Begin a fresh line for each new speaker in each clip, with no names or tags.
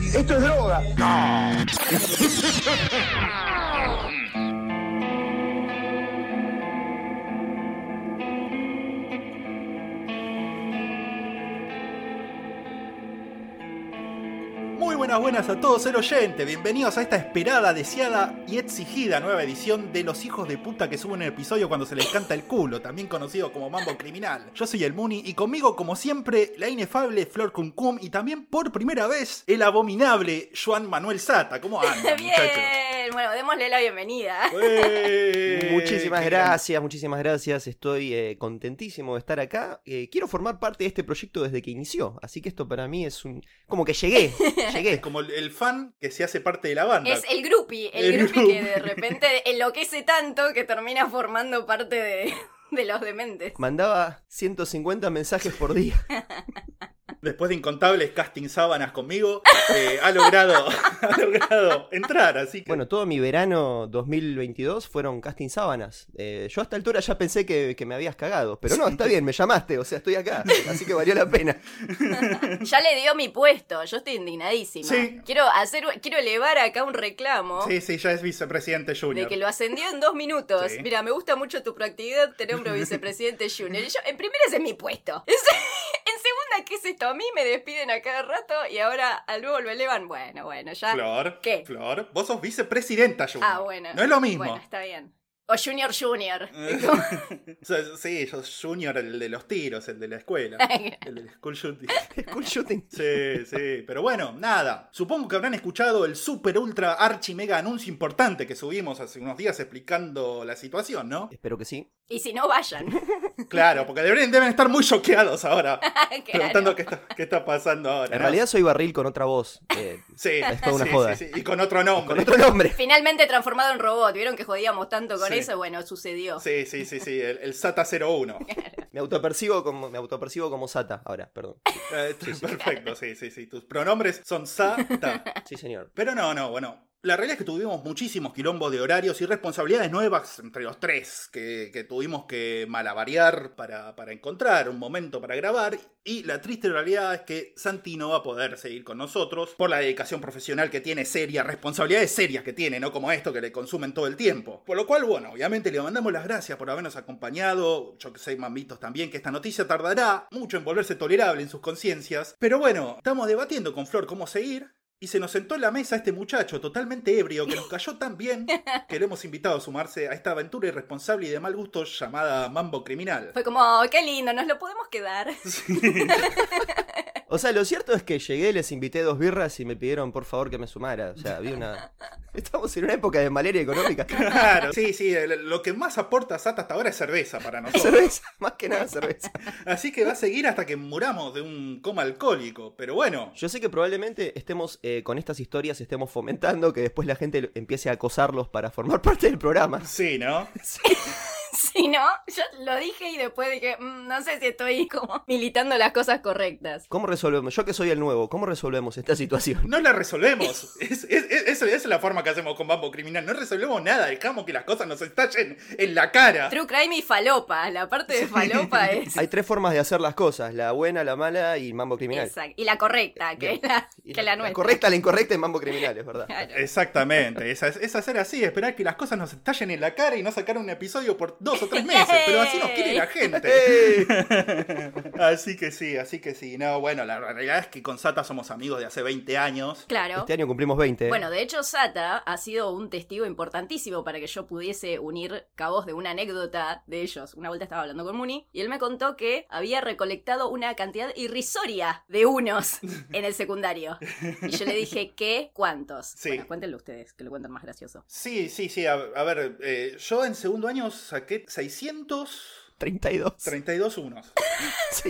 Esto es droga.
Muy buenas, buenas a todos, el oyente. Bienvenidos a esta esperada, deseada y exigida nueva edición de Los hijos de puta que suben el episodio cuando se les canta el culo, también conocido como Mambo Criminal. Yo soy el Muni y conmigo, como siempre, la inefable Flor Cuncum y también por primera vez el abominable Juan Manuel Sata. ¿Cómo andan, muchachos?
Bien, bueno, démosle la bienvenida.
¡Ué!
Muchísimas
Eh, Qué
gracias, muchísimas gracias. Estoy eh, contentísimo de estar acá. Eh, quiero formar parte de este proyecto desde que inició, así que esto para mí es un... como que llegué,
Es
llegué.
como el- el fan que se hace parte de la banda.
Es el groupie, el,
El
groupie, que de
groupie.
repente enloquece tanto que termina formando parte de, de los dementes.
Mandaba 150 mensajes por día.
después de incontables casting sábanas conmigo, eh, ha, logrado, ha logrado entrar, así que...
Bueno, todo mi verano 2022 fueron casting sábanas. Eh, yo a esta altura ya pensé que, que me habías cagado, pero no, está bien, me llamaste, o sea, estoy acá, así que valió la pena.
Ya le dio mi puesto, yo estoy indignadísima.
Sí.
Quiero hacer quiero elevar acá un reclamo.
Sí, sí, ya es vicepresidente
De
junior.
que lo ascendió en dos minutos.
Sí.
Mira, me gusta mucho tu proactividad, te nombro vicepresidente Junior. Y yo, en primera ese es mi puesto. Es- en segunda, ¿qué es esto? A mí me despiden a cada rato y ahora al nuevo lo elevan. Bueno, bueno, ya.
Flor,
¿Qué?
Flor, vos sos vicepresidenta junior.
Ah, bueno.
No es lo mismo.
Bueno, está bien. O Junior Junior.
O sea, sí, yo junior, el de los tiros, el de la escuela. El del school shooting.
School shooting.
Sí, sí, pero bueno, nada. Supongo que habrán escuchado el super ultra archi mega anuncio importante que subimos hace unos días explicando la situación, ¿no?
Espero que sí.
Y si no, vayan.
Claro, porque deberían, deben estar muy choqueados ahora. Preguntando
Claro.
qué está, qué está pasando ahora.
En
¿no?
realidad soy barril con otra voz, eh,
sí,
es toda una
sí,
joda.
sí, sí, Y con otro nombre.
con otro nombre.
Finalmente transformado en robot. ¿Vieron que jodíamos tanto con
Sí.
eso? Bueno, sucedió.
Sí, sí, sí, sí, el, el SATA 01.
Me autopercibo como, me autopercibo como Sata ahora, perdón.
Eh, perfecto, sí, sí, sí. Tus pronombres son SATA.
Sí, señor.
Pero no, no, bueno. La realidad es que tuvimos muchísimos quilombos de horarios y responsabilidades nuevas entre los tres que, que tuvimos que malabarear para, para encontrar un momento para grabar. Y la triste realidad es que Santi no va a poder seguir con nosotros por la dedicación profesional que tiene seria, responsabilidades serias que tiene, no como esto que le consumen todo el tiempo. Por lo cual, bueno, obviamente le mandamos las gracias por habernos acompañado. Yo que sé, mamitos también, que esta noticia tardará mucho en volverse tolerable en sus conciencias. Pero bueno, estamos debatiendo con Flor cómo seguir. Y se nos sentó en la mesa este muchacho totalmente ebrio que nos cayó tan bien que lo hemos invitado a sumarse a esta aventura irresponsable y de mal gusto llamada Mambo Criminal.
Fue como, "Oh, qué lindo, nos lo podemos quedar.
O sea, lo cierto es que llegué, les invité dos birras y me pidieron por favor que me sumara. O sea, había una. Estamos en una época de malaria económica.
Claro, sí, sí, el- lo que más aporta Sata hasta ahora es cerveza para nosotros.
Cerveza, más que nada cerveza.
Así que va a seguir hasta que muramos de un coma alcohólico. Pero bueno,
Yo sé que probablemente estemos eh, con estas historias, estemos fomentando que después la gente lo- empiece a acosarlos para formar parte del programa.
sí, ¿no?
Si no, yo lo dije y después dije, "Mm, no sé si estoy como militando las cosas correctas.
¿Cómo resolvemos? Yo que soy el nuevo, ¿cómo resolvemos esta situación?
No la resolvemos. Es, es- es- es- esa es la forma que hacemos con Mambo Criminal. No resolvemos nada, dejamos que las cosas nos estallen en la cara.
True crime y falopa. La parte de falopa es.
Hay tres formas de hacer las cosas: la buena, la mala y mambo criminal.
Exacto. Y la correcta, que
Bien.
es la,
Y
que la, nuestra.
correcta, la incorrecta y mambo criminal, es verdad.
Claro.
Eh, Exactamente, esa es, es hacer así, esperar que las cosas nos estallen en la cara y no sacar un episodio por dos o tres meses, pero así nos quiere la gente.
¡Ey!
Así que sí, así que sí. No, bueno, la realidad es que con Sata somos amigos de hace 20 años.
Claro.
Este año cumplimos 20. ¿eh?
Bueno, de hecho, Sata ha sido un testigo importantísimo para que yo pudiese unir cabos de una anécdota de ellos. Una vuelta estaba hablando con Muni y él me contó que había recolectado una cantidad irrisoria de unos en el secundario. Y yo le dije, ¿qué? ¿Cuántos?
Sí.
Bueno, cuéntenlo ustedes, que lo cuentan más gracioso.
Sí, sí, sí, a, a ver, eh, yo en segundo año saqué 632
32.
unos.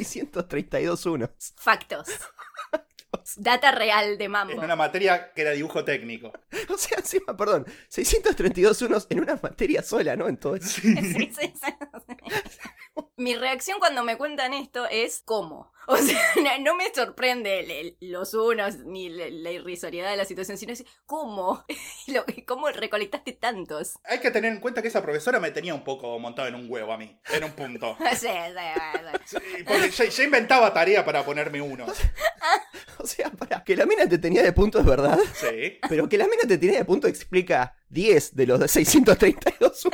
632 unos.
Factos. Data real de Mambo.
En una materia que era dibujo técnico.
O sea, encima, perdón, 632 unos en una materia sola, ¿no? En todo eso.
Sí, sí, sí. Mi reacción cuando me cuentan esto es ¿cómo? O sea, no, no me sorprende el- el- los unos ni la, la irrisoriedad de la situación, sino es ¿cómo? Lo- ¿Cómo recolectaste tantos?
Hay que tener en cuenta que esa profesora me tenía un poco montado en un huevo a mí, en un punto.
Sí, sí, sí.
Sí, porque ya, ya inventaba tarea para ponerme unos.
O sea, para que la mina te tenía de punto es verdad,
Sí.
pero que la mina te tenía de punto explica 10 de los 632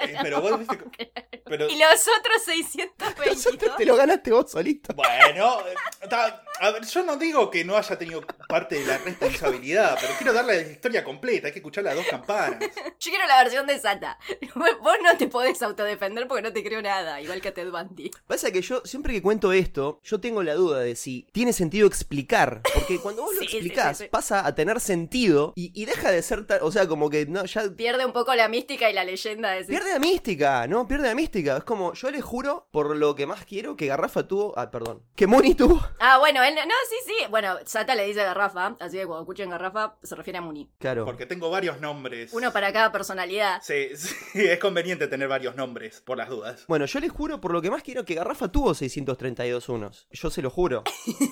Eh, Pero vos viste que- pero-
Y los otros
Los
622.
otros te lo ganaste vos solito.
Bueno, eh, ta- a ver, yo no digo que no haya tenido parte de la responsabilidad, pero quiero darle la historia completa, hay que escuchar las dos campanas.
Yo quiero la versión de Sata. Vos no te podés autodefender porque no te creo nada, igual que a Ted Bundy.
Pasa que yo, siempre que cuento esto, yo tengo la duda de si tiene sentido explicar. Porque cuando vos lo
Sí, sí, sí,
explicás,
sí.
pasa a tener sentido y, y deja de ser tan. O sea, como que no, ya
Pierde un poco la mística y la leyenda de ese-
Pierde la mística, ¿no? Pierde la mística. Es como, yo le juro, por lo que más quiero, que Garrafa tuvo. Ah, perdón. Que Moni tuvo.
Ah, bueno, él no, sí, sí. Bueno, Sata le dice Garrafa, así que cuando escuchen Garrafa se refiere a Muni.
Claro.
Porque tengo varios nombres.
Uno para cada personalidad.
Sí, sí, es conveniente tener varios nombres, por las dudas.
Bueno, yo le juro, por lo que más quiero, que Garrafa tuvo 632 unos. Yo se lo juro.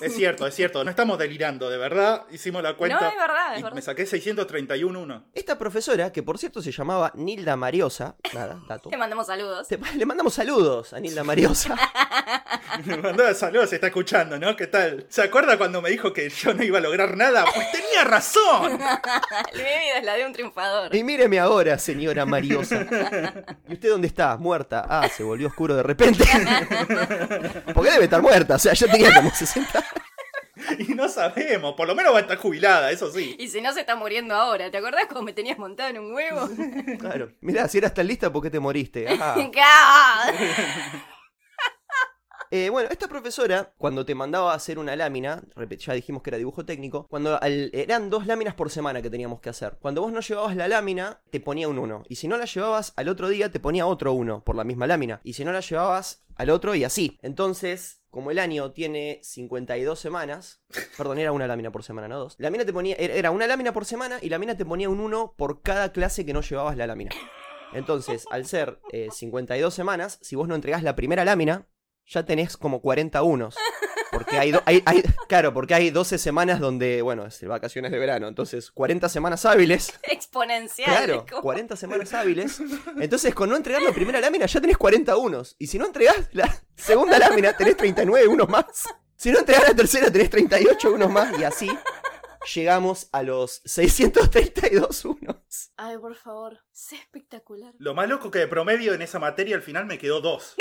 Es cierto, es cierto, no estamos delirando, de verdad. Hicimos la cuenta.
No, es verdad, es
y me
verdad.
saqué 631 uno.
Esta profesora, que por cierto se llamaba Nilda Mariosa. Nada, dato.
Te mandamos saludos.
Te- Le mandamos saludos a Nilda Mariosa.
Me mandó saludos, se está escuchando, ¿no? ¿Qué tal? ¿Se acuerda cuando me dijo que yo no iba a lograr nada? Pues tenía razón.
Mi vida es la de un triunfador.
Y míreme ahora, señora Mariosa. ¿Y usted dónde está? Muerta. Ah, se volvió oscuro de repente. Porque debe estar muerta. O sea, ya tenía como 60.
Y no sabemos, por lo menos va a estar jubilada, eso sí.
Y si no se está muriendo ahora, ¿te acordás cuando me tenías montado en un huevo?
Claro. Mirá, si eras tan lista, ¿por qué te moriste? Ah.
¡Ca!
Eh, bueno, esta profesora, cuando te mandaba a hacer una lámina, repet- ya dijimos que era dibujo técnico, cuando al- eran dos láminas por semana que teníamos que hacer. Cuando vos no llevabas la lámina, te ponía un 1. Y si no la llevabas al otro día, te ponía otro 1 por la misma lámina. Y si no la llevabas al otro y así. Entonces, como el año tiene 52 semanas, perdón, era una lámina por semana, no dos. La mina te ponía, era era una lámina por semana y la mina te ponía un 1 por cada clase que no llevabas la lámina. Entonces, al ser eh, 52 semanas, si vos no entregás la primera lámina, ya tenés como 40 unos. Porque hay, do- hay- hay- claro, porque hay 12 semanas donde, bueno, es vacaciones de verano, entonces 40 semanas hábiles.
Exponencial.
Claro,
¿Cómo?
40 semanas hábiles. Entonces, con no entregar la primera lámina ya tenés 40 unos. Y si no entregás la segunda lámina, tenés 39 unos más. Si no entregás la tercera, tenés 38 unos más. Y así llegamos a los 632 unos.
Ay, por favor, sé espectacular.
Lo más loco que de promedio en esa materia al final me quedó dos.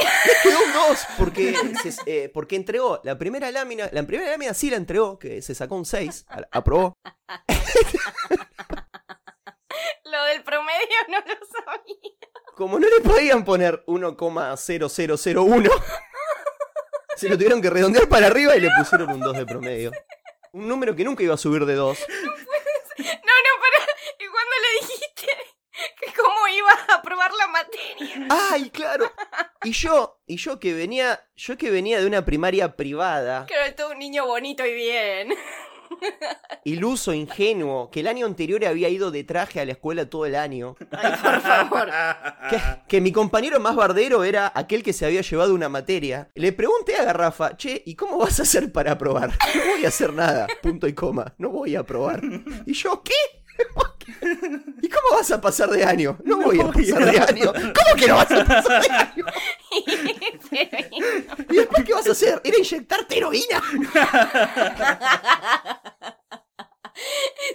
quedó un 2 porque, se- eh, porque entregó la primera lámina. La primera lámina sí la entregó, que se sacó un 6, a- aprobó.
Lo del promedio no lo sabía.
Como no le podían poner 1,0001, se lo tuvieron que redondear para arriba y le pusieron un 2 de promedio. Un número que nunca iba a subir de 2.
No, no, para. ¿Y cuando le dijiste que cómo iba a probar la materia?
¡Ay, claro! Y yo, y yo que venía, yo que venía de una primaria privada,
Que era todo un niño bonito y bien.
iluso, ingenuo, que el año anterior había ido de traje a la escuela todo el año.
Ay, por favor.
Que, que mi compañero más bardero era aquel que se había llevado una materia. Le pregunté a Garrafa, che, ¿y cómo vas a hacer para aprobar? No voy a hacer nada, punto y coma, no voy a aprobar. Y yo, ¿qué? ¿Y cómo vas a pasar de año? No, voy a pasar de año. ¿Cómo que no vas a pasar de año?
este,
¿Y después qué vas a hacer? ¿Ir a inyectarte heroína?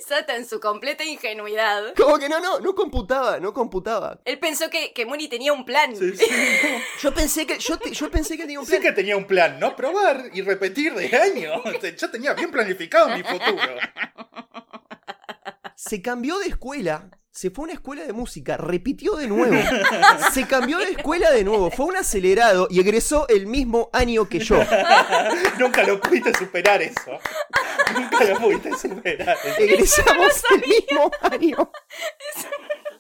Sata en su completa ingenuidad.
Como que no, no, no computaba, no computaba.
Él pensó que, que Muni tenía un plan.
Sí, sí.
Yo pensé que, yo, te- yo pensé que tenía un
Sí
plan.
que tenía un plan, ¿no? Probar y repetir de año. Este, Yo tenía bien planificado mi futuro.
se cambió de escuela, se fue a una escuela de música, repitió de nuevo, se cambió de escuela de nuevo, fue a un acelerado y egresó el mismo año que yo.
Nunca lo pudiste superar eso. Nunca lo pudiste superar. eso.
Egresamos el mismo año.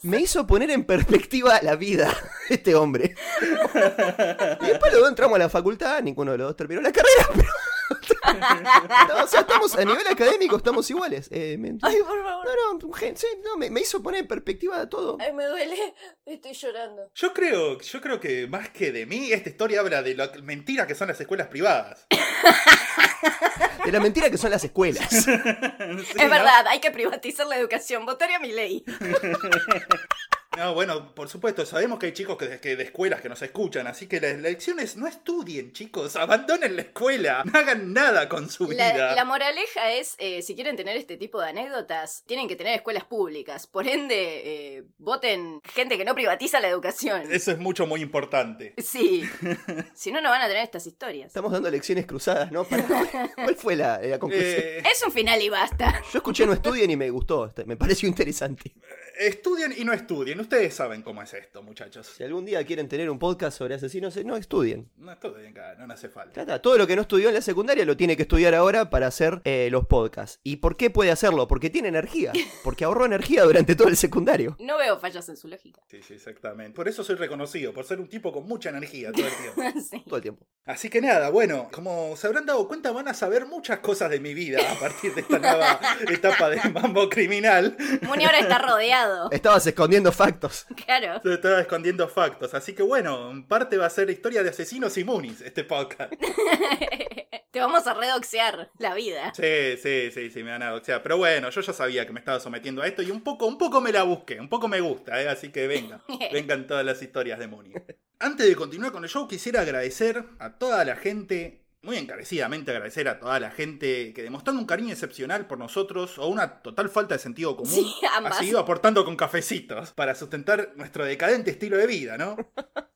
Me hizo poner en perspectiva la vida este hombre. Y después los dos entramos a la facultad, ninguno de los dos terminó la carrera, pero... No, o sea, estamos a nivel académico, estamos iguales. Eh, me-
Ay, por favor.
No, no, un gen- sí, no, me, me hizo poner en perspectiva todo.
Ay, me duele. Estoy llorando.
Yo creo, yo creo que más que de mí, esta historia habla de la mentira que son las escuelas privadas.
De la mentira que son las escuelas.
Sí,
es
¿no?
verdad, hay que privatizar la educación. Votaría mi ley.
No, bueno, por supuesto, sabemos que hay chicos que, que de escuelas que nos escuchan, así que las lecciones no estudien, chicos, abandonen la escuela, no hagan nada con su vida.
La, la moraleja es, eh, si quieren tener este tipo de anécdotas, tienen que tener escuelas públicas. Por ende, eh, voten gente que no privatiza la educación.
Eso es mucho, muy importante.
Sí. si no, no van a tener estas historias.
Estamos dando lecciones cruzadas, ¿no? Para- ¿Cuál fue la, la conclusión?
Eh,
Es un final y basta.
Yo escuché no estudien y me gustó, este, me pareció interesante.
estudien y no estudien, ustedes saben cómo es esto, muchachos.
Si algún día quieren tener un podcast sobre asesinos, eh, no estudien.
No estudien, cara, no hace falta.
Ya está, Todo lo que no estudió en la secundaria lo tiene que estudiar ahora para hacer eh, los podcasts. ¿Y por qué puede hacerlo? Porque tiene energía. Porque ahorró energía durante todo el secundario.
No veo fallas en su lógica.
Sí, sí, exactamente. Por eso soy reconocido, por ser un tipo con mucha energía todo el tiempo.
Sí.
Todo el tiempo.
Así que nada, bueno, como se habrán dado cuenta, van a saber muchas cosas de mi vida a partir de esta nueva etapa de mambo criminal.
Muni ahora está rodeado.
Estabas escondiendo factos.
Claro.
Se estaba escondiendo factos, así que bueno, en parte va a ser historia de asesinos y munis este podcast.
Te vamos a redoxear la vida.
Sí, sí, sí, sí, me van a doxear. Pero bueno, yo ya sabía que me estaba sometiendo a esto y un poco, un poco me la busqué, un poco me gusta, ¿eh? así que venga, vengan todas las historias de Muni. Antes de continuar con el show, quisiera agradecer a toda la gente, muy encarecidamente agradecer a toda la gente que demostrando un cariño excepcional por nosotros o una total falta de sentido común,
Sí, ambas.
ha seguido aportando con cafecitos para sustentar nuestro decadente estilo de vida, ¿no?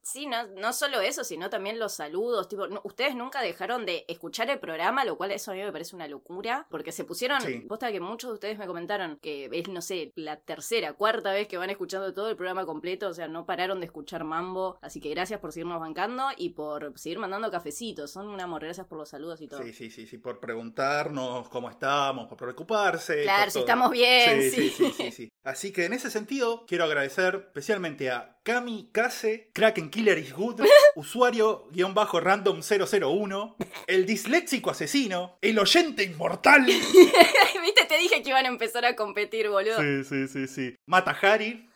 Sí, no, no solo eso, sino también los saludos. Tipo, no- ustedes nunca dejaron de escuchar el programa, lo cual eso a mí me parece una locura. Porque se pusieron.
Sí.
Posta que muchos de ustedes me comentaron que es, no sé, la tercera, cuarta vez que van escuchando todo el programa completo. O sea, no pararon de escuchar mambo. Así que gracias por seguirnos bancando y por seguir mandando cafecitos. Son un amor, gracias por los saludos y todo.
Sí, sí, sí, sí, por preguntarnos cómo estamos, por preocuparse.
claro,
por
si
todo.
estamos bien.
Sí, sí, sí, sí, sí. Así que en ese sentido, quiero agradecer especialmente a Kami Kase, Kraken Killer is Good, usuario-random001, el disléxico asesino, el oyente inmortal.
Viste, te dije que iban a empezar a competir, boludo.
Sí, sí, sí, sí. Matahari,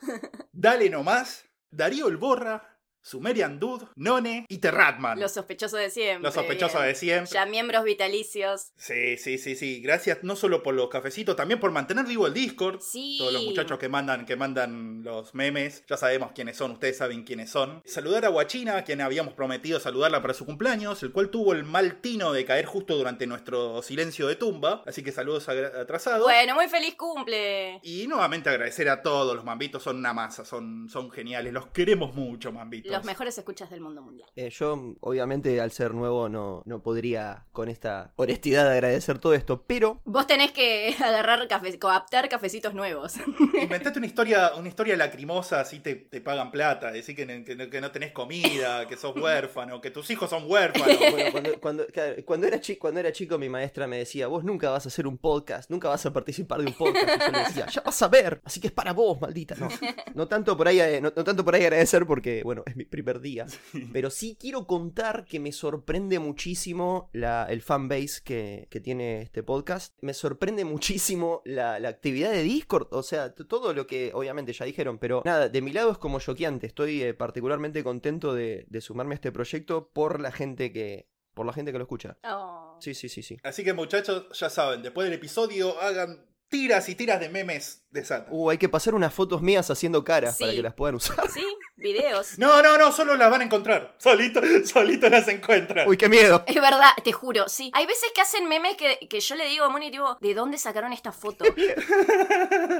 Dale Nomás, Darío el Borra, Sumerian Dude, None y Terratman.
Los sospechosos de siempre.
Los sospechosos
bien.
de siempre.
Ya miembros vitalicios.
Sí, sí, sí, sí. Gracias no solo por los cafecitos, también por mantener vivo el Discord.
Sí.
Todos los muchachos que mandan, que mandan los memes, ya sabemos quiénes son, ustedes saben quiénes son. Saludar a Guachina, a quien habíamos prometido saludarla para su cumpleaños, el cual tuvo el mal tino de caer justo durante nuestro silencio de tumba. Así que saludos agra- atrasados.
Bueno, muy feliz cumple.
Y nuevamente agradecer a todos, los mambitos son una masa, son, son geniales, los queremos mucho, mambitos.
Los mejores escuchas del mundo mundial.
Eh, yo, obviamente, al ser nuevo, no, no podría con esta honestidad agradecer todo esto, pero
Vos tenés que agarrar café, coaptar cafecitos nuevos.
Inventate una historia, una historia lacrimosa, así te, te pagan plata, decir que, no- que no- que no tenés comida, que sos huérfano, que tus hijos son huérfanos.
Bueno, cuando, cuando- claro, cuando era chico, cuando era chico, mi maestra me decía, vos nunca vas a hacer un podcast, nunca vas a participar de un podcast. Y yo le decía, ya vas a ver, así que es para vos, maldita. No, no tanto por ahí, eh, no, no tanto por ahí agradecer porque, bueno, es mi primer día. Pero sí quiero contar que me sorprende muchísimo la, el fanbase que, que tiene este podcast. Me sorprende muchísimo la, la actividad de Discord. O sea, t- todo lo que obviamente ya dijeron. Pero nada, de mi lado es como choqueante. Estoy eh, particularmente contento de, de sumarme a este proyecto por la gente que. por la gente que lo escucha.
Oh.
Sí, sí, sí, sí.
Así que muchachos, ya saben, después del episodio hagan tiras y tiras de memes de Satan.
Uh, hay que pasar unas fotos mías haciendo caras para
Sí.
que las puedan usar.
Sí, videos.
No, no, no, solo las van a encontrar. Solito, solito las encuentran.
Uy, qué miedo.
Es verdad, te juro, sí. Hay veces que hacen memes que, que yo le digo a Moni, tipo, ¿de dónde sacaron esta foto?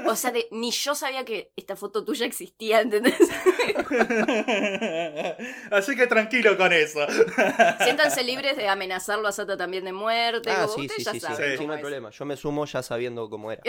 O sea, de- ni yo sabía que esta foto tuya existía, ¿entendés?
Así que tranquilo con eso.
Siéntanse libres de amenazarlo a Sato también de muerte.
Ah,
como
sí,
ustedes
sí,
ya
sí, sí.
saben
Sí.
Sí,
cómo
no hay
es.
problema. Yo me sumo ya sabiendo cómo era.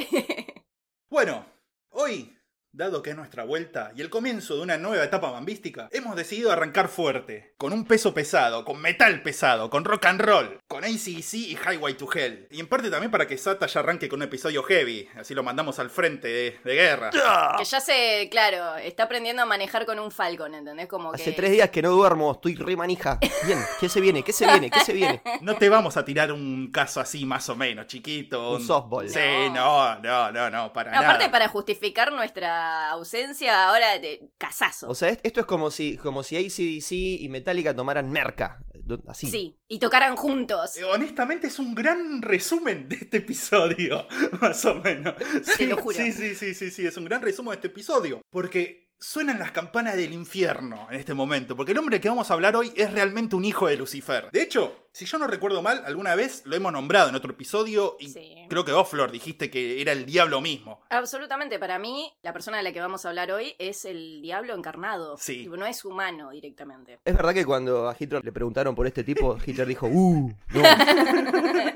Bueno, hoy, dado que es nuestra vuelta y el comienzo de una nueva etapa bambística, hemos decidido arrancar fuerte, con un peso pesado, con metal pesado, con rock and roll, con ACDC y Highway to Hell. Y en parte también para que Sata ya arranque con un episodio heavy, así lo mandamos al frente de, de guerra.
Que ya se, claro, está aprendiendo a manejar con un falcon, ¿entendés? Como que...
Hace tres días que no duermo, estoy re manija. Bien, ¿qué se viene? ¿Qué se viene? ¿Qué se viene?
No te vamos a tirar un caso así más o menos, chiquito.
Un softball.
Sí, no, no, no, no, para
No,
nada.
aparte, para justificar nuestra ausencia ahora de casazo.
O sea, est- esto es como si, como si ACDC y Metallica tomaran merca. Do- Así.
Sí, y tocaran juntos.
Eh, Honestamente es un gran resumen de este episodio, más o menos. Sí,
lo juro.
Sí, sí, sí, sí, sí, es un gran resumen de este episodio. Porque Suenan las campanas del infierno en este momento, porque el hombre que vamos a hablar hoy es realmente un hijo de Lucifer. De hecho, si yo no recuerdo mal, alguna vez lo hemos nombrado en otro episodio y
Sí.
creo que vos, Flor, dijiste que era el diablo mismo.
Absolutamente, para mí, la persona de la que vamos a hablar hoy es el diablo encarnado.
Sí.
Tipo, no es humano directamente.
Es verdad que cuando a Hitler le preguntaron por este tipo, Hitler dijo, uh, no,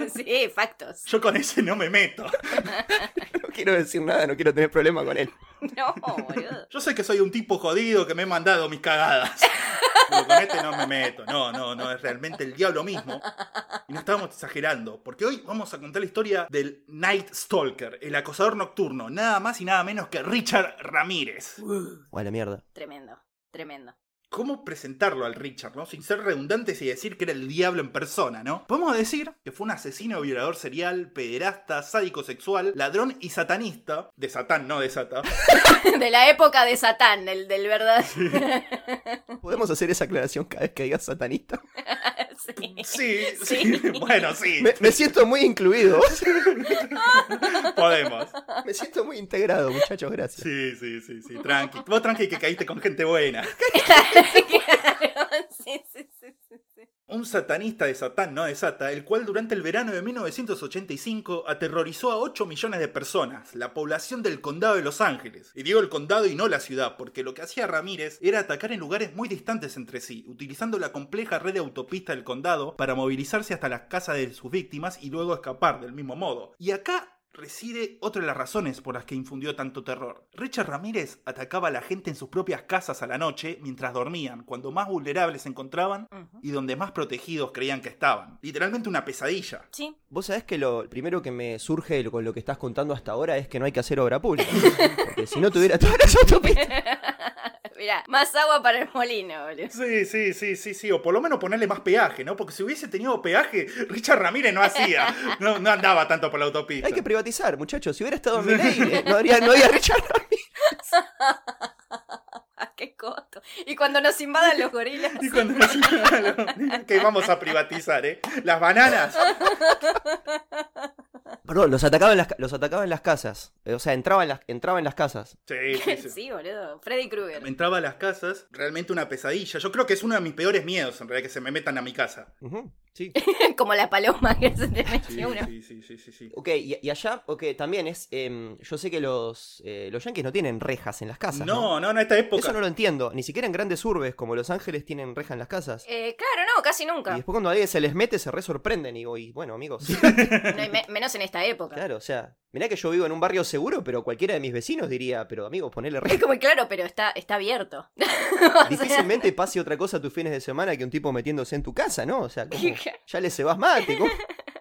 sí, factos.
Yo con ese no me meto.
no quiero decir nada, no quiero tener problema con él.
No, boludo.
Yo sé que soy un tipo jodido que me he mandado mis cagadas. Pero con este no me meto. No, no, no, es realmente el diablo mismo. Y no estábamos exagerando, porque hoy vamos a contar la historia del Night Stalker, el acosador nocturno, nada más y nada menos que Richard Ramírez.
O a la mierda.
Tremendo, tremendo.
¿Cómo presentarlo al Richard, no? Sin ser redundantes y decir que era el diablo en persona, ¿no? Podemos decir que fue un asesino, violador serial, pederasta, sádico sexual, ladrón y satanista. De Satán, no de Sata.
De la época de Satán, el del verdad.
¿Podemos hacer esa aclaración cada vez que digas satanista?
Sí.
Sí, sí,
Sí.
bueno, sí,
Me, me siento muy incluido,
podemos.
me siento muy integrado, muchachos, gracias.
Sí, sí, sí, sí, tranqui. Vos tranqui que caíste con gente buena.
Claro, sí, sí, sí, sí, sí.
Un satanista de Satán, no de Sata, el cual durante el verano de 1985 aterrorizó a 8 millones de personas, la población del condado de Los Ángeles. Y digo el condado y no la ciudad, porque lo que hacía Ramírez era atacar en lugares muy distantes entre sí, utilizando la compleja red de autopista del condado para movilizarse hasta las casas de sus víctimas y luego escapar del mismo modo. Y acá reside otra de las razones por las que infundió tanto terror. Richard Ramírez atacaba a la gente en sus propias casas a la noche mientras dormían, cuando más vulnerables se encontraban
Ujú.
y donde más protegidos creían que estaban. Literalmente una pesadilla.
Sí,
Vos sabés que lo primero que me surge con lo que estás contando hasta ahora es que no hay que hacer obra pública. Porque si no tuviera todas las autopistas.
mirá, más agua para el molino, boludo.
Sí, sí, sí, sí, sí. O por lo menos ponerle más peaje, ¿no? Porque si hubiese tenido peaje, Richard Ramírez no hacía. No, no andaba tanto por la autopista.
Hay que privatizar, muchachos. Si hubiera estado en mi no habría, no habría Richard Ramírez.
Ah, qué costo. Y cuando nos invadan los gorilas.
Y cuando nos- que vamos a privatizar, ¿eh? Las bananas.
Perdón, los atacaba en las, ca- los atacaba en las casas. Eh, O sea, entraba en las, entraba en las casas.
Sí, sí, sí.
Sí, boludo. Freddy Krueger.
Entraba a las casas, realmente una pesadilla. Yo creo que es uno de mis peores miedos, en realidad, que se me metan a mi casa.
Ujú, sí.
Como la paloma que se te metió uno.
sí, sí, sí, sí, sí.
Ok, y, y allá, ok, también es. em, yo sé que los, eh, los yankees no tienen rejas en las casas. No,
No, no, en esta época.
Eso no lo entiendo. Ni siquiera en grandes urbes como Los Ángeles tienen reja en las casas.
Eh, claro, no, casi
Y
nunca.
después cuando a alguien se les mete se re sorprenden y, digo, y bueno amigos,
No, y me- menos en esta época.
claro, o sea, mirá que yo vivo en un barrio seguro, pero cualquiera de mis vecinos diría, pero amigos, ponele reja.
Es como, claro, pero está, está abierto.
Difícilmente pase otra cosa tus fines de semana que un tipo metiéndose en tu casa, ¿no? O sea, como,
Claro.
ya le se vas mate, ¿cómo?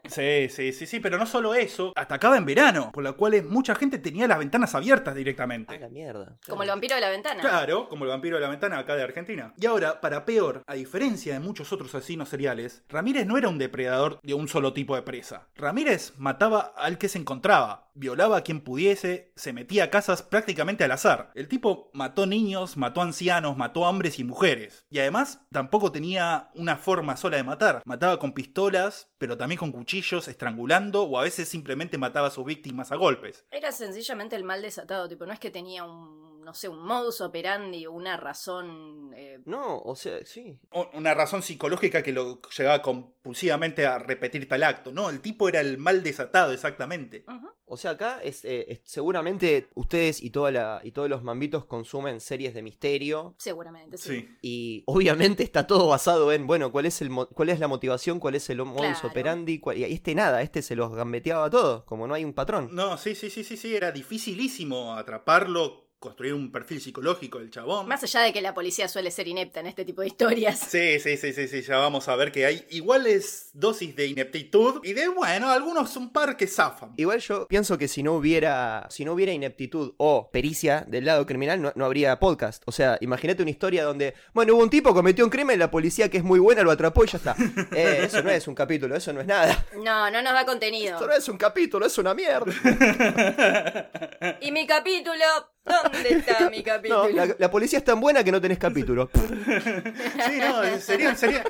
Sí, sí, sí, sí, pero no solo eso, atacaba en verano, por lo cual es- mucha gente tenía las ventanas abiertas
A
directamente.
la mierda.
Como el vampiro de la ventana.
Claro, como el vampiro de la ventana acá de Argentina. Y ahora, para peor, a diferencia de muchos otros asesinos seriales, Ramírez no era un depredador de un solo tipo de presa. Ramírez mataba al que se encontraba, violaba a quien pudiese, se metía a casas prácticamente al azar. El tipo mató niños, mató ancianos, mató hombres y mujeres. Y además, tampoco tenía una forma sola de matar. Mataba con pistolas, pero también con cuchillos, estrangulando o a veces simplemente mataba a sus víctimas a golpes.
Era sencillamente el mal desatado, tipo, no es que tenía un, no sé, un modus operandi o una razón... eh,
No, o sea, sí.
o- una razón psicológica que lo llevaba compulsivamente a repetir tal acto. No, el tipo era el mal desatado, exactamente.
ujú.
O sea, acá es, eh, es- seguramente ustedes y, toda la, y todos los mambitos consumen series de misterio.
Seguramente, sí.
Sí.
Y obviamente está todo basado en, bueno, cuál es, el mo- cuál es la motivación, cuál es el modus
Claro.
operandi. cuál- y este nada, este se los gambeteaba a todos, como no hay un patrón.
No, sí, sí, sí, sí, sí, era dificilísimo atraparlo, construir un perfil psicológico del chabón.
Más allá de que la policía suele ser inepta en este tipo de historias.
Sí, sí, sí, sí, sí, ya vamos a ver que hay iguales dosis de ineptitud y de, bueno, algunos un par que zafan.
Igual yo pienso que si no hubiera, si no hubiera ineptitud o pericia del lado criminal, no, no habría podcast. O sea, imagínate una historia donde, bueno, hubo un tipo cometió un crimen, la policía que es muy buena lo atrapó y ya está. Eh, eso no es un capítulo, eso no es nada.
No, no nos da contenido.
Esto no es un capítulo, es una mierda.
¿Y mi capítulo? ¿Dónde está mi
No,
capítulo?
la, la policía es tan buena que no tenés capítulo.
Sí, no, sería, sería...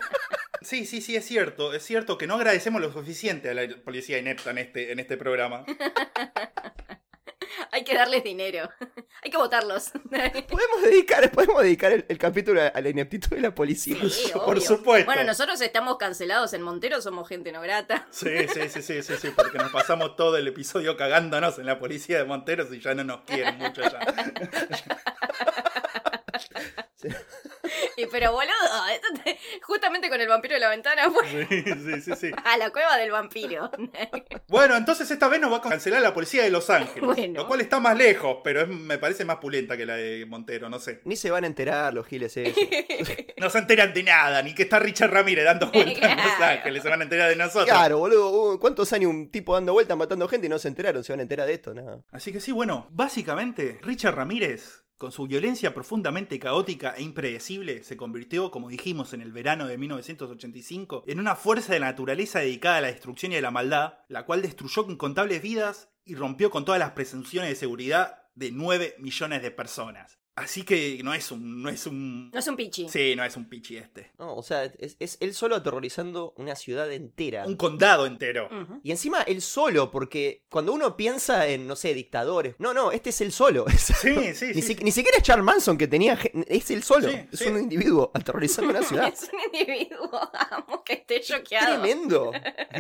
Sí, sí, sí, es cierto, es cierto que no agradecemos lo suficiente a la policía inepta en este, en este programa.
Hay que darles dinero. Hay que votarlos.
Podemos dedicar, podemos dedicar el, el capítulo a, a la ineptitud de la policía.
Sí,
Por
obvio.
supuesto.
Bueno, nosotros estamos cancelados en Montero, somos gente no grata.
Sí, sí, sí, sí, sí, sí, porque nos pasamos todo el episodio cagándonos en la policía de Monteros y ya no nos quieren mucho ya.
Y pero boludo, esto te- justamente con el vampiro de la ventana fue
Sí, sí, sí, sí.
a la cueva del vampiro.
Bueno, entonces esta vez nos va a cancelar la policía de Los Ángeles.
Bueno.
Lo cual está más lejos, pero es- me parece más pulenta que la de Montero, no sé.
Ni se van a enterar los giles esos.
No se enteran de nada, ni que está Richard Ramírez dando vueltas en Los
Claro.
Ángeles, se van a enterar de nosotros.
Claro, boludo. uh, ¿Cuántos años un tipo dando vueltas matando gente y no se enteraron? ¿Se van a enterar de esto? No.
Así que sí, bueno, básicamente Richard Ramírez, con su violencia profundamente caótica e impredecible, se convirtió, como dijimos en el verano de 1985, en una fuerza de la naturaleza dedicada a la destrucción y a la maldad, la cual destruyó incontables vidas y rompió con todas las presunciones de seguridad de 9 millones de personas. Así que no es un... No es un...
No es un pichi.
Sí, no es un pichi este.
No, o sea, es, es él solo aterrorizando una ciudad entera.
Un condado entero.
Ujú.
Y encima él solo, porque cuando uno piensa en, no sé, dictadores. No, no, este es él solo.
Sí, sí,
ni,
sí.
si- ni siquiera es Charles Manson que tenía. gen- Es él solo.
Sí,
es
sí.
un individuo aterrorizando una ciudad.
Es un individuo, amo, que esté choqueado.
Tremendo.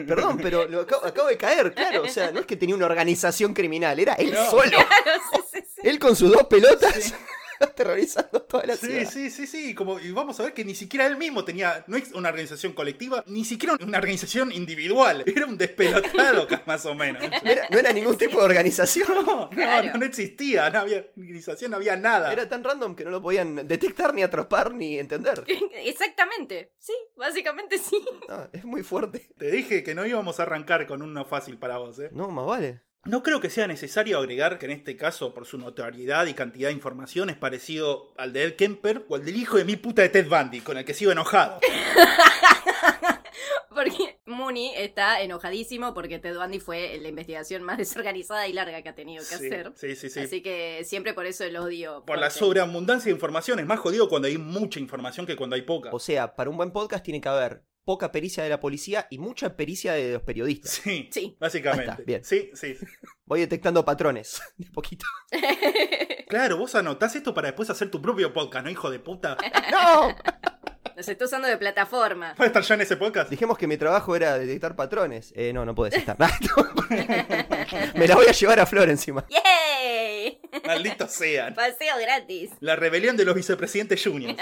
Perdón, pero lo acabo, acabo de caer, claro. O sea, no es que tenía una organización criminal, era él
No.
solo.
Claro, sí, sí, sí.
Él con sus dos pelotas
Sí.
aterrorizando toda la
Sí,
ciudad.
sí, sí, sí. Como, y vamos a ver que ni siquiera él mismo tenía, no es una organización colectiva, ni siquiera una organización individual. Era un despelotado, ca- más o menos.
No, era, no era ningún tipo de organización.
No,
Claro.
no, no existía, no había organización, no había nada.
Era tan random que no lo podían detectar, ni atrapar, ni entender.
Exactamente, sí, básicamente sí.
No, es muy fuerte.
Te dije que no íbamos a arrancar con uno fácil para vos, ¿eh?
No, más vale.
No creo que sea necesario agregar que en este caso, por su notoriedad y cantidad de información, es parecido al de Ed Kemper o al del hijo de mi puta de Ted Bundy, con el que sigo enojado.
Porque Mooney está enojadísimo porque Ted Bundy fue la investigación más desorganizada y larga que ha tenido que
Sí,
hacer.
sí, sí, sí.
Así que siempre por eso el odio.
Por la
fuerte.
sobreabundancia de información, es más jodido cuando hay mucha información que cuando hay poca.
O sea, para un buen podcast tiene que haber poca pericia de la policía y mucha pericia de los periodistas.
Sí,
Sí.
básicamente.
Ahí está, bien.
Sí, sí.
Voy detectando patrones de poquito.
Claro, vos anotás esto para después hacer tu propio podcast, ¿no, hijo de puta?
¡No!
Nos está usando de plataforma.
¿Puedes estar ya en ese podcast?
Dijimos que mi trabajo era detectar patrones. Eh, no, no podés estar. Me la voy a llevar a Flor encima.
¡Yay!
Maldito sean.
Paseo gratis.
La rebelión de los vicepresidentes juniors.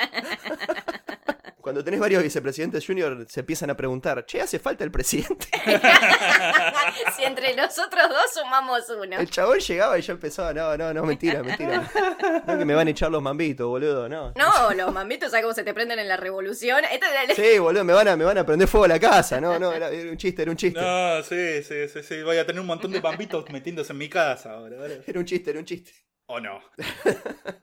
Cuando tenés varios vicepresidentes junior, se empiezan a preguntar, che, ¿hace falta el presidente?
si entre nosotros dos sumamos uno.
El chabón llegaba y ya empezaba, no, no, no, mentira, mentira. No que me van a echar los mambitos, boludo, no.
No, los mamitos, ¿sabes cómo se te prenden en la revolución? Esto es la-
Sí, boludo, me van a, me van a prender fuego a la casa. No, no, era, era un chiste, era un chiste.
No, sí, sí, sí, sí. Voy a tener un montón de bambitos metiéndose en mi casa ahora, ¿vale?
Era un chiste, era un chiste.
¿O no?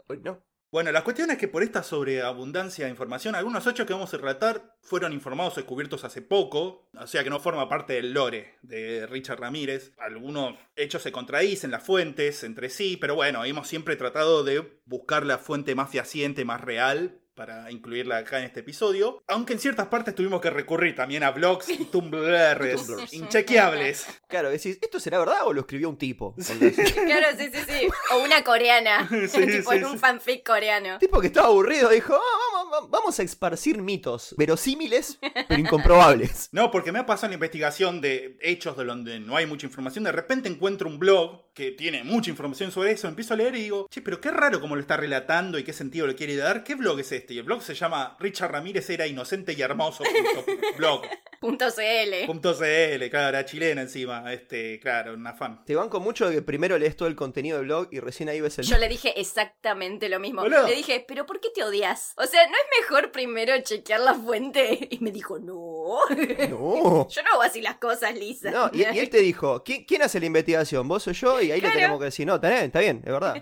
Uy, No.
Bueno, la cuestión es que por esta sobreabundancia de información, algunos hechos que vamos a relatar fueron informados o descubiertos hace poco, o sea que no forma parte del lore de Richard Ramírez. Algunos hechos se contradicen las fuentes entre sí, pero bueno, hemos siempre tratado de buscar la fuente más fehaciente, más real para incluirla acá en este episodio, aunque en ciertas partes tuvimos que recurrir también a blogs y tumblers
Tumblrs.
inchequeables.
Claro, decís, ¿esto será verdad o lo escribió un tipo?
Claro, sí, sí, sí. O una coreana.
Sí,
tipo
sí,
en un
sí.
fanfic coreano.
tipo que estaba aburrido dijo, "Ah, vamos, vamos- vamos a esparcir mitos, verosímiles, pero incomprobables.
No, porque me ha pasado en la investigación de hechos de donde no hay mucha información. De repente encuentro un blog que tiene mucha información sobre eso. Empiezo a leer y digo, che, pero qué raro cómo lo está relatando y qué sentido le quiere dar. ¿Qué blog es este? Y el blog se llama Richard Ramírez era inocente y hermoso. punto blog.
Punto CL.
Punto CL, claro, era chilena encima. Este, claro, una fan.
Te banco mucho de que primero lees todo el contenido del blog y recién ahí ves el...
Yo le dije exactamente lo mismo.
Boludo.
Le dije, ¿pero por qué te odias? O sea, ¿no es mejor primero chequear la fuente? Y me dijo, no.
No.
Yo no hago así las cosas, Lisa.
No, y, y él te dijo, ¿quién, quién hace la investigación? ¿Vos o yo? Y ahí
Claro.
le tenemos que decir, no, está bien, está bien, es verdad.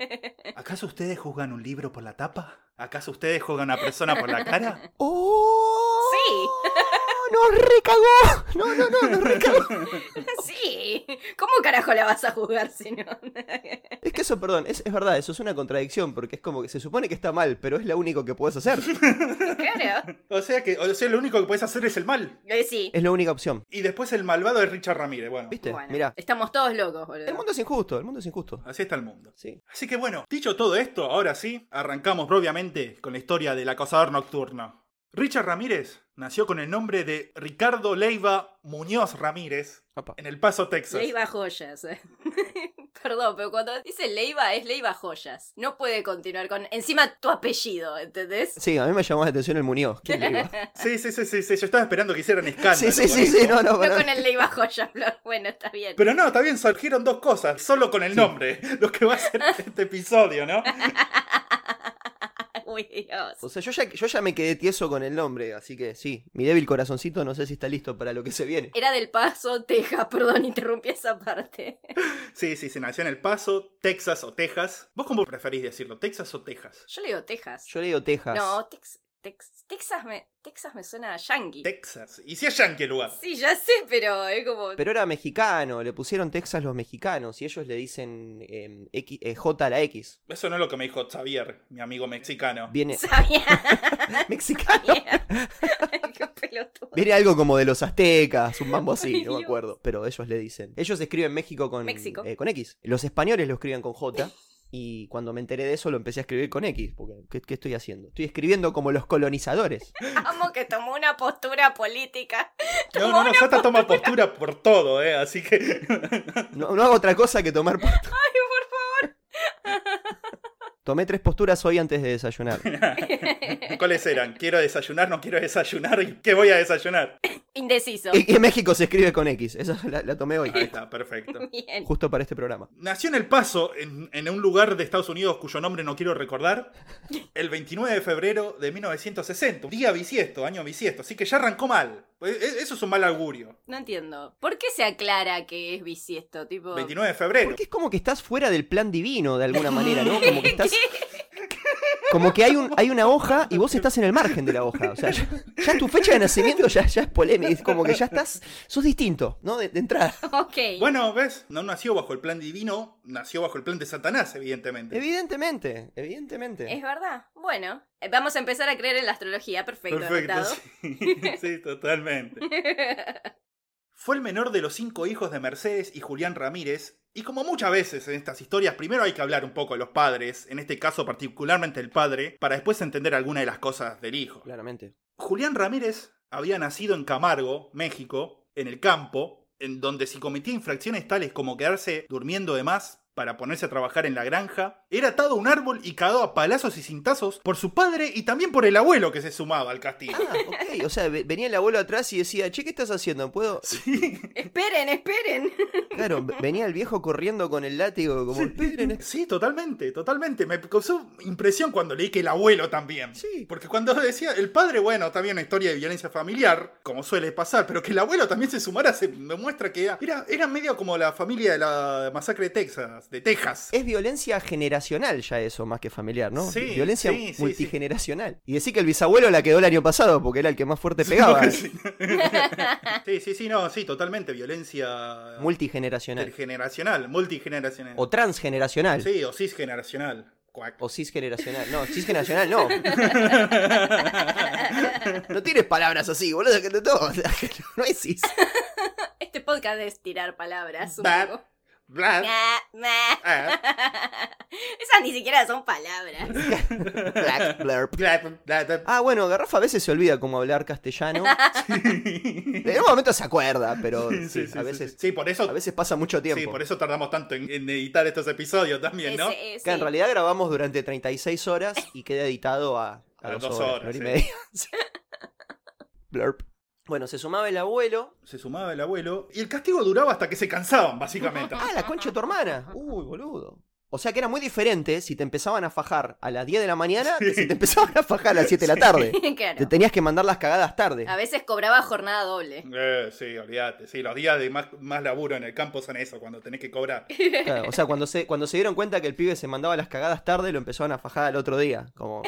¿Acaso ustedes juzgan un libro por la tapa? ¿Acaso ustedes juzgan a una persona por la cara?
¡Oh!
Sí.
¡Nos recagó! No, no, no, nos recagó.
Sí. ¿Cómo carajo la vas a jugar si no?
Es que que eso, perdón, es, es verdad, eso es una contradicción, porque es como que se supone que está mal, pero es lo único que puedes hacer.
Claro.
O sea que o sea, lo único que puedes hacer es el mal.
Eh, sí.
Es la única opción.
Y después el malvado es Richard Ramírez. Bueno,
¿Viste?
Bueno,
Mirá,
estamos todos locos, boludo.
Eh, el mundo es injusto, el mundo es injusto.
así está el mundo.
Sí.
Así que bueno, dicho todo esto, ahora sí, arrancamos obviamente con la historia del acosador nocturno. Richard Ramírez nació con el nombre de Ricardo Leiva Muñoz Ramírez
Apa.
en El Paso, Texas.
Leiva Joyas. Perdón, pero cuando dice Leiva es Leiva Joyas. No puede continuar con encima tu apellido, ¿entendés?
Sí, a mí me llamó la atención el Muñoz. ¿Quién le iba?
Sí, sí, sí, sí, sí, yo estaba esperando que hicieran escándalo.
Sí, sí,
con
sí,
esto.
sí, no, no,
No
pará.
con el Leiva Joyas, Flor. Bueno, está bien.
Pero no, está bien, surgieron dos cosas, solo con el nombre, lo que va a ser este episodio, ¿no?
Uy, Dios.
O sea, yo ya, yo ya me quedé tieso con el nombre, así que sí, mi débil corazoncito no sé si está listo para lo que se viene.
Era del Paso, Texas, perdón, interrumpí esa parte.
Sí, sí, se nació en El Paso, Texas o Texas. ¿Vos cómo preferís decirlo, Texas o Texas?
Yo le digo Texas.
Yo le digo Texas.
No, Tex- Tex- Texas, me, Texas me suena a Yankee.
Texas. ¿Y si es Yankee el lugar?
sí, ya sé, pero es como.
Pero era mexicano, le pusieron Texas los mexicanos y ellos le dicen eh, X- eh, J a la X.
Eso no es lo que me dijo Xavier, mi amigo mexicano.
Viene
Sabía.
mexicano.
sabía. Qué pelotudo.
Viene algo como de los aztecas, un mambo así,
Ay,
no me
Dios.
acuerdo. Pero ellos le dicen. Ellos escriben México con,
México.
eh, con X. Los españoles lo escriben con J. Y cuando me enteré de eso lo empecé a escribir con X. Porque, ¿qué, qué estoy haciendo? Estoy escribiendo como los colonizadores.
Amo que tomó una postura política.
No,
Tomó
no, no, Sata toma postura por todo, ¿eh? Así que.
No, no hago otra cosa que tomar. post-
Ay, por
Tomé tres posturas hoy antes de desayunar.
¿Cuáles eran? ¿Quiero desayunar? ¿No quiero desayunar? ¿Y ¿Qué voy a desayunar?
Indeciso.
Y, y en México se escribe con X. Esa la, la tomé hoy.
Ahí está, perfecto.
Bien.
Justo para este programa.
Nació en El Paso, en, en un lugar de Estados Unidos cuyo nombre no quiero recordar, el 29 de febrero de 1960. Día bisiesto, año bisiesto. Así que ya arrancó mal. Pues, e- Eso es un mal augurio.
No entiendo. ¿Por qué se aclara que es bisiesto? Tipo.
29 de febrero.
Porque es como que estás fuera del plan divino de alguna manera, ¿no? Como que estás. Como que hay, un, hay una hoja y vos estás en el margen de la hoja. O sea, ya, ya tu fecha de nacimiento ya, ya es polémica. Es como que ya estás. Sos distinto, ¿no? De, de entrada.
Ok.
Bueno, ¿ves? No nació bajo el plan divino, nació bajo el plan de Satanás, evidentemente.
Evidentemente, evidentemente.
Es verdad. Bueno, eh, vamos a empezar a creer en la astrología. Perfecto,
Perfecto,
anotado.
sí, sí, totalmente. Fue el menor de los cinco hijos de Mercedes y Julián Ramírez, y como muchas veces en estas historias, primero hay que hablar un poco de los padres, en este caso particularmente el padre, para después entender alguna de las cosas del hijo.
Claramente.
Julián Ramírez había nacido en Camargo, México, en el campo, en donde si cometía infracciones tales como quedarse durmiendo de más para ponerse a trabajar en la granja, era atado a un árbol y cagado a palazos y cintazos por su padre y también por el abuelo que se sumaba al castillo.
Ah, ok. O sea, ve- venía el abuelo atrás y decía, che, ¿qué estás haciendo? ¿Puedo?
Sí,
esperen, esperen.
Claro, ve- venía el viejo corriendo con el látigo, como. "Esperen,
Sí, totalmente, totalmente. Me causó impresión cuando leí que el abuelo también.
Sí.
Porque cuando decía, el padre, bueno, también una historia de violencia familiar, como suele pasar, pero que el abuelo también se sumara, se demuestra que era, era medio como la familia de la masacre de Texas, de Texas.
Es violencia generacional ya eso, más que familiar, ¿no?
Sí,
violencia
sí, sí,
multigeneracional. Y decir que el bisabuelo la quedó el año pasado porque era el que más fuerte pegaba. eh.
Sí, sí, sí, sí, no, sí, totalmente. Violencia
multigeneracional.
intergeneracional, multigeneracional.
O transgeneracional.
Sí, o cisgeneracional. Cuac.
O cisgeneracional. No, cisgeneracional no. no tienes palabras así, boludo, que te todo. No es cis.
Este podcast es tirar palabras. un
Bah.
poco.
Bla,
Nah, nah.
ah,
Esas ni siquiera son palabras.
Black blurp.
bla, bla, bla.
Ah, bueno, Garrafa a veces se olvida cómo hablar castellano. En un momento se acuerda, pero
Sí,
sí,
sí,
a
sí,
veces
sí. Sí, por eso
a veces pasa mucho tiempo.
Sí, por eso tardamos tanto en, en editar estos episodios también, ¿no?
Ese, ese.
Que en realidad grabamos durante 36 horas y queda editado a, a, dos, horas, una hora y
sí.
media. Sí. Blurp. Bueno, se sumaba el abuelo.
Se sumaba el abuelo y el castigo duraba hasta que se cansaban, básicamente.
Ah, la concha de tu hermana. Uy, boludo. O sea que era muy diferente si te empezaban a fajar a las 10 de la mañana que si te empezaban a fajar a las 7 de la tarde.
Claro.
Te tenías que mandar las cagadas tarde.
A veces cobraba jornada doble.
Eh, sí, olvídate. Sí, los días de más, más laburo en el campo son eso, cuando tenés que cobrar.
Claro, o sea, cuando se, cuando se dieron cuenta que el pibe se mandaba las cagadas tarde, lo empezaban a fajar al otro día. Como,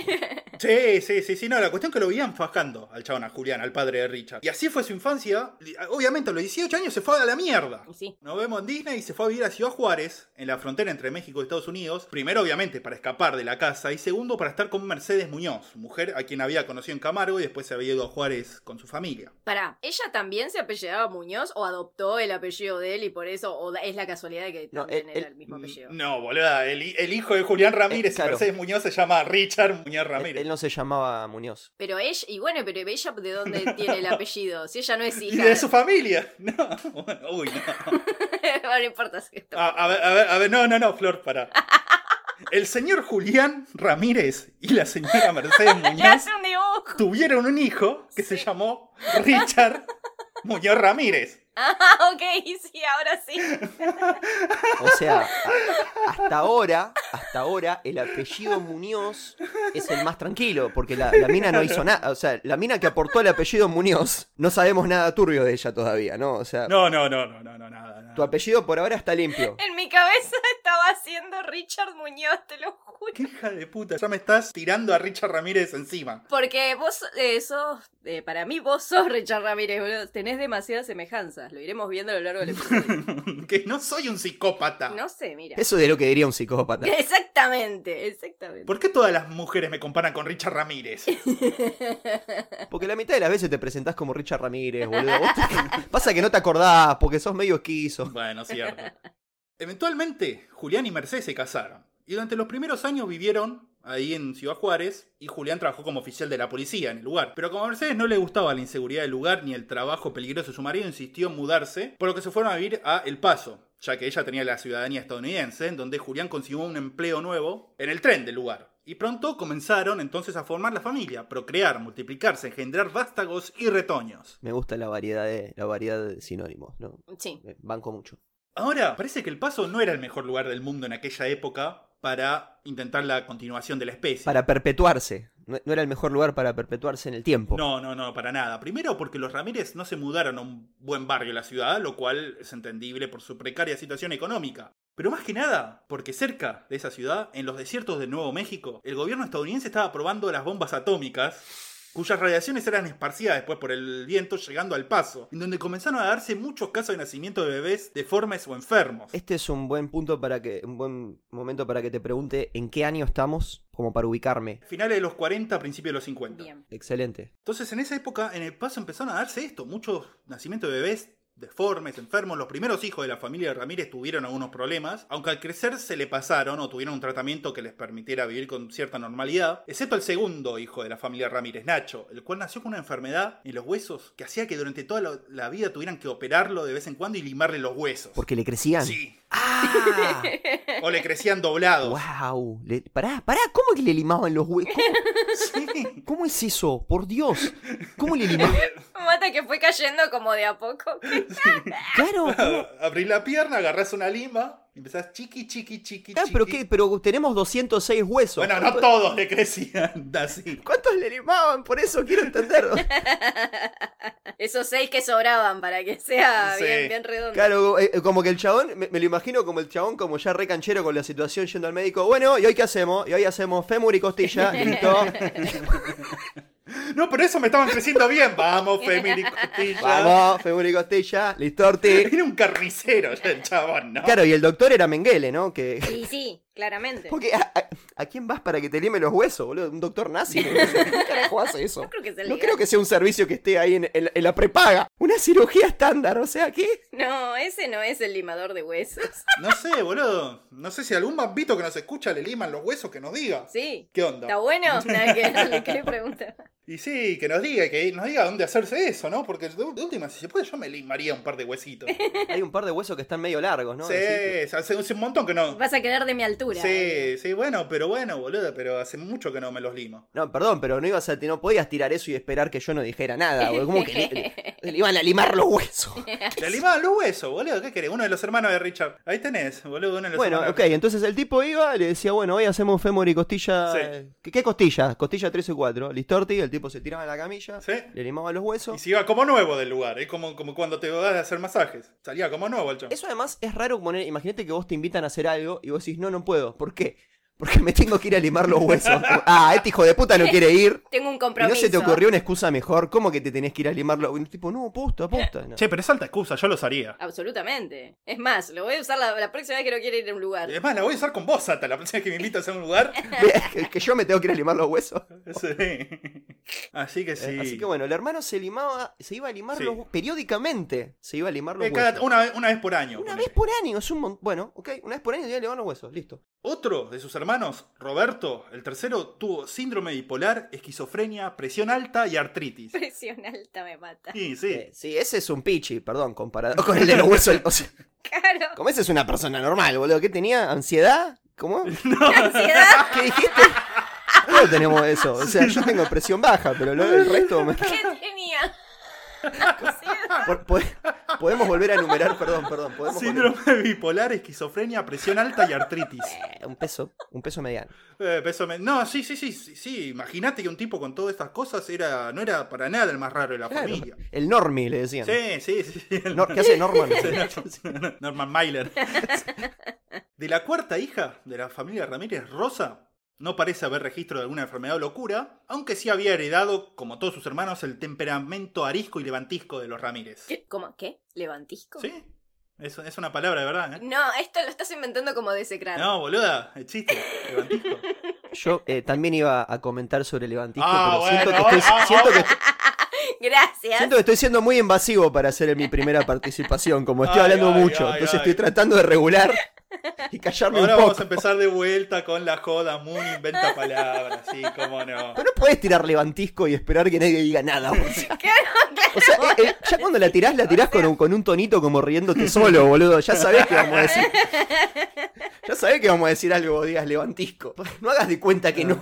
Sí, sí, sí, sí, no, la cuestión que lo veían fajando al chabón, a Julián, al padre de Richard. Y así fue su infancia. Obviamente a los 18 años se fue a la
Mm.
mierda.
Y sí.
Nos vemos en Disney y se fue a vivir a Ciudad Juárez, en la frontera entre México y Estados Unidos. Primero, obviamente, para escapar de la casa y segundo, para estar con Mercedes Muñoz, mujer a quien había conocido en Camargo y después se había ido a Juárez con su familia.
Pará, ¿ella también se apellidaba Muñoz o adoptó el apellido de él y por eso o da- es la casualidad de que
No,
también
e-
él-
era
él-
el mismo apellido?
Mm, No, boluda, el, hi- el hijo de Julián Ramírez
Eh,
y
claro.
Mercedes Muñoz se llama Richard Muñoz
Él,
Ramírez.
él no se llamaba Muñoz.
Pero ella, y bueno, pero ella de dónde tiene el apellido, si ella no es
Y
hija.
de su familia. No, bueno, uy, no.
no importa si esto.
A, a ver, a ver, a ver, no, no, no, Flor, para. El señor Julián Ramírez y la señora Mercedes
Le
Muñoz
hace un dibujo.
tuvieron un hijo que se
Sí.
llamó Richard Muñoz Ramírez.
Ah, ok, sí, ahora sí.
O sea, a- hasta ahora, hasta ahora, el apellido Muñoz es el más tranquilo, porque la, la mina no hizo nada. O sea, la mina que aportó el apellido Muñoz, no sabemos nada turbio de ella todavía, ¿no? O sea,
No, no, no, no, no, no, nada. nada.
tu apellido por ahora está limpio.
En mi cabeza estaba haciendo Richard Muñoz, te lo juro.
Qué hija de puta, ya me estás tirando a Richard Ramírez encima.
Porque vos eh, sos, eh, para mí vos sos Richard Ramírez, boludo. tenés demasiadas semejanzas, lo iremos viendo a lo largo del episodio.
que no soy un psicópata.
No sé, mira.
Eso de lo que diría un psicópata.
Exactamente, exactamente.
¿Por qué todas las mujeres me comparan con Richard Ramírez?
Porque la mitad de las veces te presentás como Richard Ramírez, boludo. Vos te- Pasa que no te acordás, porque sos medio esquizo.
Bueno, cierto. Eventualmente, Julián y Mercedes se casaron. Y durante los primeros años vivieron ahí en Ciudad Juárez. Y Julián trabajó como oficial de la policía en el lugar. Pero como a Mercedes no le gustaba la inseguridad del lugar ni el trabajo peligroso de su marido, insistió en mudarse. Por lo que se fueron a vivir a El Paso. Ya que ella tenía la ciudadanía estadounidense, en donde Julián consiguió un empleo nuevo en el tren del lugar. Y pronto comenzaron entonces a formar la familia, procrear, multiplicarse, engendrar vástagos y retoños.
Me gusta la variedad de, la variedad de sinónimos, ¿no?
Sí.
Me Banco mucho.
Ahora, parece que El Paso no era el mejor lugar del mundo en aquella época para intentar la continuación de la especie.
Para perpetuarse. No, no era el mejor lugar para perpetuarse en el tiempo.
No, no, no, para nada. Primero porque los Ramírez no se mudaron a un buen barrio de la ciudad, lo cual es entendible por su precaria situación económica. Pero más que nada, porque cerca de esa ciudad, en los desiertos de Nuevo México, el gobierno estadounidense estaba probando las bombas atómicas, cuyas radiaciones eran esparcidas después por el viento llegando al paso, en donde comenzaron a darse muchos casos de nacimiento de bebés deformes o enfermos.
Este es un buen punto para que, un buen momento para que te pregunte en qué año estamos, como para ubicarme.
Finales de los 40, principios de los 50.
Bien.
Excelente.
Entonces, en esa época, en el paso empezaron a darse esto: muchos nacimientos de bebés deformes, enfermos. Los primeros hijos de la familia de Ramírez tuvieron algunos problemas, aunque al crecer se le pasaron o tuvieron un tratamiento que les permitiera vivir con cierta normalidad, excepto el segundo hijo de la familia Ramírez, Nacho, el cual nació con una enfermedad en los huesos que hacía que durante toda la, la vida tuvieran que operarlo de vez en cuando y limarle los huesos.
Porque le crecían.
Sí.
¡Ah!
O le crecían doblados.
¡Wow! Le- Pará, pará, ¿cómo que le limaban los huevos? ¿Cómo,
Sí.
cómo es eso? Por Dios. ¿Cómo le limaban?
Mata que fue cayendo como de a poco.
Claro. ¿cómo?
Abrís la pierna, agarrás una lima, y empezás chiqui, chiqui, chiqui,
Ah,
chiqui.
pero qué, pero tenemos 206 huesos.
Bueno, no
¿Cuántos-
todos le crecían así.
¿Cuántos le limaban? Por eso quiero entender.
Esos seis que sobraban para que sea
Sí.
bien, bien redondo.
Claro, eh, eh, como que el chabón, me, me lo imagino como el chabón como ya recanchero con la situación yendo al médico. Bueno, ¿y hoy qué hacemos? Y hoy hacemos fémur y costilla, listo.
No, pero eso me estaban creciendo bien. Vamos, Femini Costilla.
Vamos, fémur y costilla, listo, Orti.
Era un carnicero ya el chabón, ¿no?
Claro, y el doctor era Menguele, ¿no? Que...
Y sí, claramente.
Porque, ¿a, a, a quién vas para que te lime los huesos, boludo? ¿Un doctor nazi? boludo? ¿Qué carajo hace eso?
No creo que sea
No
legal.
creo que sea un servicio que esté ahí en, en la- en la prepaga. Una cirugía estándar, o sea, ¿qué?
No, ese no es el limador de huesos.
No sé, boludo. No sé si algún bambito que nos escucha le liman los huesos que nos diga.
Sí.
¿Qué
¿Está
onda?
bueno? Nada que, que le pregunta.
Y sí, que nos diga, que nos diga dónde hacerse eso, ¿no? Porque de de última, si se puede, yo me limaría un par de huesitos.
Hay un par de huesos que están medio largos, ¿no?
sí,
Así-
hace, hace un montón que no.
Vas a quedar de mi altura.
Sí, sí, bueno, pero bueno, boludo, pero hace mucho que no me los limo.
No, perdón, pero no ibas a, no podías tirar eso y esperar que yo no dijera nada, boludo. Como que le, le- le iban a limar los huesos.
Le limaban los huesos, boludo, ¿qué querés? Uno de los hermanos de Richard. Ahí tenés, boludo, uno de los
Bueno,
hermanos.
ok, entonces el tipo iba, le decía, bueno, hoy hacemos fémur y costilla.
Sí.
eh, ¿Qué, qué costilla? Costilla 3 y 4. Listorti, el tipo se tiraba en la camilla,
Sí.
le limaba los
Y
huesos.
se iba como nuevo del lugar, es como, como cuando te vas a hacer masajes. Salía como nuevo el chabón.
Eso además es raro poner, imagínate que vos te invitan a hacer algo y vos decís, no, no puedo. ¿Por qué? Porque me tengo que ir a limar los huesos. Ah, este hijo de puta no quiere ir.
Tengo un
¿Y no
compromiso.
se te ocurrió una excusa mejor? ¿Cómo que te tenés que ir a limar los huesos? Tipo, no, posta, posta. no.
Che, pero es alta excusa, yo los haría.
Absolutamente. Es más, lo voy a usar la, la próxima vez que no quiero ir a un lugar.
Es más, la voy a usar con vos, Sata, la próxima vez que me invitas a un lugar.
Que- que yo me tengo que ir a limar los huesos.
Sí. Así que sí.
Eh, Así que bueno, el hermano se limaba, se iba a limar
Sí.
los hue- periódicamente, se iba a limar los
Eh, cada-
huesos.
una, vez- una vez por año.
Una
ponele.
vez por año, es un montón. Bueno, ok, una vez por año te iba a limar los huesos, listo.
Otro de sus hermanos, Roberto, el tercero, tuvo síndrome bipolar, esquizofrenia, presión alta y artritis.
Presión alta me mata.
Sí, sí.
Eh, sí, ese es un pichi, perdón, comparado con el de los huesos. O sea,
Claro.
como ese es una persona normal, boludo. ¿Qué tenía? ¿Ansiedad? ¿Cómo?
Ansiedad.
¿Qué dijiste? No tenemos eso. O sea, yo tengo presión baja, pero lo- el resto. me-
¿Qué tenía? Ansiedad.
Por- po- podemos volver a enumerar, perdón, perdón. Podemos volver-
Síndrome bipolar, esquizofrenia, presión alta y artritis.
Eh, un peso, un peso mediano.
Eh, peso men- No, sí, sí, sí, sí, sí. Imagínate que un tipo con todas estas cosas era, no era para nada el más raro de la
Claro,
familia.
El normie, le decían.
Sí, sí, sí. el-
Nor- ¿Qué hace Norman?
Norman Mailer. De la cuarta hija de la familia Ramírez Rosa, no parece haber registro de alguna enfermedad o locura, aunque sí había heredado, como todos sus hermanos, el temperamento arisco y levantisco de los Ramírez.
¿Qué? ¿Cómo? ¿Qué? ¿Levantisco?
¿Sí? Es, es una palabra de verdad, ¿eh?
No, esto lo estás inventando como desecrar.
No, boluda, es chiste, levantisco.
Yo eh, también iba a comentar sobre el levantisco,
Ah,
pero siento,
bueno,
que estoy,
ah,
siento, que
ah,
estoy,
Gracias.
siento que estoy siendo muy invasivo para hacer mi primera participación, como estoy
Ay,
hablando
ay,
mucho.
ay,
entonces
ay.
estoy tratando de regular y callarme
Ahora
un
vamos a
poco.
empezar de vuelta con la joda, Moon inventa palabras, sí, cómo no.
Pero no puedes tirar levantisco y esperar que nadie diga nada. O sea, O sea, eh, eh, ya cuando la tirás, la tirás con un, con un tonito como riéndote solo, boludo. Ya sabés que vamos a decir. Ya sabés que vamos a decir algo, vos digas levantisco. No hagas de cuenta que no.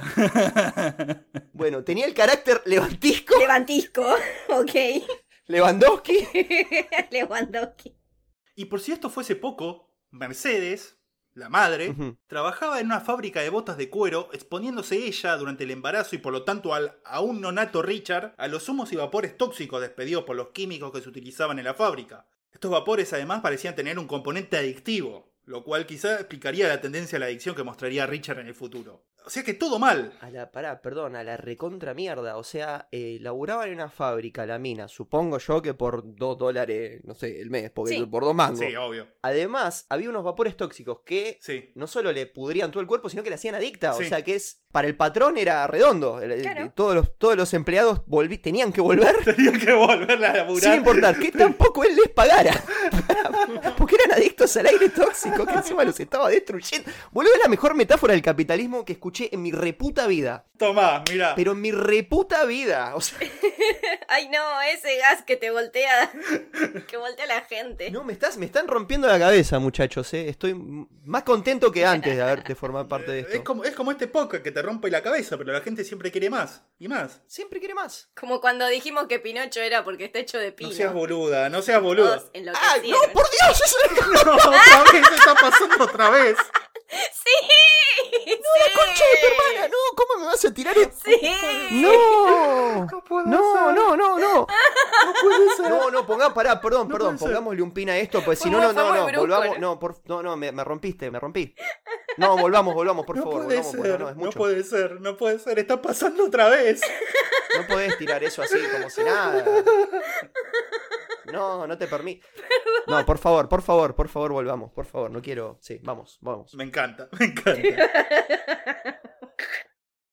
Bueno, tenía el carácter levantisco,
Levantisco. Ok.
Lewandowski.
Lewandowski.
Y por si esto fuese poco, Mercedes, la madre,
Ujú.
Trabajaba en una fábrica de botas de cuero, exponiéndose ella durante el embarazo y por lo tanto al aún nonato Richard a los humos y vapores tóxicos despedidos por los químicos que se utilizaban en la fábrica. Estos vapores además parecían tener un componente adictivo, lo cual quizá explicaría la tendencia a la adicción que mostraría Richard en el futuro. O sea que todo mal.
A la, pará, perdón, a la recontra mierda. O sea, eh, laburaba en una fábrica, la mina. Supongo yo que por dos dólares, no sé, el mes, porque
Sí.
por dos mangos.
Sí, obvio.
Además, había unos vapores tóxicos que
Sí.
no solo le pudrían todo el cuerpo, sino que le hacían adicta.
Sí.
O sea, que es para el patrón era redondo. El- el-
Claro.
todos, los, todos los empleados volvi- tenían que volver
Tenía que volverla a laburar.
sin importar que tampoco él les pagara. Porque eran adictos al aire tóxico que encima los estaba destruyendo. Boludo, es la mejor metáfora del capitalismo que escuché en mi reputa vida.
Tomá, mirá.
Pero en mi reputa vida. O sea,
Ay, no, ese gas que te voltea. Que voltea a la gente.
no, me, estás, me están rompiendo la cabeza, muchachos. eh. Estoy m- más contento que antes de haberte formado parte de
Es
esto.
como, es como este podcast que te rompe la cabeza, pero la gente siempre quiere más. Y más.
Siempre quiere más.
Como cuando dijimos que Pinocho era porque está hecho de pino.
No seas boluda, no seas boluda.
Todos enloquecieron.
¡Ay, no, por Dios! Eso es
No, otra vez, está pasando otra vez.
¡Sí! ¡No,
la concha de tu hermana! ¡No! ¿Cómo me vas a tirar esto?
¡Sí!
¡No!
puedo
No,
ser.
no, no, no.
No puede ser.
No, no, pongá, pará, perdón,
No
perdón,
puede ser.
pongámosle un pin a esto, pues si no,
Fue muy-
no, no,
fue
no,
muy brusco,
volvamos,
¿no?
no, por, no, no, me, me rompiste, me rompí. No, volvamos, volvamos, por
No
favor,
puede
volvamos,
ser,
volvamos, no, es
no
mucho.
puede ser, no puede ser, está pasando otra vez.
No podés tirar eso así, como si nada. No, no te permito. No, por favor, por favor, por favor, volvamos, por favor, no quiero, sí, vamos, vamos.
Me encanta, me encanta.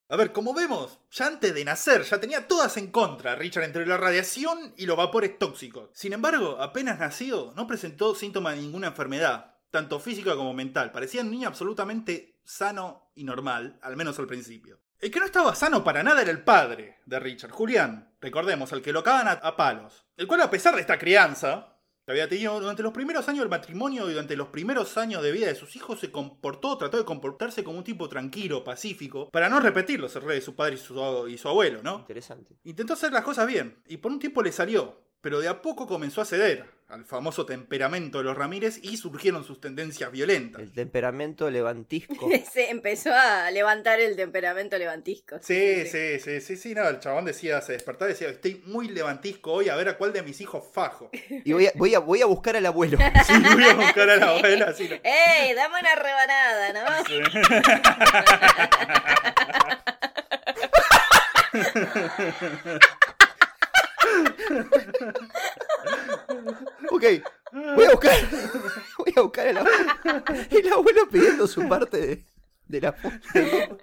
A ver, como vemos, ya antes de nacer ya tenía todas en contra Richard entre la radiación y los vapores tóxicos. Sin embargo, apenas nacido, no presentó síntomas de ninguna enfermedad, tanto física como mental. Parecía un niño absolutamente sano y normal, al menos al principio. El que no estaba sano para nada era el padre de Richard, Julián, recordemos, al que lo cagan a, a palos. El cual, a pesar de esta crianza, que había tenido durante los primeros años del matrimonio y durante los primeros años de vida de sus hijos, se comportó, trató de comportarse como un tipo tranquilo, pacífico, para no repetir los errores de su padre y su, y su abuelo, ¿no?
Interesante.
Intentó hacer las cosas bien, y por un tiempo le salió. pero de a poco comenzó a ceder al famoso temperamento de los Ramírez y surgieron sus tendencias violentas.
El temperamento levantisco.
Se empezó a levantar el temperamento levantisco.
Sí, sí, sí, sí, sí, no, el chabón decía, se despertaba y decía, estoy muy levantisco hoy, a ver a cuál de mis hijos fajo.
Y voy a, voy a, voy a buscar al abuelo.
Sí, voy a buscar a la abuela, así no.
¡Ey! Dame una rebanada, ¿no?
Ok, voy a buscar. Voy a buscar al abuelo. El abuelo pidiendo su parte de, de la fu- de-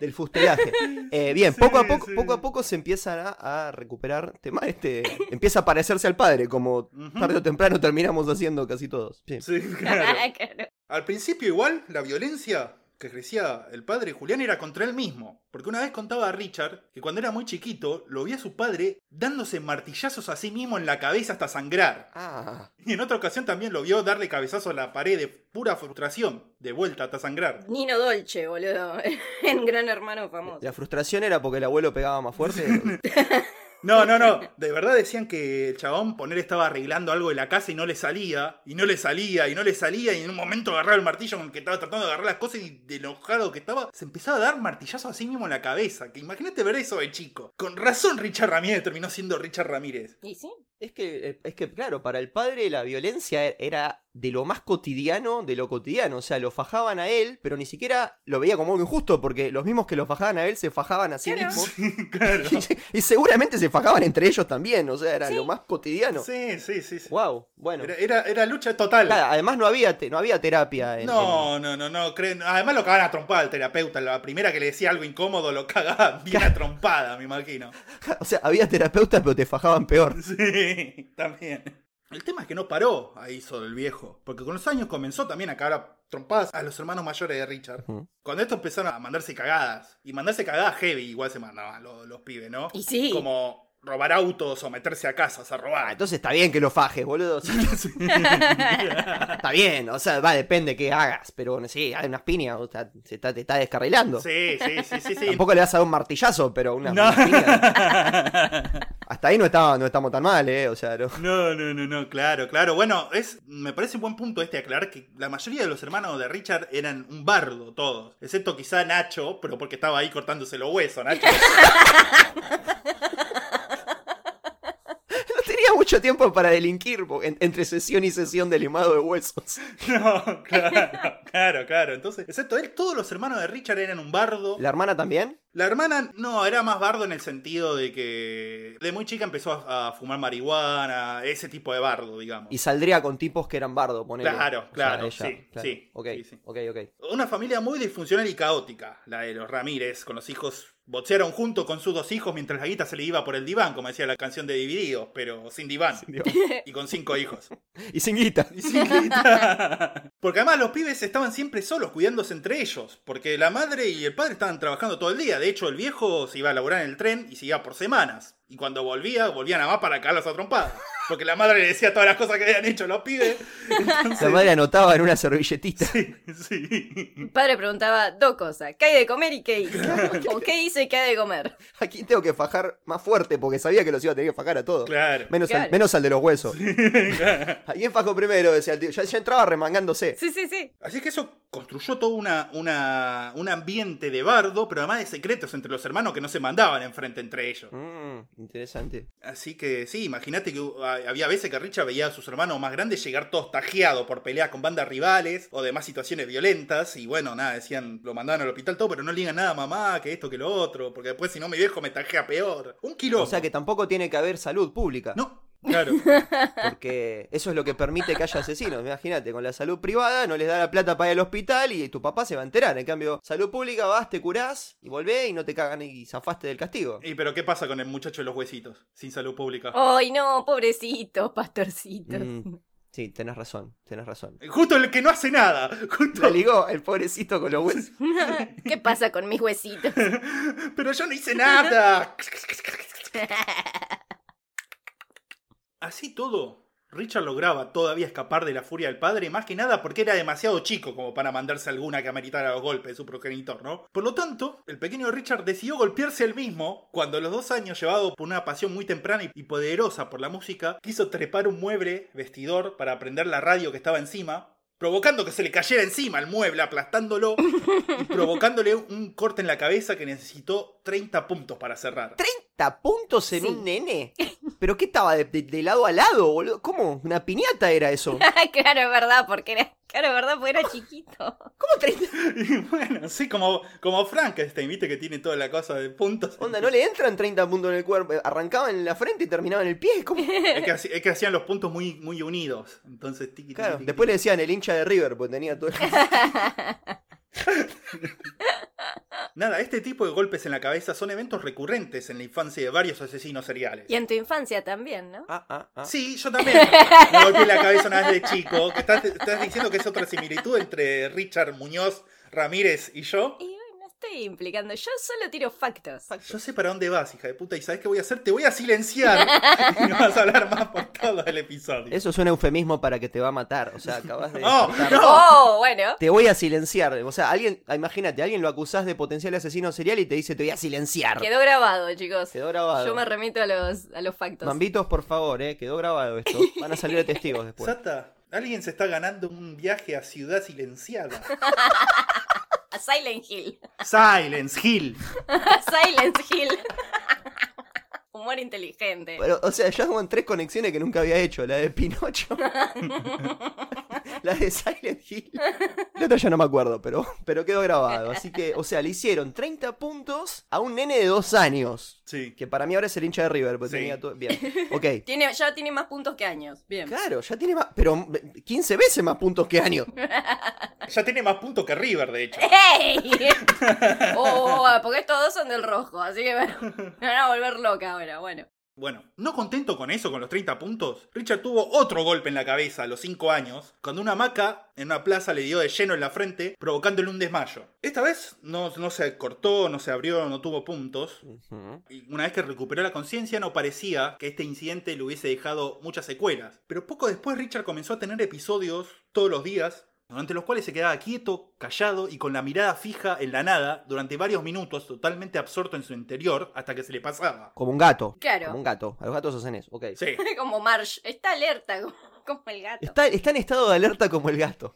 del fustelaje. Eh, bien,
Sí,
poco a poco,
sí.
poco a poco se empieza a, a recuperar tema este. Empieza a parecerse al padre, como
Ujú.
tarde o temprano terminamos haciendo casi todos. Sí.
Sí, claro. Al principio igual, la violencia que ejercía el padre Julián era contra él mismo. Porque una vez contaba a Richard que cuando era muy chiquito lo vio a su padre dándose martillazos a sí mismo en la cabeza hasta sangrar.
Ah,
Y en otra ocasión también lo vio darle cabezazo a la pared de pura frustración, de vuelta hasta sangrar.
Nino Dolce, boludo. En Gran Hermano famoso.
la frustración era porque el abuelo pegaba más fuerte.
No, no, no. De verdad decían que el chabón poner estaba arreglando algo de la casa y no le salía, y no le salía, y no le salía, y en un momento agarraba el martillo con el que estaba tratando de agarrar las cosas y de enojado que estaba, se empezaba a dar martillazo a sí mismo en la cabeza. Que imagínate ver eso de chico. Con razón Richard Ramírez terminó siendo Richard Ramírez.
¿Y sí?
Es que, eh, es que, claro, para el padre la violencia e- era de lo más cotidiano de lo cotidiano. O sea, lo fajaban a él, pero ni siquiera lo veía como algo injusto, porque los mismos que lo fajaban a él se fajaban a sí
Claro.
mismos.
claro.
Y, seguramente se fajaban entre ellos también. O sea, era
Sí.
lo más cotidiano.
Sí, sí, sí. sí.
Wow, bueno.
Era, era- era lucha total.
Claro, además no había, te- no había terapia en,
No, no, no, no, creen. Además lo cagaban a trompada al terapeuta. La primera que le decía algo incómodo lo cagaban bien a trompada, me imagino.
en- O sea, había terapeutas, pero te fajaban peor.
Sí, también. El tema es que no paró ahí solo el viejo, porque con los años comenzó también a cagar a trompadas a los hermanos mayores de Richard.
Ujú.
Cuando estos empezaron a mandarse cagadas, y mandarse cagadas heavy, igual se mandaban los, los pibes, ¿no?
Y sí.
Como robar autos o meterse a casas a
Ah,
robar.
entonces está bien que lo fajes, boludo. O sea, está bien, o sea, va, depende qué hagas. Pero sí, hay unas piñas, o sea, se está, te está descarrilando.
Sí, sí, sí, sí, sí.
Tampoco le vas a dar un martillazo, pero una,
No.
una piña. Hasta ahí no, estaba, no estamos tan mal, ¿eh? O sea, no.
No, no, no, no, claro, claro. Bueno, es, me parece un buen punto este aclarar que la mayoría de los hermanos de Richard eran un bardo todos, excepto quizá Nacho, pero porque estaba ahí cortándose los huesos, Nacho.
No tenía mucho tiempo para delinquir po- en- entre sesión y sesión de limado de huesos.
No, claro, claro, claro. Entonces, excepto él, todos los hermanos de Richard eran un bardo. La,
¿La hermana también?
hermana no, era más bardo en el sentido de que de muy chica empezó a, a fumar marihuana, ese tipo de bardo, digamos.
Y saldría con tipos que eran bardo, ponele.
Claro,
O sea,
claro,
ella,
sí, sí,
Ok,
sí, sí.
ok, ok.
Una familia muy disfuncional y caótica, la de los Ramírez, con los hijos. Boxearon junto con sus dos hijos mientras la guita se le iba por el diván, como decía la canción de Divididos, pero sin diván. Y con cinco hijos.
Y sin guita.
Y sin gritar. Porque además los pibes estaban siempre solos cuidándose entre ellos. Porque la madre y el padre estaban trabajando todo el día. De hecho, el viejo se iba a laburar en el tren y se iba por semanas. Y cuando volvía, volvía nada más para cagarlas a trompadas. Porque la madre le decía todas las cosas que habían hecho los pibes.
La madre anotaba en una servilletita.
Sí, sí.
Mi padre preguntaba dos cosas: ¿qué hay de comer y qué hice? ¿O qué hice y qué hay de comer?
Aquí tengo que fajar más fuerte porque sabía que los iba a tener que fajar a todos.
Claro.
Menos, al,
Claro.
menos al de los huesos. Alguien fajó primero, decía el tío. Ya, ya entraba remangándose.
Sí, sí, sí.
Así que eso construyó todo una, una- un ambiente de bardo, pero además de secretos entre los hermanos que no se mandaban enfrente entre ellos.
Mm, interesante.
Así que sí, imagínate que hu- ha- había veces que Richard veía a sus hermanos más grandes llegar todos tajeados por peleas con bandas rivales o demás situaciones violentas. Y bueno, nada, decían, lo mandaban al hospital todo, pero no le digan nada a mamá, que esto, que lo otro, porque después si no mi viejo me tajea peor. Un kilo.
O sea que tampoco tiene que haber salud pública.
No, claro.
Porque eso es lo que permite que haya asesinos. Imagínate, con la salud privada no les da la plata para ir al hospital y tu papá se va a enterar. En cambio, salud pública vas, te curás y volvés y no te cagan y zafaste del castigo.
y pero ¿qué pasa con el muchacho de los huesitos? Sin salud pública.
Oh.
¡Ay, no! Pobrecito, pastorcito.
Mm. Sí, tenés razón, tenés razón.
Justo el que no hace nada. Justo.
La ligó el pobrecito con los huesos.
¿Qué pasa con mis huesitos?
Pero yo no hice nada. Así todo, Richard lograba todavía escapar de la furia del padre, más que nada porque era demasiado chico como para mandarse alguna que ameritara los golpes de su progenitor, ¿no? Por lo tanto, el pequeño Richard decidió golpearse él mismo cuando a los dos años, llevado por una pasión muy temprana y poderosa por la música, quiso trepar un mueble vestidor para prender la radio que estaba encima, provocando que se le cayera encima el mueble, aplastándolo y provocándole un corte en la cabeza que necesitó 30 puntos para cerrar.
¿30 puntos en
Sí.
un nene? ¿Pero qué estaba? De, de- de lado a lado, boludo? ¿Cómo? ¿Una piñata era eso?
Ah, claro, es verdad, porque era, claro, es verdad, porque era chiquito.
¿Cómo 30?
Y bueno, sí, como, como Frankenstein, viste que tiene toda la cosa de puntos.
Onda, no le entran 30 puntos en el cuerpo. Arrancaban en la frente y terminaban en el pie. ¿Cómo?
Es que, haci- es que hacían los puntos muy, muy unidos. Entonces, tiqui, tiqui,
Claro.
tiqui,
Después le
tiqui.
decían el hincha de River, porque tenía todo el...
Nada, este tipo de golpes en la cabeza son eventos recurrentes en la infancia de varios asesinos seriales.
Y en tu infancia también, ¿no?
Ah, ah, ah.
Sí, yo también me golpeé la cabeza una vez de chico. que Estás, estás diciendo que es otra similitud entre Richard Muñoz Ramírez y yo.
Y bueno, no estoy implicando, yo solo tiro factos.
Yo sé para dónde vas, hija de puta, y ¿sabes qué voy a hacer? Te voy a silenciar y no vas a hablar más por todo el episodio.
Eso es un eufemismo para que te va a matar. O sea, acabas de...
¡No!
despertar.
¡No!
Oh, bueno.
Te voy a silenciar. O sea, alguien, ah, imagínate, alguien lo acusás de potencial asesino serial y te dice te voy a silenciar.
Quedó grabado, chicos.
Quedó grabado.
Yo me remito a los, a los factos.
Mambitos, por favor, eh, quedó grabado esto. Van a salir de testigos después.
Sata, alguien se está ganando un viaje a Ciudad Silenciada.
A Silent Hill.
Silence Hill.
A Silent Hill. Humor inteligente.
Pero, o sea, ya con tres conexiones que nunca había hecho. La de Pinocho. la de Silent Hill. La otra ya no me acuerdo, pero, pero quedó grabado. Así que, o sea, le hicieron 30 puntos a un nene de dos años.
Sí.
Que para mí ahora es el hincha de River, porque
Sí.
tenía todo. Bien. Ok.
Tiene, ya tiene más puntos que años. Bien.
Claro, ya tiene más. Pero 15 veces más puntos que años.
Ya tiene más puntos que River, de hecho.
¡Ey! Oh, porque estos dos son del rojo, así que bueno, me van a volver loca ahora. Bueno,
Bueno, no contento con eso, con los 30 puntos, Richard tuvo otro golpe en la cabeza a los 5 años, cuando una maca en una plaza le dio de lleno en la frente, provocándole un desmayo. Esta vez no, no se cortó, no se abrió, no tuvo puntos.
Ujú.
Y una vez que recuperó la conciencia, no parecía que este incidente le hubiese dejado muchas secuelas. Pero poco después Richard comenzó a tener episodios todos los días, durante los cuales se quedaba quieto, callado y con la mirada fija en la nada durante varios minutos, totalmente absorto en su interior, hasta que se le pasaba.
Como un gato.
Claro.
Como un gato. A los gatos hacen eso. Ok.
Sí.
como Marsh, está alerta como, como el gato.
Está, está en estado de alerta como el gato.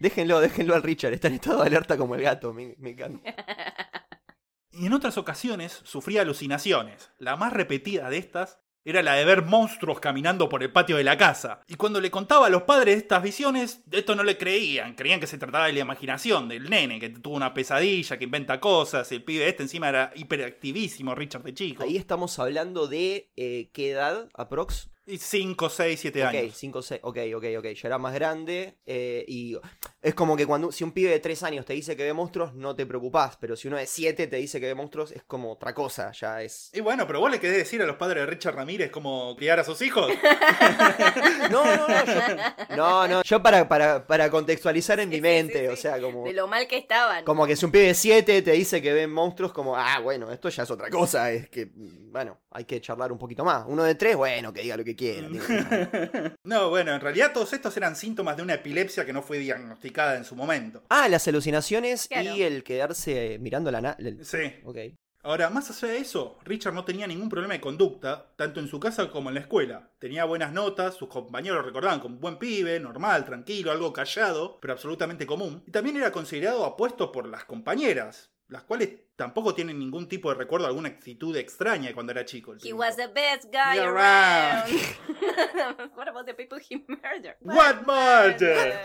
Déjenlo, déjenlo al Richard. Está en estado de alerta como el gato. Me, me encanta.
Y en otras ocasiones sufría alucinaciones. La más repetida de estas era la de ver monstruos caminando por el patio de la casa. Y cuando le contaba a los padres estas visiones, esto no le creían. Creían que se trataba de la imaginación del nene, que tuvo una pesadilla, que inventa cosas. El pibe este encima era hiperactivísimo, Richard de chico.
Ahí estamos hablando de eh, qué edad, aprox.
Y 5, 6, 7
Ok,
años.
5, 6. Ok, ok, ok. Ya era más grande. eh, y es como que cuando si un pibe de 3 años te dice que ve monstruos, no te preocupás. Pero si uno de 7 te dice que ve monstruos, es como otra cosa. Ya es
Y bueno, pero vos le querés decir a los padres de Richard Ramírez cómo criar a sus hijos.
No, no, no. Yo, no, no, yo para, para, para contextualizar en
Sí,
mi
sí,
mente,
sí,
o
sí.
sea, como,
De lo mal que estaban.
como que si un pibe de 7 te dice que ven monstruos, como, ah, bueno, esto ya es otra cosa, es que, bueno, hay que charlar un poquito más. Uno de 3, bueno, que diga lo que quiera.
Mm.
digo,
no, bueno, en realidad todos estos eran síntomas de una epilepsia que no fue diagnosticada en su momento.
ah, las alucinaciones
Claro.
y el quedarse eh, mirando la... na- el-
Sí.
Ok.
Ahora, más allá de eso, Richard no tenía ningún problema de conducta, tanto en su casa como en la escuela. Tenía buenas notas, sus compañeros lo recordaban como un buen pibe, normal, tranquilo, algo callado, pero absolutamente común. Y también era considerado apuesto por las compañeras, las cuales tampoco tienen ningún tipo de recuerdo, alguna actitud extraña de cuando era chico. el
He
pibe.
was the best guy
You're
around. What about the people he murdered?
What murder?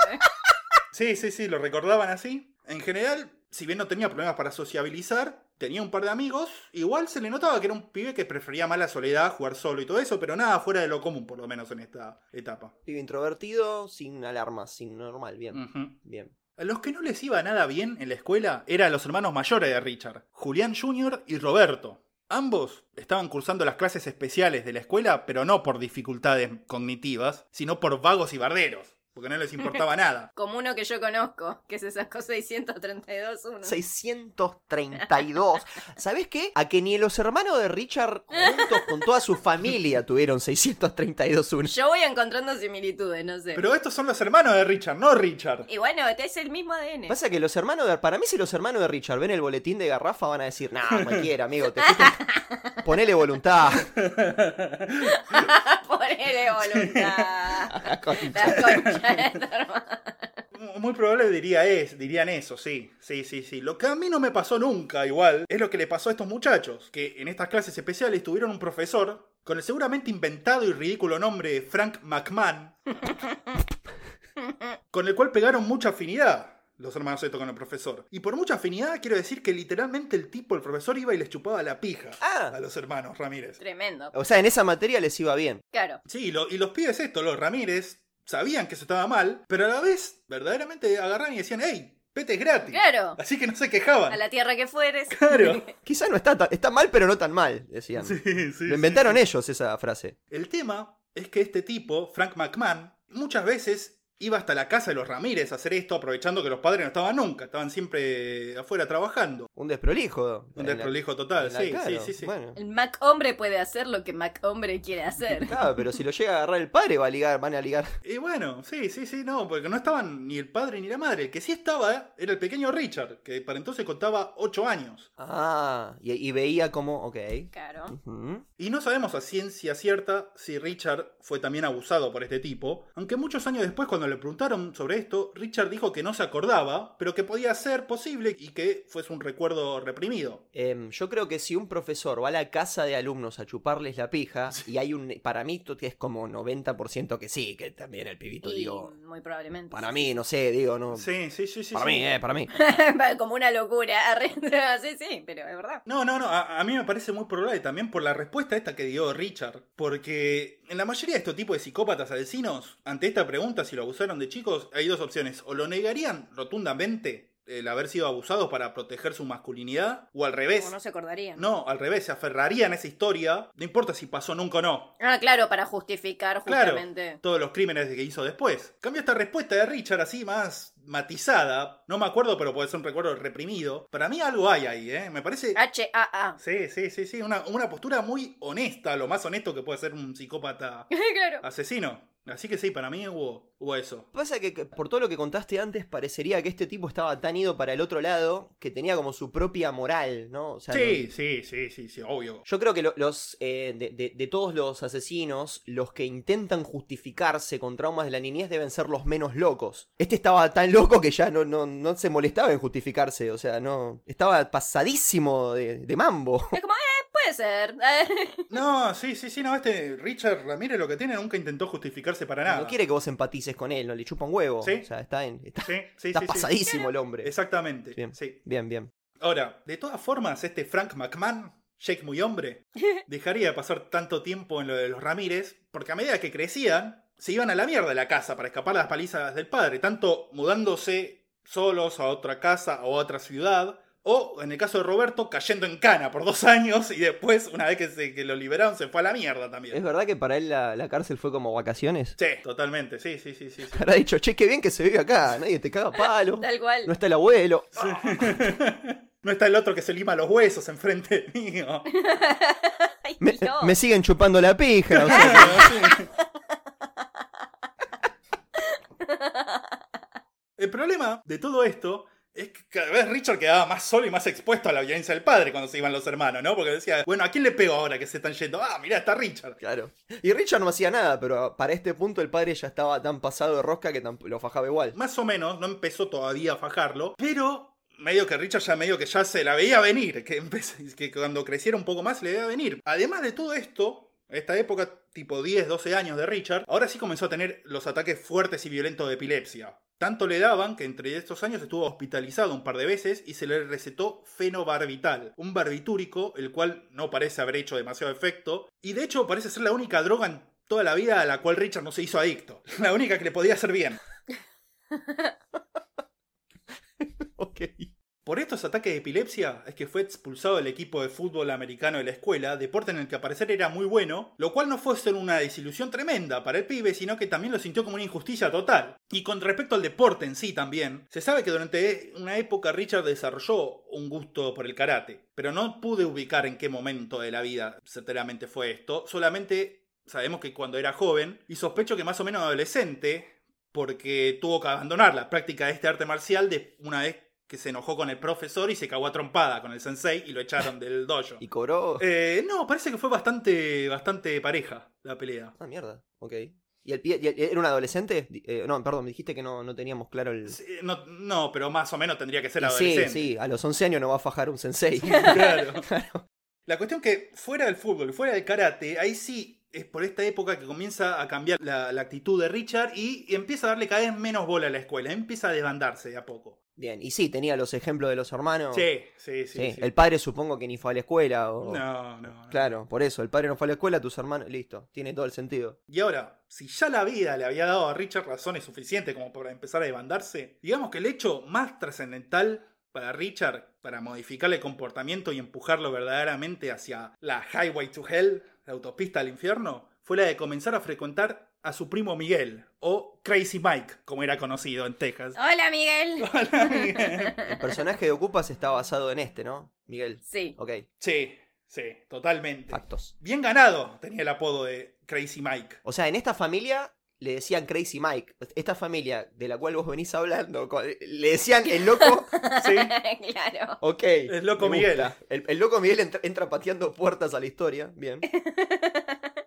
Sí, sí, sí, lo recordaban así. En general, si bien no tenía problemas para sociabilizar, tenía un par de amigos, igual se le notaba que era un pibe que prefería más la soledad, jugar solo y todo eso, pero nada fuera de lo común, por lo menos en esta etapa.
Pibe introvertido, sin alarmas, sin normal,
Mm.
bien,
Ujú.
bien.
A los que no les iba nada bien en la escuela eran los hermanos mayores de Richard, Julián Jr. y Roberto. Ambos estaban cursando las clases especiales de la escuela, pero no por dificultades cognitivas, sino por vagos y barderos. porque no les importaba nada.
Como uno que yo conozco, que se sacó 632-1.
632. ¿Sabes qué? A que ni los hermanos de Richard juntos con toda su familia tuvieron 632 unos.
Yo voy encontrando similitudes, no sé.
Pero estos son los hermanos de Richard, no Richard.
Y bueno, este es el mismo ADN.
Pasa que los hermanos de... Para mí si los hermanos de Richard ven el boletín de Garrafa van a decir, nah, cualquiera, amigo, te fuiste... Ponele voluntad.
Ponele voluntad.
La concha.
La concha de tu hermana.
Muy probable diría es, dirían eso, sí. Sí, sí, sí. Lo que a mí no me pasó nunca, igual, es lo que le pasó a estos muchachos, que en estas clases especiales tuvieron un profesor con el seguramente inventado y ridículo nombre Frank McMahon, con el cual pegaron mucha afinidad. Los hermanos estos con el profesor. Y por mucha afinidad quiero decir que literalmente el tipo, el profesor, iba y les chupaba la pija
Ah.
a los hermanos Ramírez.
Tremendo.
O sea, en esa materia les iba bien.
Claro.
Sí, lo- y los pibes estos, los Ramírez, sabían que eso estaba mal, pero a la vez verdaderamente agarraban y decían, hey, pete es gratis.
Claro.
Así que no se quejaban.
A la tierra que fueres.
Claro.
Quizás no está tan- está mal, pero no tan mal, decían.
Sí, sí, sí.
Lo inventaron ellos esa frase.
El tema es que este tipo, Frank McMahon, muchas veces iba hasta la casa de los Ramírez a hacer esto, aprovechando que los padres no estaban nunca, estaban siempre afuera trabajando.
Un desprolijo.
Un
En la-
desprolijo total,
en la-
sí,
claro,
sí, sí, sí.
Bueno.
El Mac hombre puede hacer lo que Mac hombre quiere hacer.
Claro, pero si lo llega a agarrar el padre, va a ligar, van a ligar.
Y bueno, sí, sí, sí, no, porque no estaban ni el padre ni la madre. El que sí estaba era el pequeño Richard, que para entonces contaba 8 años.
Ah, y, y veía como, ok.
Claro.
Ujú.
Y no sabemos a ciencia cierta si Richard fue también abusado por este tipo, aunque muchos años después cuando le preguntaron sobre esto, Richard dijo que no se acordaba, pero que podía ser posible y que fuese un recuerdo reprimido.
Em, yo creo que si un profesor va a la casa de alumnos a chuparles la pija, y hay un. Para mí, tú es como 90% que sí, que también el pibito,
Y
digo.
muy probablemente.
Para mí, no sé, digo, no.
Sí, sí, sí, sí.
para
sí.
mí, eh, para mí.
Como una locura. Arre- sí, sí, pero es verdad.
No, no, no, a, a mí me parece muy probable también por la respuesta esta que dio Richard, porque en la mayoría de estos tipos de psicópatas asesinos, ante esta pregunta si lo abusaron de chicos, hay dos opciones, o lo negarían rotundamente el haber sido abusados para proteger su masculinidad, o al revés.
Como no se acordarían.
No, al revés, se aferrarían a esa historia, no importa si pasó nunca o no.
Ah, claro, para justificar
Claro.
justamente.
Todos los crímenes que hizo después. Cambio esta respuesta de Richard así más matizada. No me acuerdo, pero puede ser un recuerdo reprimido. Para mí algo hay ahí, ¿eh? Me parece...
H-A-A.
Sí, sí, sí, sí. Una, una postura muy honesta, lo más honesto que puede ser un psicópata
claro.
Ah.
asesino. Así que sí, para mí hubo, hubo eso.
Pasa que que por todo lo que contaste antes parecería que este tipo estaba tan ido para el otro lado que tenía como su propia moral, ¿no? O sea, no-
Sí, sí, sí, sí, sí, obvio.
Yo creo que lo- los eh, de, de- de todos los asesinos, los que intentan justificarse con traumas de la niñez deben ser los menos locos. Este estaba tan loco que ya no, no, no se molestaba en justificarse, o sea, no estaba pasadísimo de, de mambo.
Es como, eh, puede ser.
No, sí, sí, sí, no, este Richard Ramírez lo que tiene nunca intentó justificarse para nada.
No quiere que vos empatices con él, no le chupa un huevo.
Sí.
O sea, está, en, está,
Sí, sí,
está
sí, sí.
pasadísimo el hombre.
Exactamente.
Bien.
Sí.
Bien, bien.
Ahora, de todas formas, este Frank McMahon, Jake muy hombre, dejaría de pasar tanto tiempo en lo de los Ramírez, porque a medida que crecían, se iban a la mierda de la casa para escapar de las palizas del padre, tanto mudándose solos a otra casa o a otra ciudad, o en el caso de Roberto, cayendo en cana por dos años y después, una vez que, se, que lo liberaron, se fue a la mierda
¿Es
también.
verdad que para él la, la cárcel fue como vacaciones?
Sí, totalmente, sí, sí, sí, sí. sí.
Habrá dicho, che, qué bien que se vive acá, nadie te caga a palo.
Tal cual.
No está el abuelo.
No está el otro que se lima los huesos enfrente mío.
Ay,
Me,
no.
me siguen chupando la pija. o sea,
El problema de todo esto es que cada vez Richard quedaba más solo y más expuesto a la violencia del padre cuando se iban los hermanos, ¿no? Porque decía, bueno, ¿a quién le pego ahora que se están yendo? Ah, mirá, está Richard.
Claro. Y Richard no hacía nada, pero para este punto el padre ya estaba tan pasado de rosca que tamp- lo fajaba igual.
Más o menos, no empezó todavía a fajarlo, pero medio que Richard ya medio que ya se la veía venir, que, empe- que cuando creciera un poco más se le veía venir. Además de todo esto, esta época tipo 10, 12 años de Richard, ahora sí comenzó a tener los ataques fuertes y violentos de epilepsia. Tanto le daban que entre estos años estuvo hospitalizado un par de veces y se le recetó fenobarbital, un barbitúrico, el cual no parece haber hecho demasiado efecto, y de hecho parece ser la única droga en toda la vida a la cual Richard no se hizo adicto, la única que le podía hacer bien.
Ok.
Por estos ataques de epilepsia es que fue expulsado del equipo de fútbol americano de la escuela, deporte en el que al parecer era muy bueno, lo cual no fue solo una desilusión tremenda para el pibe, sino que también lo sintió como una injusticia total. Y con respecto al deporte en sí también, se sabe que durante una época Richard desarrolló un gusto por el karate, pero no pude ubicar en qué momento de la vida certeramente fue esto, solamente sabemos que cuando era joven, y sospecho que más o menos adolescente, porque tuvo que abandonar la práctica de este arte marcial de una vez que se enojó con el profesor y se cagó a trompada con el sensei y lo echaron del dojo.
¿Y cobró?
Eh, no, parece que fue bastante, bastante pareja la pelea.
Ah, mierda. Ok. ¿Y el pibe y el- era un adolescente? Di- eh, no, perdón, me dijiste que no, no teníamos claro el.
Sí, No, no, pero más o menos tendría que ser
Y sí,
adolescente.
sí, a los 11 años no va a fajar un sensei.
Claro. La cuestión que fuera del fútbol, fuera del karate, ahí sí es por esta época que comienza a cambiar la, la actitud de Richard y empieza a darle cada vez menos bola a la escuela, empieza a desbandarse de a poco.
Bien, y sí, tenía los ejemplos de los hermanos.
Sí, sí, sí.
Sí,
sí.
El padre supongo que ni fue a la escuela. O...
No, no, no.
Claro, por eso, el padre no fue a la escuela, tus hermanos. Listo, tiene todo el sentido.
Y ahora, si ya la vida le había dado a Richard razones suficientes como para empezar a debandarse, digamos que el hecho más trascendental para Richard, para modificar el comportamiento y empujarlo verdaderamente hacia la Highway to Hell, la autopista al infierno, fue la de comenzar a frecuentar a su primo Miguel, o Crazy Mike, como era conocido en Texas.
Hola, Miguel.
Hola, Miguel.
El personaje de Ocupas está basado en este, ¿no? Miguel.
Sí.
Ok,
Sí, sí, totalmente.
factos.
Bien ganado tenía el apodo de Crazy Mike.
O sea, en esta familia le decían Crazy Mike. Esta familia de la cual vos venís hablando, co- le decían el loco.
Sí.
claro.
Ok.
El loco
me gusta.
Miguel.
El, el loco Miguel entra, entra pateando puertas a la historia. Bien.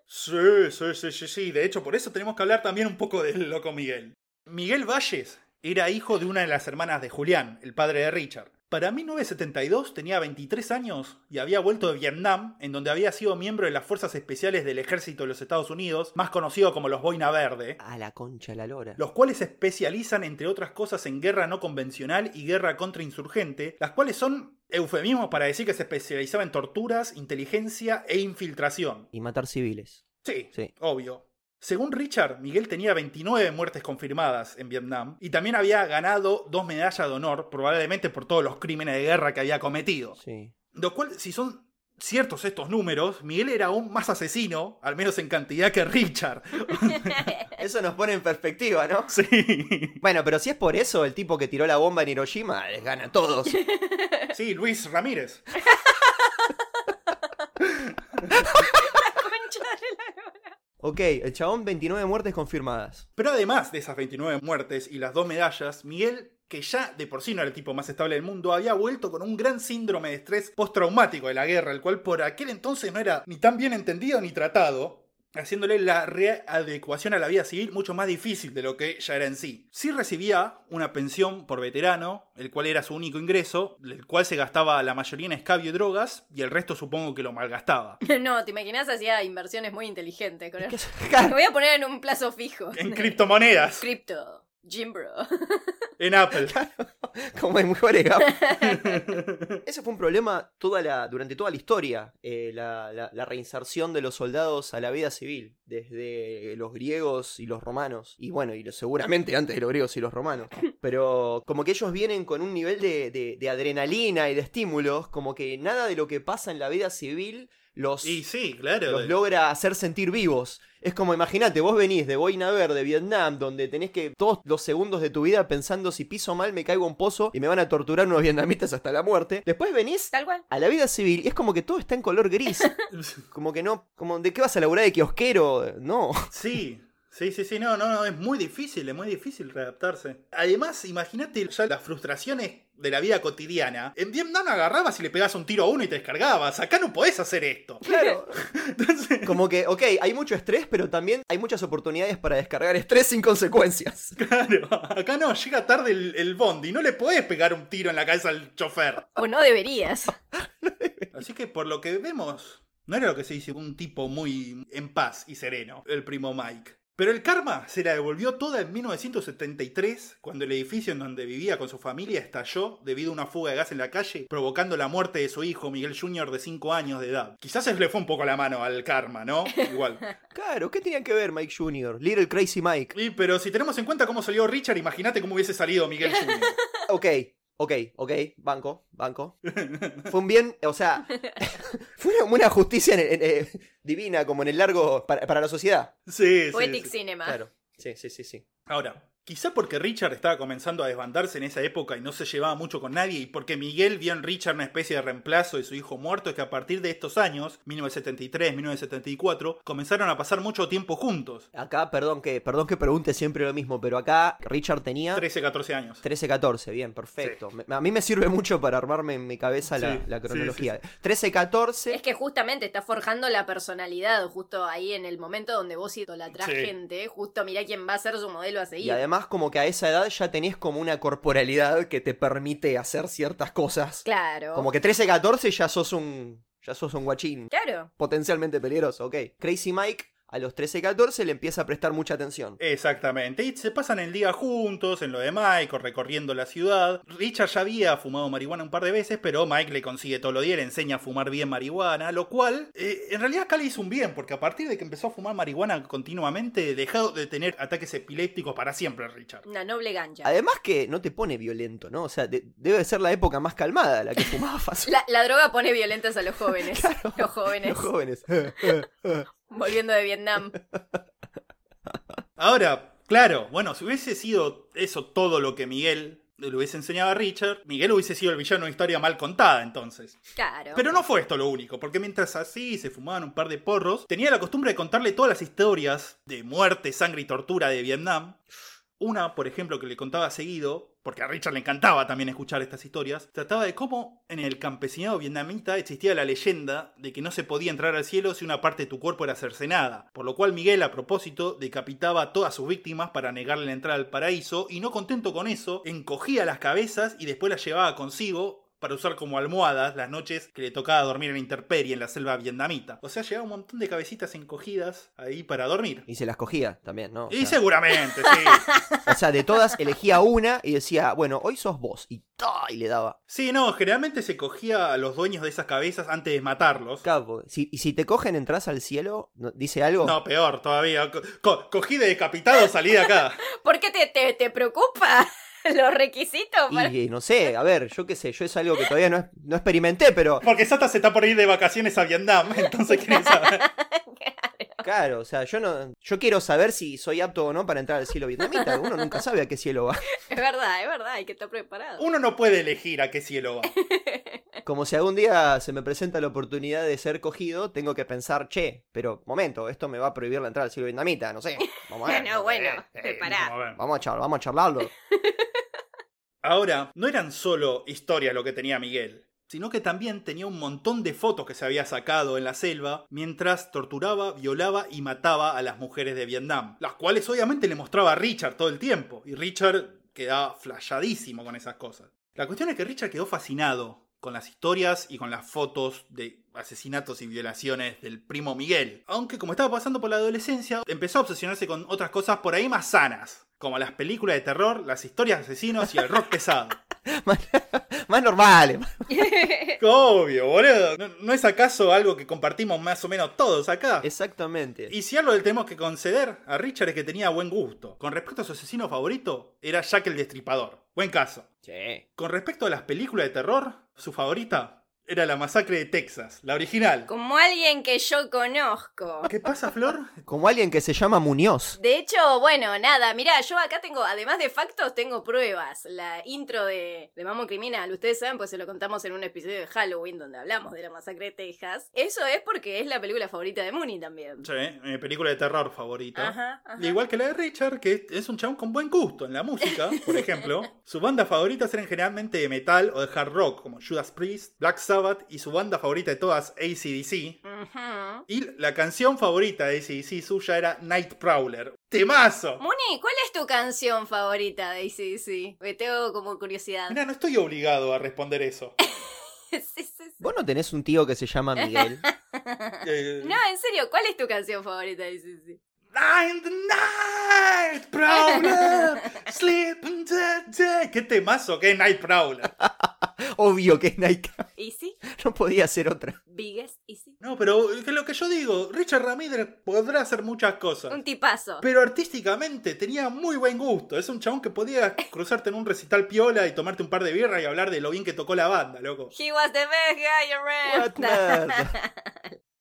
Sí, sí, sí, sí, sí. De hecho, por eso tenemos que hablar también un poco del loco Miguel. Miguel Valles era hijo de una de las hermanas de Julián, el padre de Richard. Para 1972 tenía 23 años y había vuelto de Vietnam, en donde había sido miembro de las Fuerzas Especiales del Ejército de los Estados Unidos, más conocido como los Boina Verde,
A la concha de la lora.
los cuales se especializan, entre otras cosas, en guerra no convencional y guerra contra insurgente, las cuales son eufemismos para decir que se especializaba en torturas, inteligencia e infiltración.
Y matar civiles.
Sí,
Sí.
obvio. Según Richard, Miguel tenía 29 muertes confirmadas en Vietnam y también había ganado dos medallas de honor, probablemente por todos los crímenes de guerra que había cometido.
Sí.
Lo cual, si son ciertos estos números, Miguel era aún más asesino, al menos en cantidad que Richard.
Eso nos pone en perspectiva, ¿no?
Sí.
Bueno, pero si es por eso, el tipo que tiró la bomba en Hiroshima les gana a todos.
Sí, Luis Ramírez.
Concha de la lora.
Ok, el chabón 29 muertes confirmadas.
Pero además de esas 29 muertes y las dos medallas, Miguel, que ya de por sí no era el tipo más estable del mundo, había vuelto con un gran síndrome de estrés postraumático de la guerra, el cual por aquel entonces no era ni tan bien entendido ni tratado, haciéndole la readecuación a la vida civil mucho más difícil de lo que ya era en sí. Sí recibía una pensión por veterano, el cual era su único ingreso, el cual se gastaba la mayoría en escabio y drogas, y el resto supongo que lo malgastaba.
No, te imaginas, hacía inversiones muy inteligentes con
¿Qué
él.
es-
Me voy a poner en un plazo fijo.
En criptomonedas,
Cripto. Jimbro.
en Apple.
Como en mejores gafas. Ese fue un problema toda la, durante toda la historia, eh, la, la- la reinserción de los soldados a la vida civil, desde los griegos y los romanos, y bueno, y lo- seguramente antes de los griegos y los romanos, pero como que ellos vienen con un nivel de, de- de adrenalina y de estímulos, como que nada de lo que pasa en la vida civil los...
Y sí, claro.
los logra hacer sentir vivos. Es como, imagínate, vos venís de Boina Verde, Vietnam, donde tenés que todos los segundos de tu vida pensando si piso mal me caigo a un pozo y me van a torturar unos vietnamitas hasta la muerte. Después venís
Tal cual.
a la vida civil y es como que todo está en color gris. Como que no, como de qué vas a laburar de kiosquero, no.
Sí, sí, sí, sí, no, no, no, es muy difícil, es muy difícil readaptarse. Además, imagínate ya las frustraciones de la vida cotidiana. En Vietnam no agarrabas y le pegabas un tiro a uno y te descargabas. Acá no podés hacer esto.
Claro.
Entonces,
Como que, ok, hay mucho estrés, pero también hay muchas oportunidades para descargar estrés sin consecuencias.
claro, acá no, llega tarde el, el bondi, no le podés pegar un tiro en la cabeza al chofer.
O no deberías.
Así que por lo que vemos, no era lo que se dice un tipo muy en paz y sereno, el primo Mike. Pero el karma se la devolvió toda en 1973, cuando el edificio en donde vivía con su familia estalló debido a una fuga de gas en la calle, provocando la muerte de su hijo, Miguel Jr., de 5 años de edad. Quizás se le fue un poco la mano al karma, ¿no? Igual.
Claro, ¿qué tenían que ver Mike Jr., Little Crazy Mike?
Y, pero si tenemos en cuenta cómo salió Richard, imagínate cómo hubiese salido Miguel Jr.
Ok, Ok, ok, banco, banco. Fue un bien, o sea, fue una, una justicia en el- en- eh, divina, como en el largo, para, para la sociedad.
Sí, sí,
Poetic
sí.
Cinema.
Claro, sí, sí, sí, sí.
Ahora, quizá porque Richard estaba comenzando a desbandarse en esa época y no se llevaba mucho con nadie, y porque Miguel vio en Richard una especie de reemplazo de su hijo muerto, es que a partir de estos años, 1973, 1974, comenzaron a pasar mucho tiempo juntos.
Acá, perdón que, perdón que pregunte siempre lo mismo, pero acá Richard tenía
13, 14 años.
13, 14, bien, perfecto. Me- A mí me sirve mucho para armarme en mi cabeza la,
Sí,
la
sí,
cronología. 13, 14.
Es que justamente está forjando la personalidad, justo ahí en el momento donde vos idolatrás
Sí.
gente, justo mirá quién va a ser su modelo a seguir.
Y además como que a esa edad ya tenés como una corporalidad que te permite hacer ciertas cosas.
Claro.
Como que 13, 14 ya sos un ya sos un guachín
Claro.
potencialmente peligroso, ok. Crazy Mike a los 13, 14 le empieza a prestar mucha atención.
Exactamente, y se pasan el día juntos en lo de Mike o recorriendo la ciudad. Richard ya había fumado marihuana un par de veces, pero Mike le consigue todo lo día, le enseña a fumar bien marihuana, lo cual eh, en realidad acá le hizo un bien, porque a partir de que empezó a fumar marihuana continuamente, dejó de tener ataques epilépticos para siempre, Richard.
Una noble gancha.
Además que no te pone violento, ¿no? O sea, de- debe ser la época más calmada la que fumaba fácil.
La, la droga pone violentas a los jóvenes. Los jóvenes.
Los jóvenes.
Volviendo de Vietnam.
Ahora, claro, bueno, si hubiese sido eso todo lo que Miguel le hubiese enseñado a Richard, Miguel hubiese sido el villano de una historia mal contada entonces.
Claro.
Pero no fue esto lo único, porque mientras así se fumaban un par de porros, tenía la costumbre de contarle todas las historias de muerte, sangre y tortura de Vietnam. Una, por ejemplo, que le contaba seguido, porque a Richard le encantaba también escuchar estas historias, trataba de cómo en el campesinado vietnamita existía la leyenda de que no se podía entrar al cielo si una parte de tu cuerpo era cercenada, por lo cual Miguel, a propósito, decapitaba a todas sus víctimas para negarle la entrada al paraíso, y no contento con eso, encogía las cabezas y después las llevaba consigo para usar como almohadas las noches que le tocaba dormir en la intemperie en la selva vietnamita. O sea, llevaba un montón de cabecitas encogidas ahí para dormir.
Y se las cogía también, ¿no? O
Y
sea-
seguramente, sí.
O sea, de todas elegía una y decía, bueno, hoy sos vos. Y, ¡ta! y le daba.
Sí, no, generalmente se cogía a los dueños de esas cabezas antes de matarlos.
Capo. Si, y si te cogen, entras al cielo, ¿no? dice algo.
No, peor todavía. Co- co- cogí de decapitado, salí de acá.
¿Por qué te, te, te preocupa los requisitos? para-
Y eh, no sé, a ver, yo qué sé, yo es algo que todavía no, es- no experimenté, pero
Porque Sata se está por ir de vacaciones a Vietnam, entonces quiere saber.
claro, o sea, yo no, yo quiero saber si soy apto o no para entrar al cielo vietnamita. Uno nunca sabe a qué cielo va.
Es verdad, es verdad, hay que estar preparado.
Uno no puede elegir a qué cielo va.
Como si algún día se me presenta la oportunidad de ser cogido, tengo que pensar, che, pero momento, esto me va a prohibir la entrada al cielo vietnamita, no sé. Vamos a ver. eh,
Bueno, bueno,
Vamos
prepará.
a ver.
Vamos a charlar, vamos a charlarlo.
Ahora, no eran solo historias lo que tenía Miguel, sino que también tenía un montón de fotos que se había sacado en la selva mientras torturaba, violaba y mataba a las mujeres de Vietnam, las cuales obviamente le mostraba a Richard todo el tiempo, y Richard quedaba flashadísimo con esas cosas. La cuestión es que Richard quedó fascinado con las historias y con las fotos de asesinatos y violaciones del primo Miguel. Aunque como estaba pasando por la adolescencia, empezó a obsesionarse con otras cosas por ahí más sanas, como las películas de terror, las historias de asesinos y el rock pesado.
Más normales.
Obvio, boludo. ¿No, no es acaso algo que compartimos más o menos todos acá?
Exactamente.
Y si algo le tenemos que conceder a Richard es que tenía buen gusto. Con respecto a su asesino favorito, era Jack el Destripador. Buen caso.
Che.
Con respecto a las películas de terror, su favorita era La Masacre de Texas, la original.
Como alguien que yo conozco.
¿Qué pasa, Flor?
Como alguien que se llama Muñoz.
De hecho, bueno, nada, mirá, yo acá tengo, además de factos, tengo pruebas. La intro de, de Mamo Criminal, ustedes saben, pues se lo contamos en un episodio de Halloween donde hablamos de la masacre de Texas. Eso es porque es la película favorita de Mooney también.
Sí, Eh, mi película de terror favorita.
Ajá, ajá.
Igual que la de Richard, que es un chabón con buen gusto en la música, por ejemplo. Sus bandas favoritas eran generalmente de metal o de hard rock, como Judas Priest, Black Sabbath y su banda favorita de todas, ACDC.
Ujú.
Y la canción favorita de ACDC suya era Night Prowler. ¡Temazo!
Muni, ¿cuál es tu canción favorita de ACDC? Me tengo como curiosidad.
Mira, no estoy obligado a responder eso.
Sí, sí, sí.
Vos no tenés un tío que se llama Miguel.
Eh,
No, en serio, ¿cuál es tu canción favorita de ACDC?
Night, Night Prowler, Sleep in the Day. ¡Qué temazo que es Night Prowler!
Obvio que es Nike.
Easy,
No podía ser otra.
Biggest, Easy.
No, No, pero es que lo que yo digo, Richard Ramírez podrá hacer muchas cosas.
Un tipazo.
Pero artísticamente tenía muy buen gusto. Es un chabón que podía cruzarte en un recital piola y tomarte un par de birras y hablar de lo bien que tocó la banda, loco.
He was the best guy around.
What nerd.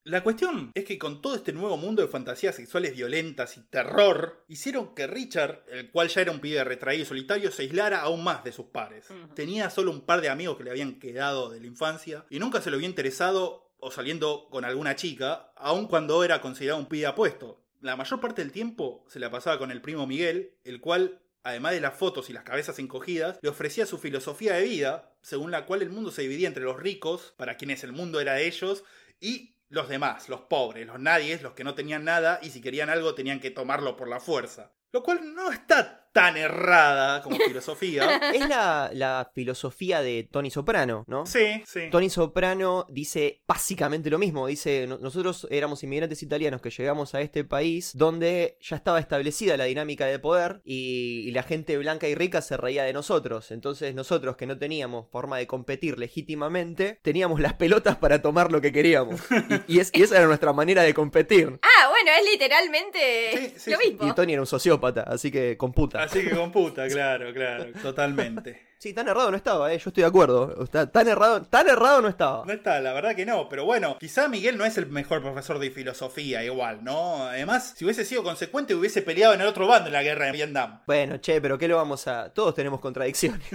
La cuestión es que con todo este nuevo mundo de fantasías sexuales violentas y terror, hicieron que Richard, el cual ya era un pibe retraído y solitario, se aislara aún más de sus pares.
Ujú.
Tenía solo un par de amigos que le habían quedado de la infancia y nunca se lo había interesado o saliendo con alguna chica, aun cuando era considerado un pibe apuesto. La mayor parte del tiempo se la pasaba con el primo Miguel, el cual, además de las fotos y las cabezas encogidas, le ofrecía su filosofía de vida, según la cual el mundo se dividía entre los ricos, para quienes el mundo era de ellos, y los demás, los pobres, los nadies, los que no tenían nada y si querían algo tenían que tomarlo por la fuerza. Lo cual no está tan errada como filosofía.
Es la, la filosofía de Tony Soprano, ¿no?
Sí, sí.
Tony Soprano dice básicamente lo mismo. Dice, "No- nosotros éramos inmigrantes italianos que llegamos a este país donde ya estaba establecida la dinámica de poder y, y la gente blanca y rica se reía de nosotros. Entonces nosotros que no teníamos forma de competir legítimamente, teníamos las pelotas para tomar lo que queríamos. Y, y es- y esa era nuestra manera de competir.
Ah, bueno, es literalmente
Sí, sí,
lo
sí.
Y
mismo.
Tony era un sociópata, así que computa.
Así que computa, claro, claro, totalmente.
Sí, tan errado no estaba, eh, yo estoy de acuerdo. Está- tan errado, tan errado no estaba.
No está, la verdad que no, pero bueno, quizá Miguel no es el mejor profesor de filosofía igual, ¿no? Además, si hubiese sido consecuente hubiese peleado en el otro bando en la guerra de Vietnam.
Bueno, che, pero ¿qué lo vamos a...? Todos tenemos contradicciones.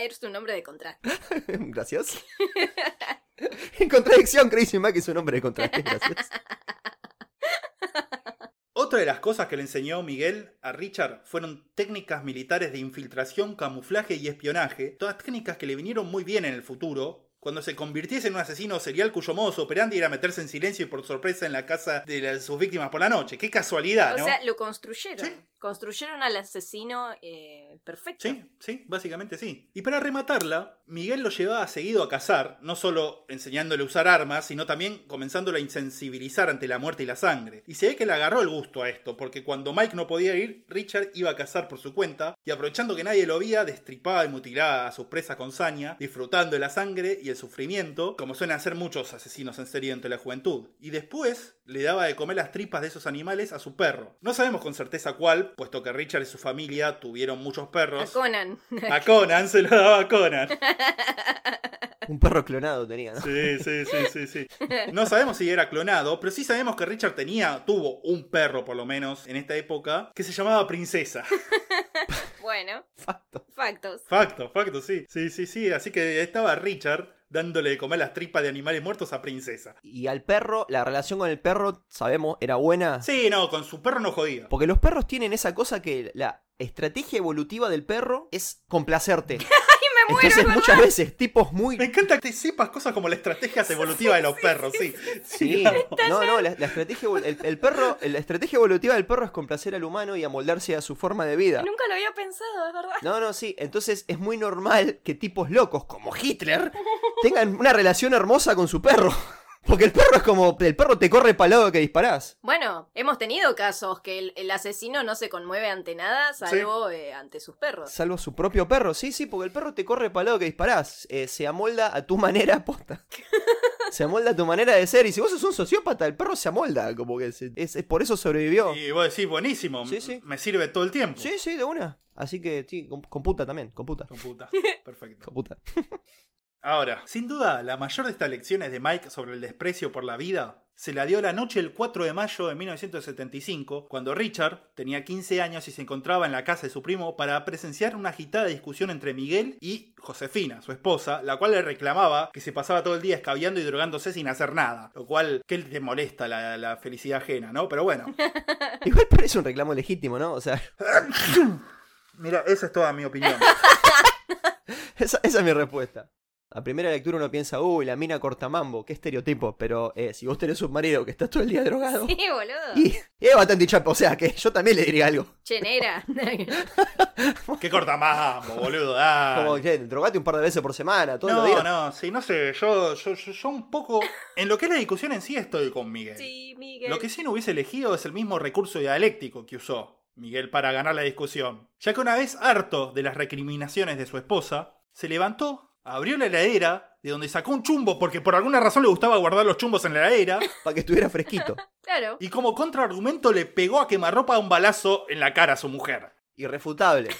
Eres un hombre de contraste.
Gracias. en contradicción, Crazy Mac es un hombre de contraste. Gracias.
Otra de las cosas que le enseñó Miguel a Richard fueron técnicas militares de infiltración, camuflaje y espionaje, todas técnicas que le vinieron muy bien en el futuro. Cuando se convirtiese en un asesino serial cuyo modo operandi era meterse en silencio y por sorpresa en la casa de la- sus víctimas por la noche. ¡Qué casualidad,
O
Ah, no!
sea, lo construyeron.
Sí.
Construyeron al asesino eh, perfecto.
Sí, sí, básicamente sí. Y para rematarla, Miguel lo llevaba seguido a cazar, no solo enseñándole a usar armas, sino también comenzándolo a insensibilizar ante la muerte y la sangre. Y se ve que le agarró el gusto a esto, porque cuando Mike no podía ir, Richard iba a cazar por su cuenta, y aprovechando que nadie lo veía, destripaba y mutilaba a sus presas con saña, disfrutando de la sangre y el sufrimiento, como suelen hacer muchos asesinos en serie entre la juventud. Y después le daba de comer las tripas de esos animales a su perro. No sabemos con certeza cuál, puesto que Richard y su familia tuvieron muchos
A
perros.
Conan.
A Conan se lo daba a Conan.
Un perro clonado tenía, ¿no?
Sí, sí, sí, sí, sí. No sabemos si era clonado, pero sí sabemos que Richard tenía, tuvo un perro por lo menos en esta época, que se llamaba Princesa.
Bueno,
Facto.
factos.
Facto, facto, sí. Sí, sí, sí. Así que estaba Richard dándole de comer las tripas de animales muertos a Princesa.
Y al perro, la relación con el perro, sabemos, era buena.
Sí, no, con su perro no jodía.
Porque los perros tienen esa cosa que la estrategia evolutiva del perro es complacerte.
me muero,
Entonces
es verdad.
muchas veces tipos
Me
muy...
encanta que sepas cosas como la estrategia evolutiva de los perros, sí.
Sí, no, no, la, la estrategia, evol- el, el perro, la estrategia evolutiva del perro es complacer al humano y amoldarse a su forma de vida.
Nunca lo había pensado, es verdad.
No, no, sí. Entonces es muy normal que tipos locos como Hitler tengan una relación hermosa con su perro. Porque el perro es como. El perro te corre para el lado que disparás.
Bueno, hemos tenido casos que el, el asesino no se conmueve ante nada, salvo eh, ante sus perros.
Salvo su propio perro. Sí, sí, porque el perro te corre para el lado que disparás. Eh, se amolda a tu manera posta. Se amolda a tu manera de ser. Y si vos sos un sociópata, el perro se amolda. Como que se- es, es por eso sobrevivió.
Y vos decís, buenísimo,
Sí, sí.
me sirve todo el tiempo.
Sí, sí, de una. Así que, sí, com- computa también. Computa.
Computa, perfecto.
Computa.
Ahora, sin duda, la mayor de estas lecciones de Mike sobre el desprecio por la vida se la dio la noche del 4 de mayo de 1975, cuando Richard tenía 15 años y se encontraba en la casa de su primo para presenciar una agitada discusión entre Miguel y Josefina, su esposa, la cual le reclamaba que se pasaba todo el día escabeando y drogándose sin hacer nada, lo cual, que te molesta la, la felicidad ajena, ¿no? Pero bueno.
Igual parece un reclamo legítimo, ¿no? O sea,
Mira, esa es toda mi opinión.
Esa, esa es mi respuesta. A primera lectura uno piensa, uy, la mina cortamambo, qué estereotipo. Pero eh, si vos tenés un marido que está todo el día drogado,
Sí, boludo.
y, y es bastante chapo, o sea que yo también le diría algo.
Chenera.
¿Qué corta más, boludo? Dale.
Como, che, drogate un par de veces por semana, todos los
Ah. No,
días.
no, sí, no sé, yo, yo, yo, yo un poco... En lo que es la discusión en sí estoy con Miguel.
sí, Miguel.
Lo que sí no hubiese elegido es el mismo recurso dialéctico que usó Miguel para ganar la discusión. Ya que una vez harto de las recriminaciones de su esposa, se levantó, abrió la heladera de donde sacó un chumbo porque por alguna razón le gustaba guardar los chumbos en la heladera.
para que estuviera fresquito.
Claro.
Y como contraargumento le pegó a quemarropa un balazo en la cara a su mujer.
Irrefutable.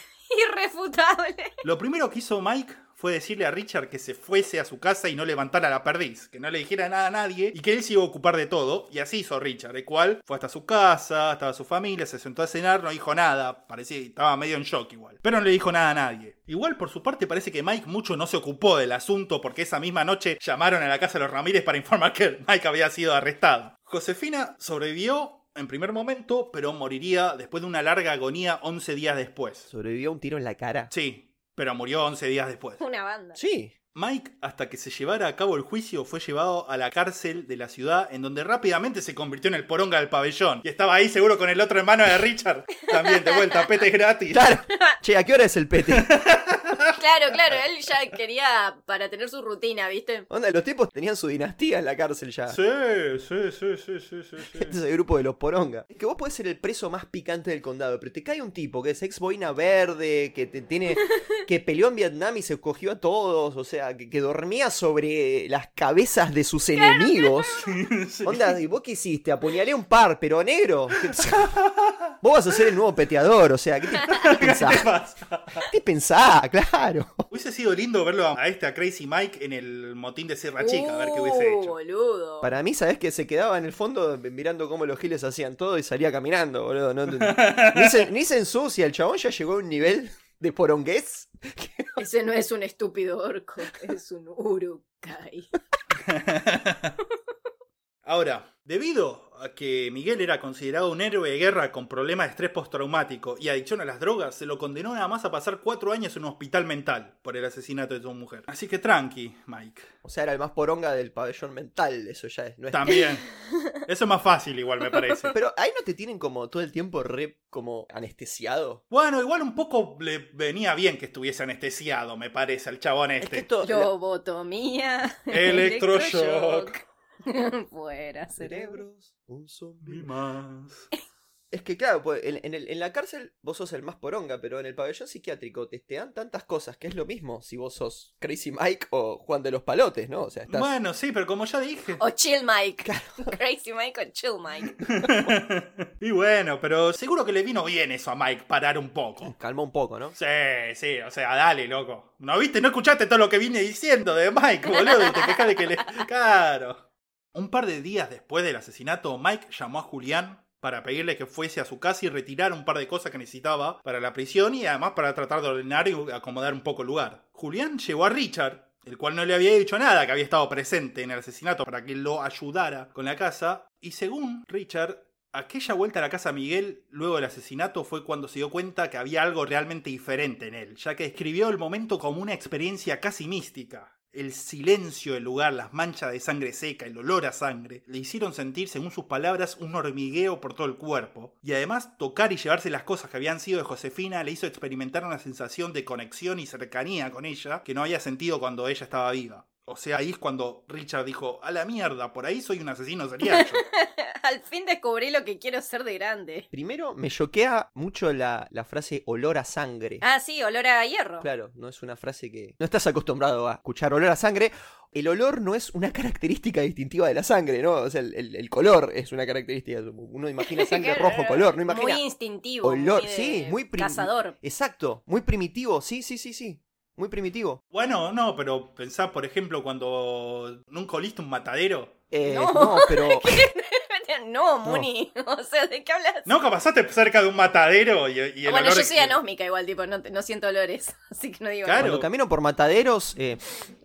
Irrefutable.
Lo primero que hizo Mike fue decirle a Richard que se fuese a su casa y no levantara la perdiz, que no le dijera nada a nadie y que él se iba a ocupar de todo. Y así hizo Richard, el cual fue hasta su casa, estaba su familia, se sentó a cenar, no dijo nada, parecía estaba medio en shock igual, pero no le dijo nada a nadie. Igual por su parte parece que Mike mucho no se ocupó del asunto porque esa misma noche llamaron a la casa de los Ramírez para informar que Mike había sido arrestado. Josefina sobrevivió en primer momento, pero moriría después de una larga agonía 11 días después.
Sobrevivió a un tiro en la cara.
Sí, pero murió 11 días después.
Una banda.
Sí.
Mike, hasta que se llevara a cabo el juicio, fue llevado a la cárcel de la ciudad, en donde rápidamente se convirtió en el poronga del pabellón. Y estaba ahí seguro con el otro hermano de Richard. También, de vuelta, pete gratis.
Claro. Che, ¿a qué hora es el pete?
Claro, claro. Él ya quería para tener su rutina, ¿viste?
Onda, los tipos tenían su dinastía en la cárcel ya.
Sí, sí, sí, sí, sí, sí, sí.
Este es el grupo de los poronga. Es que vos podés ser el preso más picante del condado, pero te cae un tipo que es ex boina verde, que te tiene. que peleó en Vietnam y se cogió a todos, o sea, que, que dormía sobre las cabezas de sus enemigos. Onda, ¿y vos qué hiciste? Apuñalé un par, pero negro. vos vas a ser el nuevo peteador, o sea, ¿qué, te, qué
¿Qué
pensás?
pasa?
¿Qué pensás? Claro.
Hubiese sido lindo verlo a, a este, a Crazy Mike, en el motín de Sierra Chica, a ver qué hubiese
Uh,
hecho.
boludo.
Para mí, ¿sabes que Se quedaba en el fondo mirando cómo los giles hacían todo y salía caminando, boludo. No, no- ni, se, ni se ensucia, el chabón ya llegó a un nivel de porongués.
Ese no es un estúpido orco, es un urukai.
Ahora, debido a que Miguel era considerado un héroe de guerra con problemas de estrés postraumático y adicción a las drogas, se lo condenó nada más a pasar cuatro años en un hospital mental por el asesinato de su mujer. Así que tranqui, Mike.
O sea, era el más poronga del pabellón mental, eso ya es. No es-
También. Eso es más fácil igual, me parece.
Pero ahí no te tienen como todo el tiempo re como anestesiado.
Bueno, igual un poco le venía bien que estuviese anestesiado, me parece, al chabón
Es
este.
que esto.
Lobotomía.
Electroshock.
Fuera, cerebro.
Cerebros, un zombi.
Ni más.
Es que claro, pues, en, en el- en la cárcel vos sos el más poronga, pero en el pabellón psiquiátrico te, te dan tantas cosas que es lo mismo si vos sos Crazy Mike o Juan de los Palotes, ¿no? O sea, estás.
Bueno, sí, pero como ya dije.
O Chill Mike. Crazy Mike o Chill Mike.
Y bueno, pero seguro que le vino bien eso a Mike, parar un poco.
Calma un poco, ¿no?
Sí, sí, o sea, dale, loco. ¿No viste? ¿No escuchaste todo lo que vine diciendo de Mike, boludo? Y te quejas de que le... Claro. Un par de días después del asesinato, Mike llamó a Julián para pedirle que fuese a su casa y retirar un par de cosas que necesitaba para la prisión y además para tratar de ordenar y acomodar un poco el lugar. Julián llevó a Richard, el cual no le había dicho nada, que había estado presente en el asesinato para que lo ayudara con la casa, y según Richard, Aquella vuelta a la casa de Miguel luego del asesinato fue cuando se dio cuenta que había algo realmente diferente en él, ya que describió el momento como una experiencia casi mística. El silencio del lugar, las manchas de sangre seca, el olor a sangre, le hicieron sentir, según sus palabras, un hormigueo por todo el cuerpo. Y además, tocar y llevarse las cosas que habían sido de Josefina le hizo experimentar una sensación de conexión y cercanía con ella que no había sentido cuando ella estaba viva. O sea, ahí es cuando Richard dijo, a la mierda, por ahí soy un asesino serial. yo".
Al fin descubrí lo que quiero ser de grande.
Primero, me choquea mucho la, la frase olor a sangre.
Ah, sí, olor a hierro.
Claro, no es una frase que no estás acostumbrado a escuchar olor a sangre. El olor no es una característica distintiva de la sangre, ¿no? O sea, el, el- el color es una característica. Uno imagina sangre
Claro.
rojo, color, no imagina.
Muy instintivo.
Olor,
muy de
sí, muy prim-
Cazador.
Exacto, muy primitivo, sí, sí, sí, sí. Muy primitivo.
Bueno, no, pero pensá, por ejemplo, cuando nunca oliste un matadero.
Eh,
No.
no. pero
no, Muni. O sea, ¿de qué hablas?
¿Nunca pasaste cerca de un matadero y, y el
bueno,
olor
yo
que-
soy anósmica igual, tipo, no, te- no siento olores. Así que no digo
Claro.
cuando camino por mataderos eh,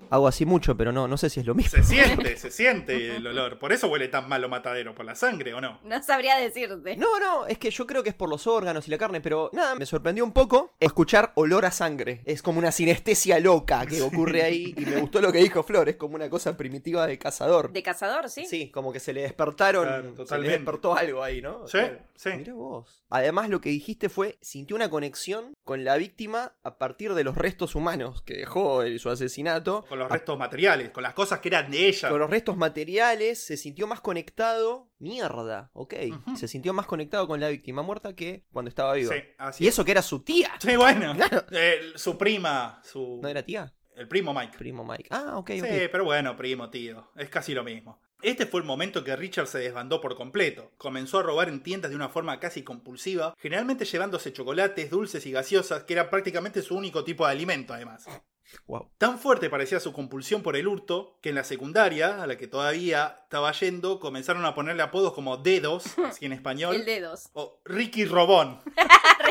hago así mucho, pero no, no sé si es lo mismo.
Se siente, se siente el olor. Por eso huele tan malo matadero, por la sangre, ¿o no?
nada. No sabría decirte.
No, no, es que yo creo que es por los órganos y la carne, pero nada, me sorprendió un poco escuchar olor a sangre. Es como una sinestesia loca que ocurre ahí y me gustó lo que dijo Flor, es como una cosa primitiva de cazador.
De cazador, sí.
Sí, como que se le despertaron,
Claro,
se le
totalmente.
despertó algo ahí, ¿no?
Sí,
Claro.
sí.
Mirá vos. Además, lo que dijiste fue, sintió una conexión con la víctima a partir de los restos humanos que dejó el- su asesinato.
Con los restos materiales, con las cosas que eran de ella.
Con los restos materiales, se sintió más conectado. Mierda, ok.
Ujú.
Se sintió más conectado con la víctima muerta que cuando estaba viva.
Sí, así
Y
es.
eso que era su tía.
Sí, bueno. Eh, su prima, su...
¿No era tía?
El primo Mike.
Primo Mike. Ah, ok,
Sí,
ok.
pero bueno, primo, tío, es casi lo mismo. Este fue el momento que Richard se desbandó por completo. Comenzó a robar en tiendas de una forma casi compulsiva, generalmente llevándose chocolates, dulces y gaseosas, que era prácticamente su único tipo de alimento además.
Wow.
Tan fuerte parecía su compulsión por el hurto, que en la secundaria, a la que todavía estaba yendo, comenzaron a ponerle apodos como Dedos, así en
El
español,
dedos.
o Ricky Robón.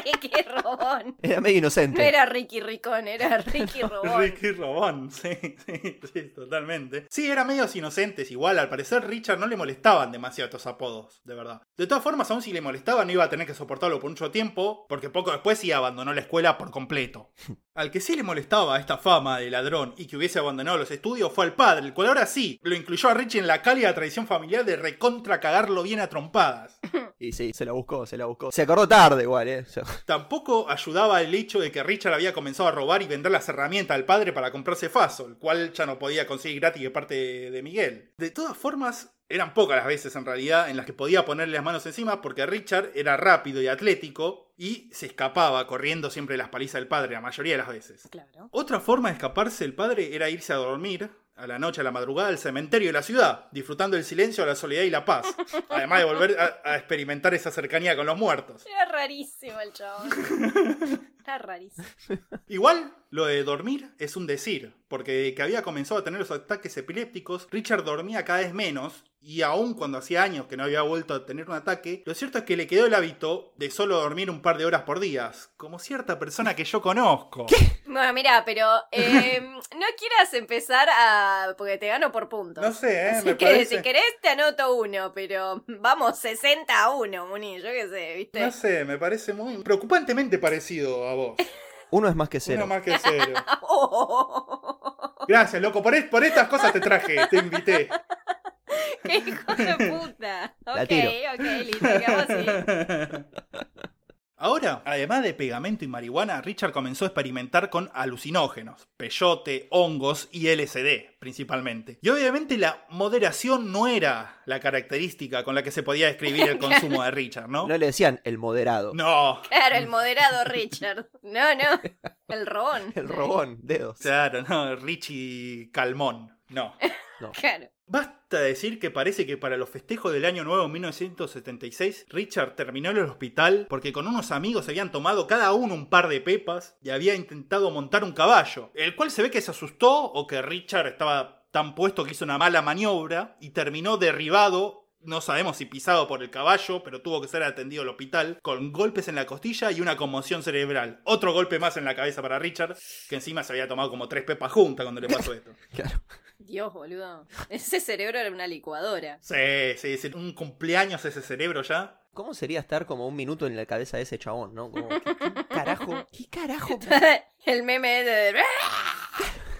Ricky Robón.
Era medio
No
inocente.
era Ricky Ricón, era Ricky Robón.
Ricky Robón, sí, sí, sí, totalmente. Sí, eran medios inocentes, igual, al parecer Richard no le molestaban demasiado estos apodos, de verdad. De todas formas, aún si le molestaban, no iba a tener que soportarlo por mucho tiempo, porque poco después sí abandonó la escuela por completo. Al que sí le molestaba esta fama de ladrón y que hubiese abandonado los estudios fue al padre, el cual ahora sí lo incluyó a Richie en la cálida tradición familiar de recontra cagarlo bien a trompadas.
Y sí, se la buscó, se la buscó. Se acordó tarde igual, eh. Se-
Tampoco ayudaba el hecho de que Richard había comenzado a robar y vender las herramientas al padre para comprarse Faso, el cual ya no podía conseguir gratis de parte de Miguel. De todas formas, eran pocas las veces en realidad en las que podía ponerle las manos encima porque Richard era rápido y atlético y se escapaba corriendo siempre de las palizas del padre la mayoría de las veces.
Claro.
Otra forma de escaparse del padre era irse a dormir a la noche, a la madrugada, al cementerio de la ciudad, disfrutando el silencio, la soledad y la paz, además de volver a- a experimentar esa cercanía con los muertos.
Era rarísimo el chabón. Era rarísimo.
Igual, lo de dormir es un decir, porque desde que había comenzado a tener los ataques epilépticos, Richard dormía cada vez menos, y aun cuando hacía años que no había vuelto a tener un ataque, lo cierto es que le quedó el hábito de solo dormir un par de horas por día, como cierta persona que yo conozco.
Bueno, mira, pero eh, no quieras empezar a. porque te gano por puntos.
No sé, ¿eh?
Así
me
que si
parece...
querés te anoto uno, pero vamos, 60 a 1, Muni, yo qué sé, ¿viste?
No sé, me parece muy preocupantemente parecido a vos.
Uno es más que cero.
Uno más que cero.
Oh,
Gracias, loco. Por, es- por estas cosas te traje, te invité.
¡Qué hijo de puta!
La
Ok,
tiro.
ok, listo, quedamos así.
Ahora, además de pegamento y marihuana, Richard comenzó a experimentar con alucinógenos, peyote, hongos y LSD principalmente. Y obviamente la moderación no era la característica con la que se podía describir el consumo de Richard, ¿no?
No le decían el moderado.
No,
Claro, el moderado Richard. No, no, el robón.
El robón, dedos.
claro, no, Richie Calmón, no.
Claro.
Basta decir que parece que para los festejos del año nuevo 1976, Richard terminó en el hospital porque con unos amigos habían tomado cada uno un par de pepas y había intentado montar un caballo, el cual se ve que se asustó o que Richard estaba tan puesto que hizo una mala maniobra y terminó derribado. No sabemos si pisado por el caballo, pero tuvo que ser atendido al hospital con golpes en la costilla y una conmoción cerebral. Otro golpe más en la cabeza para Richard, que encima se había tomado como tres pepas juntas cuando le pasó esto.
Claro.
Dios, boludo. Ese cerebro era una licuadora.
Sí, sí, sí. Un cumpleaños ese cerebro ya.
¿Cómo sería estar como un minuto en la cabeza de ese chabón, no? Como, ¿qué, qué carajo? ¿Qué carajo?
El meme de.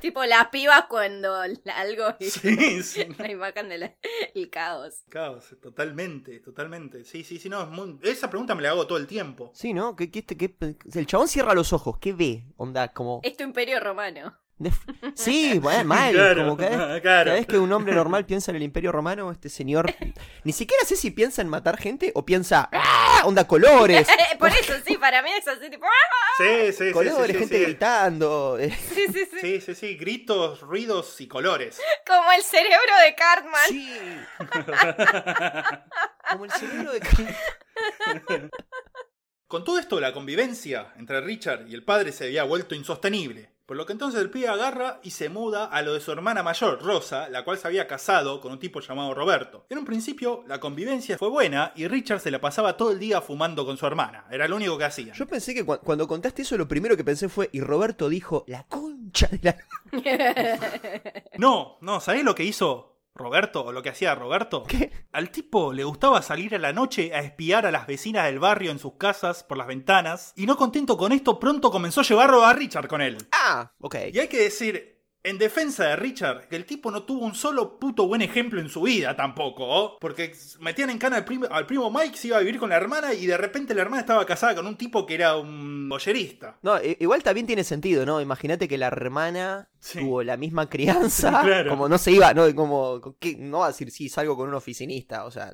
Tipo las pibas cuando la- algo. y-
Sí, sí.
La imagen del el caos.
Caos, totalmente, totalmente. Sí, sí, sí, no, es muy- esa pregunta me la hago todo el tiempo.
Sí, ¿no? ¿Qué, qué- qué- el chabón cierra los ojos. ¿Qué ve? Onda, como...
Es tu imperio romano.
def- Sí, bueno, mal.
Claro,
como cada vez,
claro.
cada vez que un hombre normal piensa en el Imperio Romano, este señor... Ni siquiera sé si piensa en matar gente o piensa... ¡Ah! Onda, colores.
Por eso sí, para mí es así, tipo. ¡ah!
Sí, sí, sí, sí,
Colores,
sí, sí,
gente gritando. eh.
Sí, sí, sí.
Sí, sí, sí, gritos, ruidos y colores.
Como el cerebro de Cartman.
Sí. Como el cerebro de... Car-
Con todo esto, la convivencia entre Richard y el padre se había vuelto insostenible. Por lo que entonces el pibe agarra y se muda a lo de su hermana mayor, Rosa, la cual se había casado con un tipo llamado Roberto. En un principio, la convivencia fue buena y Richard se la pasaba todo el día fumando con su hermana. Era lo único que hacía.
Yo pensé que cua- cuando contaste eso, lo primero que pensé fue... Y Roberto dijo... La concha de la...
No, no, ¿sabés lo que hizo Roberto o lo que hacía Roberto?
¿Qué?
Al tipo le gustaba salir a la noche a espiar a las vecinas del barrio en sus casas por las ventanas y no contento con esto pronto comenzó a llevarlo a Richard con él.
Ah, ok.
Y hay que decir, en defensa de Richard, que el tipo no tuvo un solo puto buen ejemplo en su vida tampoco, ¿oh? porque metían en cana al primo, al primo Mike, se iba a vivir con la hermana y de repente la hermana estaba casada con un tipo que era un boyerista.
No, i- igual también tiene sentido, ¿no? Imagínate que la hermana
Sí.
tuvo la misma crianza,
Sí, claro.
como no se iba, no, como, con qué- no va a decir, sí, salgo con un oficinista, o sea,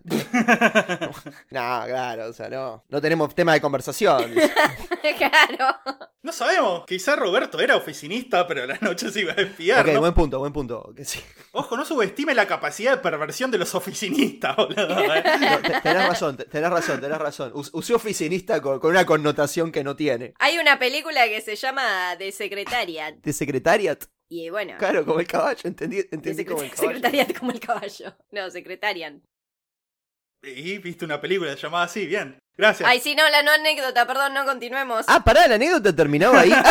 no, claro, o sea, no, no tenemos tema de conversación.
claro.
No sabemos. Quizá Roberto era oficinista, pero a la noche se iba a espiar.
ok,
¿no?
buen punto, buen punto, que sí.
Ojo, no subestime la capacidad de perversión de los oficinistas, boludo. ¿eh?
No, te- tenés razón, te- tenés razón, tenés razón. Us- usé oficinista con, con una connotación que no tiene.
Hay una película que se llama The Secretariat.
De secretariat,
Y bueno,
claro, como el caballo, entendí,
The
entendí
Secret-
como el caballo.
Secretariat como el caballo. No, Secretarian.
Y viste una película llamada así, bien. Gracias.
Ay, sí, no, la no anécdota, perdón, no continuemos.
Ah, pará, la anécdota terminaba ahí.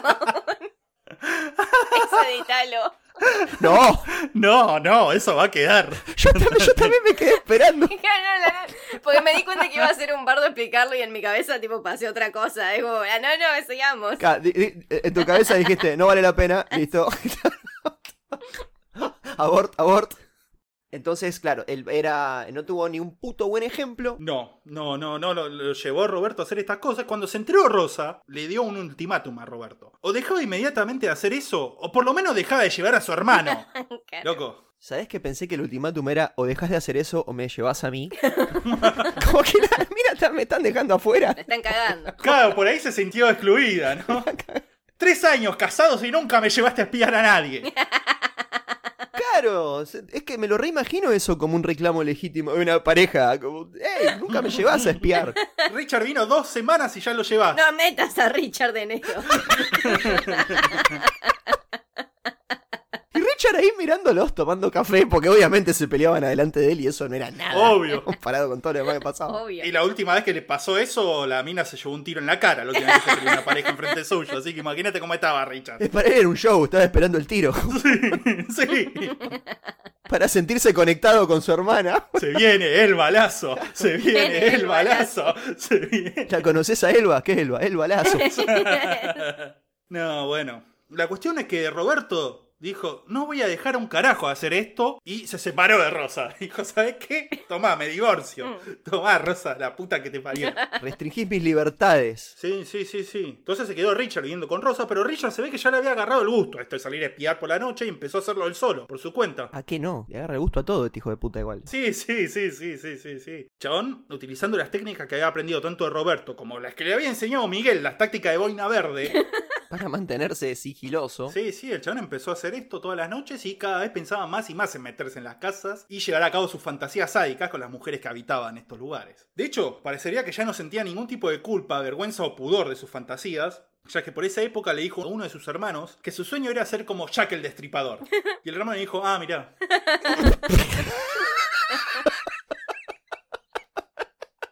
Ah,
Eso editalo.
no,
No, no, eso va a quedar.
yo también, yo también me quedé esperando.
Claro, la no- Porque me di cuenta que iba a ser un bardo explicarlo y en mi cabeza, tipo, pasé otra cosa. Es como, ah, no, no, sigamos.
Ca- di- di- En tu cabeza dijiste, no vale la pena, listo. abort, abort. Entonces, claro, él era, no tuvo ni un puto buen ejemplo.
No, no, no, no, lo, lo llevó Roberto a hacer estas cosas. Cuando se enteró Rosa, le dio un ultimátum a Roberto. O dejaba inmediatamente de hacer eso, o por lo menos dejaba de llevar a su hermano.
Claro.
Loco.
¿Sabes que pensé que el ultimátum era o dejas de hacer eso o me llevas a mí? Como que la- mira, ta- me están dejando afuera.
La están cagando.
Claro, por ahí se sintió excluida, ¿no? Tres años casados y nunca me llevaste a espiar a nadie.
Claro, se- es que me lo reimagino eso como un reclamo legítimo de una pareja. Como, hey, nunca me llevas a espiar.
Richard vino dos semanas y ya lo llevas.
No metas a Richard en esto.
Y Richard ahí mirándolos tomando café, porque obviamente se peleaban adelante de él y eso no era nada.
Obvio.
Comparado con todo lo demás que pasaba.
Obvio.
Y la última vez que le pasó eso, la mina se llevó un tiro en la cara, lo que vez que se peleó una pareja enfrente suyo, así que imagínate cómo estaba Richard.
Es para él era un show, estaba esperando el tiro.
Sí,
Para sentirse conectado con su hermana.
se viene el balazo, se viene
Viene el
el balazo, se viene.
¿La conoces a Elba? ¿Qué es Elba? El balazo.
No, bueno. La cuestión es que Roberto dijo, no voy a dejar a un carajo de hacer esto, y se separó de Rosa. Dijo, ¿sabes qué? Tomá, me divorcio. Tomá, Rosa, la puta que te parió.
Restringís mis libertades.
Sí, sí, sí, sí. Entonces se quedó Richard viviendo con Rosa, pero Richard se ve que ya le había agarrado el gusto a esto de salir a espiar por la noche y empezó a hacerlo él solo, por su cuenta.
¿A qué no? Le agarra el gusto a todo este hijo de puta igual.
Sí, sí, sí, sí, sí, sí, sí. Chabón, utilizando las técnicas que había aprendido tanto de Roberto como las que le había enseñado Miguel, las tácticas de boina verde.
Para mantenerse sigiloso.
Sí, sí, el chabón empezó a hacer esto todas las noches y cada vez pensaba más y más en meterse en las casas y llevar a cabo sus fantasías sádicas con las mujeres que habitaban estos lugares. De hecho, parecería que ya no sentía ningún tipo de culpa, vergüenza o pudor de sus fantasías. Ya que por esa época le dijo a uno de sus hermanos que su sueño era ser como Jack el Destripador. Y el hermano le dijo, ah, mirá,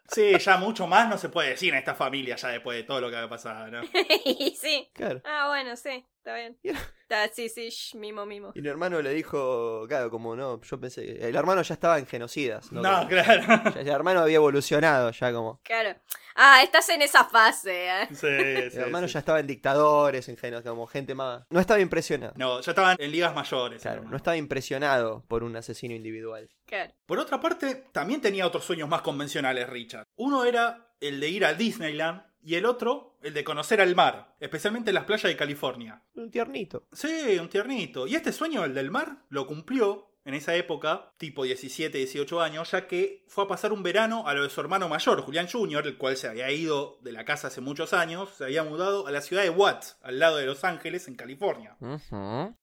Sí, ya mucho más no se puede decir en esta familia, ya después de todo lo que había pasado, ¿no?
Y sí.
Claro.
Ah, bueno, sí, está bien. Está, sí, sí, shh, mimo, mimo.
Y el hermano le dijo, claro, como no, yo pensé, el hermano ya estaba en genocidas. ¿no?
No,
Como-
claro.
ya- el hermano había evolucionado ya como.
Claro. Ah, estás en esa fase. ¿eh?
Sí, sí,
El hermano
sí.
ya estaba en dictadores, en genocidas, como gente más. No estaba impresionado.
No, ya estaban en ligas mayores.
Claro,
hermano.
no estaba impresionado por un asesino individual.
Claro.
Por otra parte, también tenía otros sueños más convencionales, Richard. Uno era el de ir a Disneyland y el otro, el de conocer al mar, especialmente las playas de California.
Un tiernito.
Sí, un tiernito. Y este sueño, el del mar, lo cumplió en esa época, tipo 17, 18 años, ya que fue a pasar un verano a lo de su hermano mayor, Julián Jr., el cual se había ido de la casa hace muchos años, se había mudado a la ciudad de Watts, al lado de Los Ángeles, en California.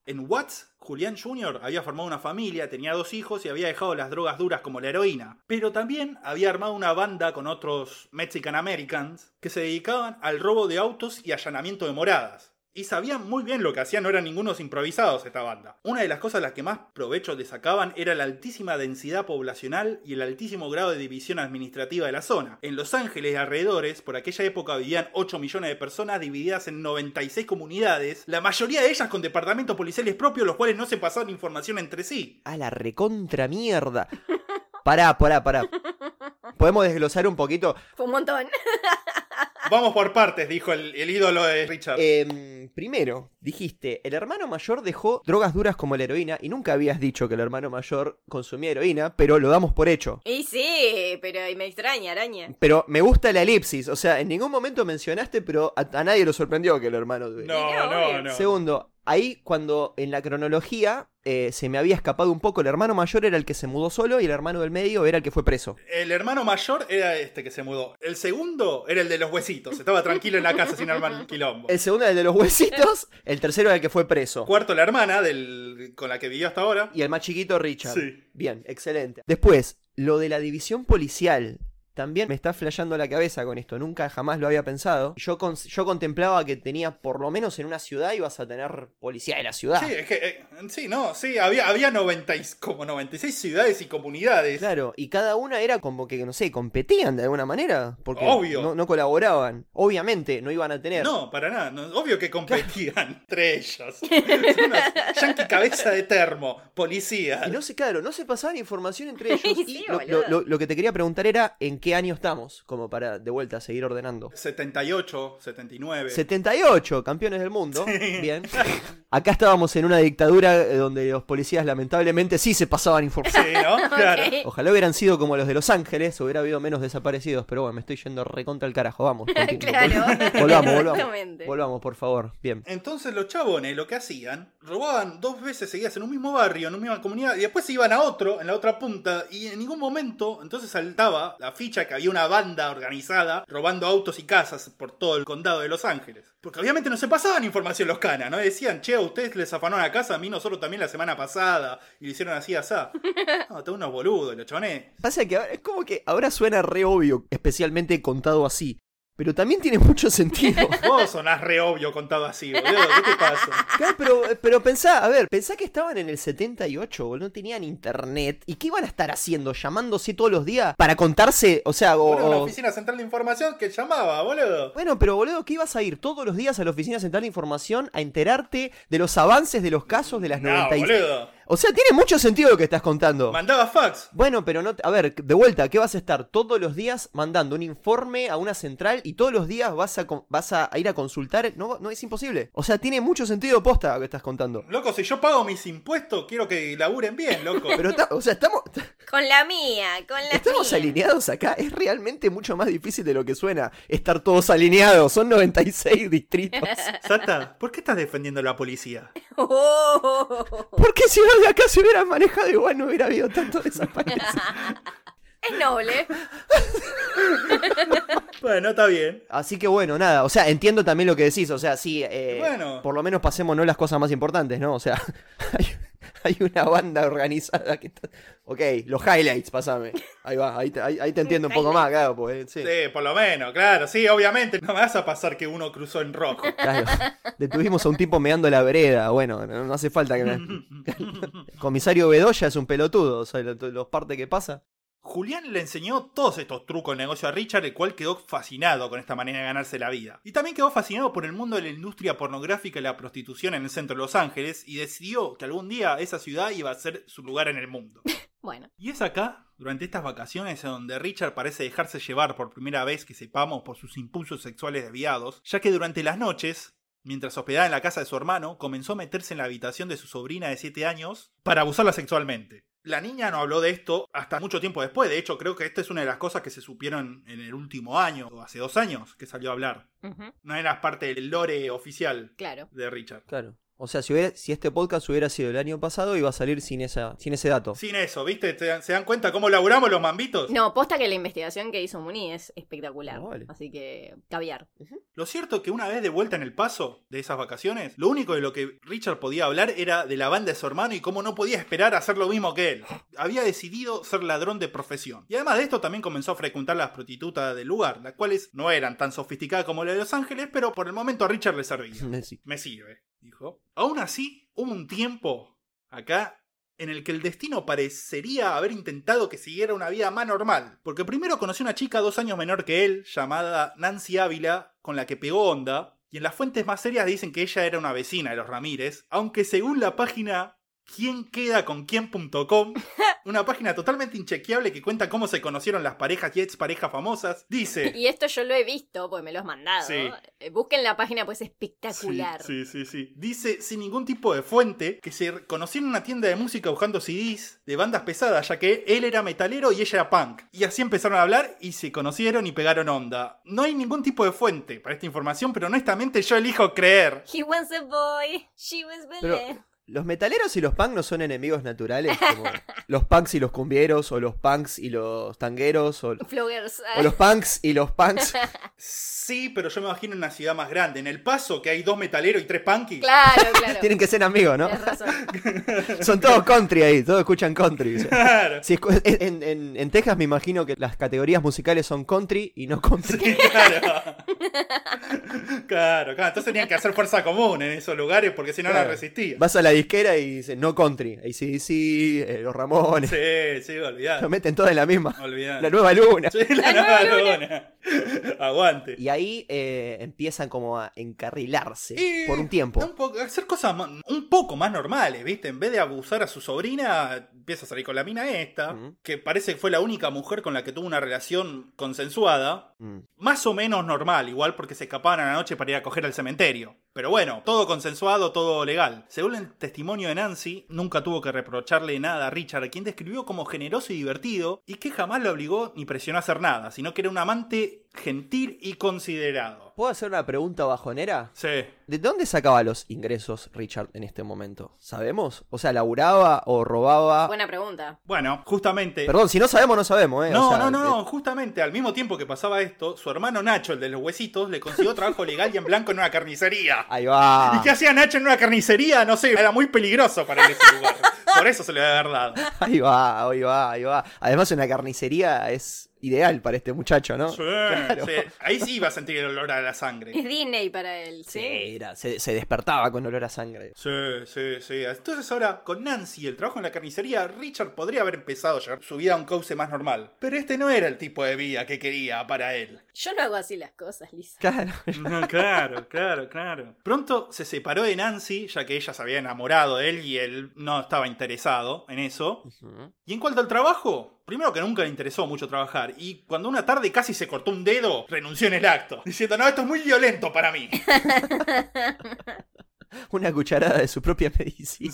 En Watts, Julián Jr. había formado una familia, tenía dos hijos y había dejado las drogas duras como la heroína. Pero también había armado una banda con otros Mexican Americans que se dedicaban al robo de autos y allanamiento de moradas. Y sabían muy bien lo que hacían, no eran ningunos improvisados esta banda. Una de las cosas a las que más provecho le sacaban era la altísima densidad poblacional y el altísimo grado de división administrativa de la zona. En Los Ángeles y alrededores, por aquella época vivían 8 millones de personas divididas en 96 comunidades, la mayoría de ellas con departamentos policiales propios, los cuales no se pasaban información entre sí.
A la recontra mierda. Pará, pará, pará. Podemos desglosar un poquito.
Fue un montón.
Eh,
Vamos por partes, dijo el, el ídolo de Richard.
Em, primero, Dijiste, el hermano mayor dejó drogas duras como la heroína y nunca habías dicho que el hermano mayor consumía heroína, pero lo damos por hecho.
Y sí, pero y me extraña, araña.
Pero me gusta la elipsis, o sea, en ningún momento mencionaste, pero a, a nadie lo sorprendió que el hermano...
No, no, no.
Segundo, ahí cuando en la cronología eh, se me había escapado un poco, el hermano mayor era el que se mudó solo y el hermano del medio era el que fue preso.
El hermano mayor era este que se mudó. El segundo era el de los huesitos. Estaba tranquilo en la casa sin armar quilombo.
El segundo era el de los huesitos, el tercero era el que fue preso.
Cuarto, la hermana del, con la que vivió hasta ahora.
Y el más chiquito, Richard.
Sí.
Bien, excelente. Después, lo de la división policial. También me está flasheando la cabeza con esto, nunca jamás lo había pensado. Yo, con- yo contemplaba que tenía, por lo menos en una ciudad, ibas a tener policía de la ciudad.
Sí, es que, eh, sí, no, sí, había, había 90 y- como 96 ciudades y comunidades.
Claro, y cada una era como que, no sé, competían de alguna manera. Porque
Obvio.
No, no colaboraban. Obviamente, no iban a tener.
No, para nada. no, obvio que competían entre ellos. Son unos Yankee cabeza de termo, policía.
Y no sé, claro, no se pasaban información entre ellos.
Sí,
Y lo,
boludo.
lo- lo- lo que te quería preguntar era en qué año estamos, como para de vuelta seguir ordenando.
78, 79.
78 campeones del mundo. Bien. Acá estábamos en una dictadura eh, donde los policías lamentablemente sí se pasaban información.
Sí, ¿no? Claro.
Ok.
Ojalá hubieran sido como los de Los Ángeles, hubiera habido menos desaparecidos, pero bueno, me estoy yendo recontra el carajo. Vamos. continu-
claro.
Volvamos, volvamos.
Exactamente.
Volvamos, por favor. Bien.
Entonces los chabones lo que hacían, robaban dos veces seguidas en un mismo barrio, en una misma comunidad, y después se iban a otro, en la otra punta, y en ningún momento entonces saltaba la ficha que había una banda organizada robando autos y casas por todo el condado de Los Ángeles. Porque obviamente no se pasaban información los canas, ¿no? Decían, che, a ustedes les afanaron la casa, a mí nosotros también la semana pasada, y le hicieron así, asá. No, todos unos boludos, los chabones.
Pasa que ahora es como que ahora suena re obvio, especialmente contado así. Pero también tiene mucho sentido.
Vos sonás re obvio contado así, boludo, ¿qué te pasa?
Claro, pero, pero pensá, a ver, pensá que estaban en el 78, boludo, no tenían internet. ¿Y qué iban a estar haciendo? ¿Llamándose todos los días para contarse? O sea, o-
Era una
o-
oficina central de información que llamaba, boludo.
Bueno, pero boludo, ¿qué ibas a ir todos los días a la Oficina Central de Información a enterarte de los avances de los casos de las
No,
90? y-
boludo.
O sea, tiene mucho sentido lo que estás contando.
Mandaba fax.
Bueno, pero no, te- a ver, de vuelta, ¿qué vas a estar todos los días mandando un informe a una central y todos los días vas a con- vas a ir a consultar? No, no es imposible. O sea, tiene mucho sentido posta lo que estás contando.
Loco, si yo pago mis impuestos, quiero que laburen bien, loco.
Pero está- o sea, estamos
Con la mía, con la
estamos
mía.
alineados acá. Es realmente mucho más difícil de lo que suena estar todos alineados. Son 96 distritos.
Sata, ¿por qué estás defendiendo a la policía?
Oh,
Porque si los de acá se hubieran manejado igual no hubiera habido tanto desaparecido.
es noble.
Bueno, está bien.
Así que bueno, nada, o sea, entiendo también lo que decís, o sea, sí, eh,
Bueno.
por lo menos pasemos no las cosas más importantes, ¿no? O sea, hay, hay una banda organizada que está... Ok, los highlights, pasame. Ahí va, ahí te, ahí- ahí te entiendo un poco más, claro, pues, sí.
Sí, por lo menos, claro. Sí, obviamente. No me vas a pasar que uno cruzó en rojo.
Claro. Detuvimos a un tipo meando la vereda, bueno, no, no hace falta que... me- Comisario Bedoya es un pelotudo, o sea, lo- los partes que pasa.
Julián le enseñó todos estos trucos de negocio a Richard, el cual quedó fascinado con esta manera de ganarse la vida. Y también quedó fascinado por el mundo de la industria pornográfica y la prostitución en el centro de Los Ángeles y decidió que algún día esa ciudad iba a ser su lugar en el mundo.
Bueno,
Y es acá, durante estas vacaciones, en donde Richard parece dejarse llevar por primera vez que sepamos por sus impulsos sexuales desviados, ya que durante las noches, mientras hospedada en la casa de su hermano, comenzó a meterse en la habitación de su sobrina de 7 años para abusarla sexualmente. La niña no habló de esto hasta mucho tiempo después, de hecho creo que esta es una de las cosas que se supieron en el último año, o hace dos años que salió a hablar.
ujú,
No era parte del lore oficial
claro.
de Richard.
Claro. O sea, si, hubiera- si este podcast hubiera sido el año pasado, iba a salir sin, esa, sin ese dato.
Sin eso, ¿viste? ¿Se dan- ¿Se dan cuenta cómo laburamos los mambitos?
No, posta que la investigación que hizo Muni es espectacular.
No, vale.
Así que, caviar.
Lo cierto es que una vez de vuelta en el paso de esas vacaciones, lo único de lo que Richard podía hablar era de la banda de su hermano y cómo no podía esperar a hacer lo mismo que él. Había decidido ser ladrón de profesión. Y además de esto también comenzó a frecuentar las prostitutas del lugar, las cuales no eran tan sofisticadas como la de Los Ángeles, pero por el momento a Richard le servía.
Messi.
Me sirve, dijo. Aún así, hubo un tiempo acá en el que el destino parecería haber intentado que siguiera una vida más normal. Porque primero conoció una chica dos años menor que él, llamada Nancy Ávila, con la que pegó onda. Y en las fuentes más serias dicen que ella era una vecina de los Ramírez, aunque según la página quién queda con quién.com, una página totalmente inchequeable que cuenta cómo se conocieron las parejas y exparejas famosas. Dice.
Y esto yo lo he visto, pues me lo has mandado.
Sí.
Eh, Busquen la página, pues espectacular.
Sí, sí, sí, sí. Dice, sin ningún tipo de fuente, que se conocieron en una tienda de música buscando CDs de bandas pesadas, ya que él era metalero y ella era punk. Y así empezaron a hablar y se conocieron y pegaron onda. No hay ningún tipo de fuente para esta información, pero honestamente yo elijo creer.
He was a boy, she was Belén.
Los metaleros y los punk no son enemigos naturales. Como los punks y los cumbieros, o los punks y los tangueros, o, o
Floggers. ah.
los punks y los punks.
Sí, pero yo me imagino una ciudad más grande. En El Paso, que hay dos metaleros y tres punkies.
Claro, claro.
Tienen que ser amigos, ¿no?
Tenés razón.
Son todos country ahí, todos escuchan country.
Claro.
Si escu- en, en- en Texas me imagino que las categorías musicales son country y no country.
Sí, claro. claro, claro. Entonces tenían que hacer fuerza común en esos lugares porque si no la
Claro.
resistían.
Vas a la disquera y dice no country. Ahí sí, sí, eh, los Ramones.
Sí, sí, olvidar.
Lo meten todas en la misma.
Olvidar.
La nueva luna.
Sí, la
La nueva
nueva luna. Aguante.
Y ahí eh, empiezan como a encarrilarse
Y-
por un tiempo.
Un poco- hacer cosas ma- un poco más normales, ¿viste? En vez de abusar a su sobrina, empieza a salir con la mina esta,
Mm.
que parece que fue la única mujer con la que tuvo una relación consensuada.
Mm.
Más o menos normal, igual porque se escapaban a la noche para ir a coger al cementerio. Pero bueno, todo consensuado, todo legal. Según el testimonio de Nancy, nunca tuvo que reprocharle nada a Richard, a quien describió como generoso y divertido, y que jamás lo obligó ni presionó a hacer nada, sino que era un amante gentil y considerado.
¿Puedo hacer una pregunta bajonera?
Sí.
¿De dónde sacaba los ingresos Richard en este momento? ¿Sabemos? O sea, ¿laburaba o robaba?
Buena pregunta.
Bueno, justamente.
Perdón, si no sabemos, no sabemos, ¿eh? O
No,
sea,
no, no,
eh,
no, justamente al mismo tiempo que pasaba esto, su hermano Nacho, el de los huesitos, le consiguió trabajo legal y en blanco en una carnicería.
Ahí
¿Y
va.
qué hacía Nacho en una carnicería? No sé, era muy peligroso para ese lugar. Por eso se le había dado.
Ahí va, ahí va, ahí va. Además, una carnicería es ideal para este muchacho, ¿no?
Sí, sí. Ahí sí iba a sentir el olor a la
Es
sangre.
Disney para él,
Sí,
¿sí?
era- se, se despertaba con olor a sangre.
Sí, sí, sí. Entonces ahora, con Nancy y el trabajo en la carnicería, Richard podría haber empezado ya su vida a un cauce más normal. Pero este no era el tipo de vida que quería para él.
Yo no hago así las cosas, Lisa.
Claro.
No, claro, claro, claro. Pronto se separó de Nancy, ya que ella se había enamorado de él y él no estaba interesado en eso. Y en cuanto al trabajo, primero que nunca le interesó mucho trabajar. Y cuando una tarde casi se cortó un dedo, renunció en el acto, diciendo: No, esto es muy violento para mí.
Una cucharada de su propia medicina.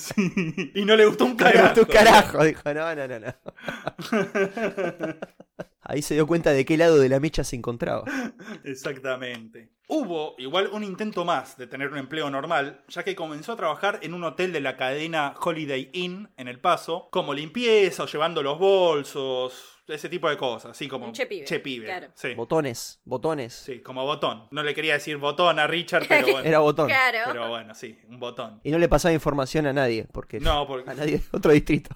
y no le gustó un
Pero
carajo.
tú carajo, dijo, no, no, no, no. Ahí se dio cuenta de qué lado de la mecha se encontraba.
Exactamente. Hubo igual un intento más de tener un empleo normal, ya que comenzó a trabajar en un hotel de la cadena Holiday Inn en El Paso, como limpieza o llevando los bolsos, ese tipo de cosas, así como
Un che pibe,
pibe,
claro.
Sí.
Botones, botones.
Sí, como botón. No le quería decir botón a Richard, pero bueno.
Era botón.
Claro.
Pero bueno, sí, un botón.
Y no le pasaba información a nadie, porque
No, porque
a nadie de otro distrito.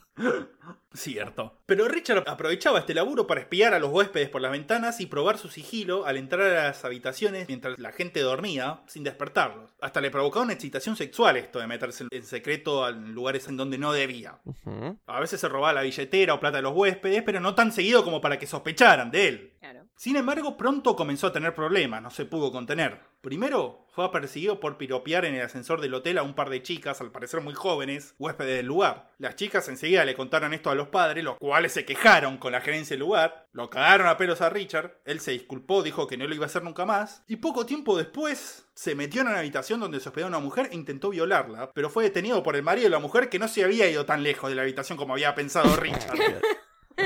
Cierto. Pero Richard aprovechaba este laburo para espiar a los huéspedes por las ventanas y probar su sigilo al entrar a las habitaciones mientras la gente dormía, sin despertarlos. Hasta le provocaba una excitación sexual esto de meterse en secreto en lugares en donde no debía.
Ujú.
A veces se robaba la billetera o plata de los huéspedes, pero no tan seguido como para que sospecharan de él.
Claro.
Sin embargo, pronto comenzó a tener problemas, no se pudo contener. Primero, fue perseguido por piropear en el ascensor del hotel a un par de chicas, al parecer muy jóvenes, huéspedes del lugar. Las chicas enseguida le contaron esto a los padres, los cuales se quejaron con la gerencia del lugar, lo cagaron a pelos a Richard, él se disculpó, dijo que no lo iba a hacer nunca más, y poco tiempo después se metió en una habitación donde se hospedó una mujer e intentó violarla, pero fue detenido por el marido de la mujer que no se había ido tan lejos de la habitación como había pensado Richard.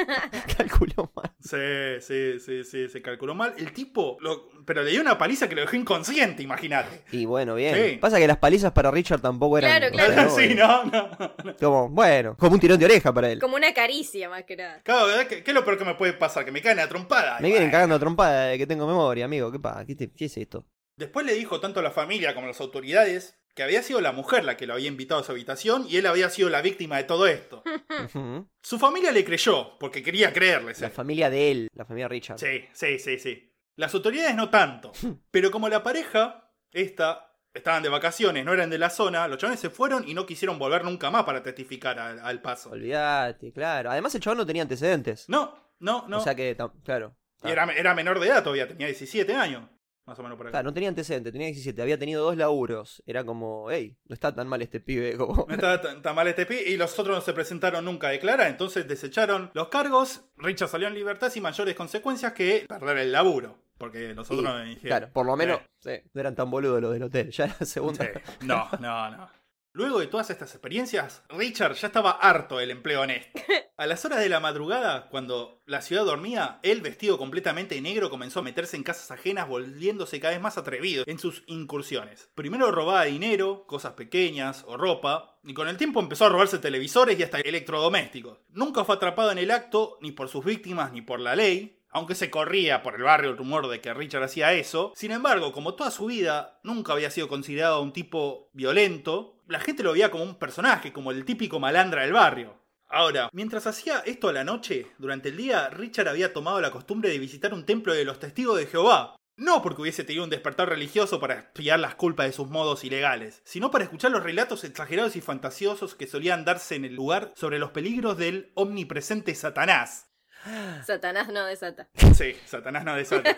Calculó mal.
Sí, sí, sí, sí, se calculó mal. El tipo, lo- pero le dio una paliza que lo dejó inconsciente, imagínate.
Y bueno, bien.
Sí.
Pasa que las palizas para Richard tampoco eran.
Claro, claro.
eran
sí,
obvias.
no, no. no.
Como, bueno, como un tirón de oreja para él.
Como una caricia más que nada.
Claro, ¿verdad? ¿Qué, qué es lo peor que me puede pasar? Que me caen a trompada.
Me vienen cagando a trompada de que tengo memoria, amigo. ¿Qué pasa? ¿Qué, te- qué es esto?
Después le dijo tanto a la familia como a las autoridades que había sido la mujer la que lo había invitado a su habitación y él había sido la víctima de todo esto.
Hmm.
Ujú.
Su familia le creyó, porque quería creerle.
La
¿sí?
familia de él, la familia Richard.
Sí, sí, sí, sí. Las autoridades no tanto. Pero como la pareja, esta, estaban de vacaciones, no eran de la zona, los chavales se fueron y no quisieron volver nunca más para testificar al, al paso.
Olvídate, claro. Además, el chabón no tenía antecedentes.
No, no, no.
O sea que, tam- claro.
Y era, era menor de edad todavía, tenía 17 años. más o menos por acá.
Claro, no tenía antecedente, tenía 17, había tenido dos laburos. Era como, hey, no está tan mal este pibe como.
No estaba tan, tan mal este pi y los otros no se presentaron nunca a declarar, entonces desecharon los cargos, Richard salió en libertad sin mayores consecuencias que perder el laburo. Porque los
Y,
otros no dijeron.
Claro, por lo menos
Eh.
sí, no eran tan boludos los del hotel, ya era la segunda.
Sí. No, no, no. Luego de todas estas experiencias, Richard ya estaba harto del empleo honesto. A las horas de la madrugada, cuando la ciudad dormía, él vestido completamente de negro comenzó a meterse en casas ajenas, volviéndose cada vez más atrevido en sus incursiones. Primero robaba dinero, cosas pequeñas o ropa, y con el tiempo empezó a robarse televisores y hasta electrodomésticos. Nunca fue atrapado en el acto, ni por sus víctimas ni por la ley, aunque se corría por el barrio el rumor de que Richard hacía eso, sin embargo, como toda su vida nunca había sido considerado un tipo violento, la gente lo veía como un personaje, como el típico malandra del barrio. Ahora, mientras hacía esto a la noche, durante el día, Richard había tomado la costumbre de visitar un templo de los testigos de Jehová. No porque hubiese tenido un despertar religioso para espiar las culpas de sus modos ilegales, sino para escuchar los relatos exagerados y fantasiosos que solían darse en el lugar sobre los peligros del omnipresente Satanás. Ah.
Satanás no desata.
Sí, Satanás no desata.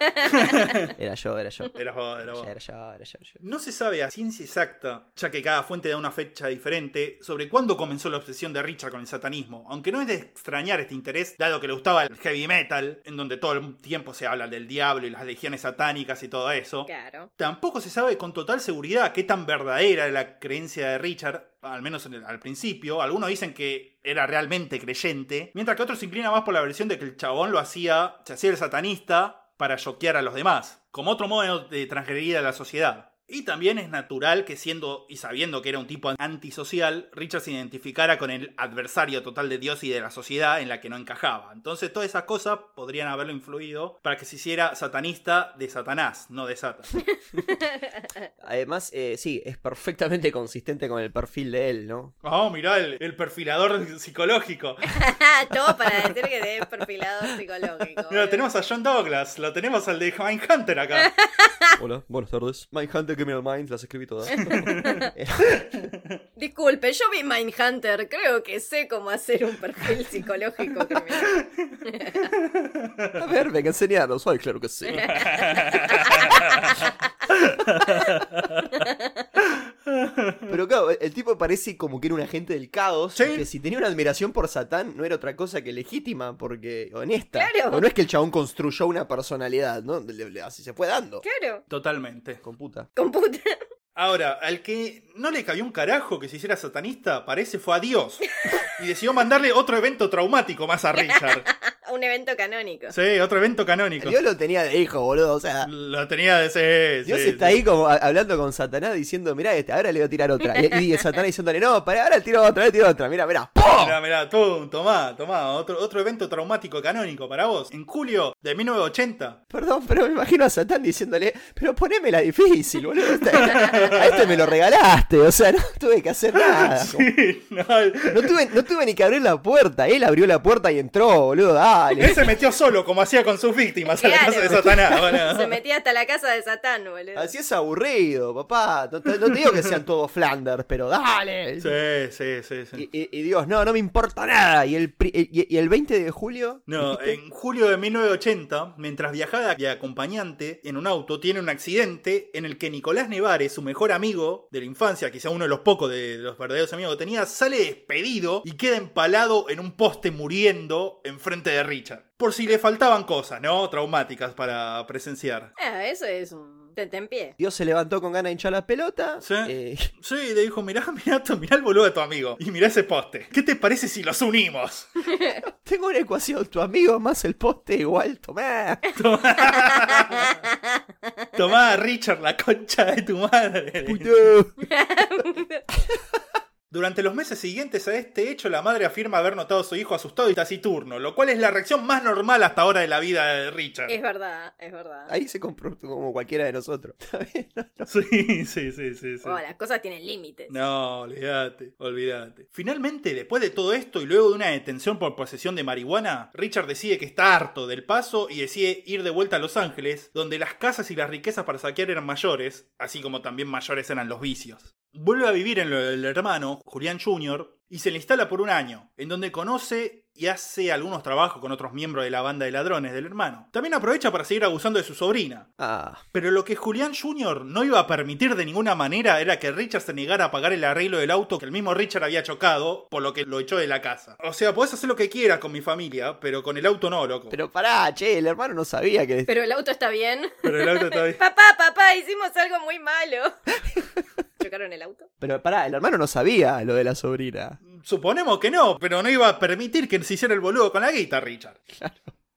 Era yo, era yo.
Era vos, era vos.
Era yo, era yo, era yo.
No se sabe a ciencia exacta, ya que cada fuente da una fecha diferente, sobre cuándo comenzó la obsesión de Richard con el satanismo, aunque no es de extrañar este interés, dado que le gustaba el heavy metal, en donde todo el tiempo se habla del diablo y las legiones satánicas y todo eso.
Claro.
Tampoco se sabe con total seguridad qué tan verdadera era la creencia de Richard, al menos en el- al principio. Algunos dicen que era realmente creyente, mientras que otros se inclinan más por la versión de que el chabón lo hacía, se hacía el satanista para choquear a los demás, como otro modo de transgredir a la sociedad. Y también es natural que siendo y sabiendo que era un tipo antisocial, Richard se identificara con el adversario total de Dios y de la sociedad en la que no encajaba. Entonces todas esas cosas podrían haberlo influido para que se hiciera satanista de Satanás, no de Satan.
Además, eh, sí, es perfectamente consistente con el perfil de él, ¿no?
Oh, mirá, el, el perfilador psicológico.
Todo para decir que es perfilado psicológico. eh.
Mira, tenemos a John Douglas, lo tenemos al de Hunter acá.
Hola, buenas tardes. Mindhunter Criminal Minds, las escribí todas.
Disculpe, yo vi Mindhunter, creo que sé cómo hacer un perfil psicológico. criminal.
A ver, venga, enseñarnos hoy, claro que sí. Pero claro, el tipo parece como que era un agente del caos.
Sí.
Que si tenía una admiración por Satán, no era otra cosa que legítima, porque honesta.
Claro.
O no es que el chabón construyó una personalidad, ¿no? Le- le- así se fue dando.
Claro,
Totalmente.
Con puta.
computa.
Ahora, al que no le cayó un carajo que se hiciera satanista, parece fue a Dios. Y decidió mandarle otro evento traumático más a Richard.
Un evento canónico.
Sí, otro evento canónico.
Dios lo tenía de hijo, boludo. O sea,
Lo tenía de ese.
Dios
sí,
está
sí.
ahí como a- hablando con Satanás diciendo, mirá este, ahora le voy a tirar otra. Y, y Satanás diciéndole, no, pará, ahora le tiro otra, ahora le tiro otra. Mirá, mirá. ¡pum!
Mirá, mirá, tú, tomá, tomá, otro, otro evento traumático canónico para vos. En julio de 1980.
Perdón, pero me imagino a Satán diciéndole, pero ponémela difícil, boludo. Esta- A este me lo regalaste, o sea, no tuve que hacer nada.
Sí, no,
Ah, No tuve, no tuve ni que abrir la puerta, él abrió la puerta y entró, boludo,
Él
dale.
se metió solo, como hacía con sus víctimas, a la
Claro.
casa de Satanás. bueno.
Se metía hasta la casa de Satán, boludo.
Así es aburrido, papá. No te, no te digo que sean todos Flanders, pero dale.
Sí, sí, sí. sí.
Y, y- y Dios, no, no me importa nada. Y el, pri- y, y el 20 de julio...
No, en julio de 1980, mientras viajaba de acompañante en un auto, tiene un accidente en el que Nicolás Nevares, su mejor amigo de la infancia, quizá uno de los pocos de los verdaderos amigos que tenía, sale despedido y queda empalado en un poste muriendo enfrente de Richard. Por si le faltaban cosas, ¿no? Traumáticas para presenciar.
Ah, eso es un tentempié.
Dios se levantó con ganas de hinchar la pelota.
Sí.
eh,
Sí, le dijo, mirá, mirá, tu- mirá el boludo de tu amigo. Y mirá ese poste. ¿Qué te parece si los unimos?
tengo una ecuación, tu amigo más el poste igual, tomá.
Tomá, Richard, la concha de tu madre.
Puto.
Durante los meses siguientes a este hecho, la madre afirma haber notado a su hijo asustado y taciturno, lo cual es la reacción más normal hasta ahora de la vida de Richard.
Es verdad, es verdad.
Ahí se compró como cualquiera de nosotros. Está bien, ¿no?
Sí, sí, sí, sí. sí.
Oh, las cosas tienen límites.
No, olvídate, olvídate. Finalmente, después de todo esto y luego de una detención por posesión de marihuana, Richard decide que está harto del paso y decide ir de vuelta a Los Ángeles, donde las casas y las riquezas para saquear eran mayores, así como también mayores eran los vicios. Vuelve a vivir en lo del hermano, Julián Jr., y se le instala por un año, en donde conoce y hace algunos trabajos con otros miembros de la banda de ladrones del hermano. También aprovecha para seguir abusando de su sobrina.
Ah,
Pero lo que Julián Jr. no iba a permitir de ninguna manera era que Richard se negara a pagar el arreglo del auto que el mismo Richard había chocado, por lo que lo echó de la casa. O sea, podés hacer lo que quieras con mi familia, pero con el auto no, loco.
pero pará, che, el hermano no sabía que...
Pero el auto está bien.
Pero el auto está bien.
Papá, papá, hicimos algo muy malo. ¿Chocaron el auto?
Pero pará, el hermano no sabía lo de la sobrina.
Suponemos que no, pero no iba a permitir que se hiciera el boludo con la guita, Richard.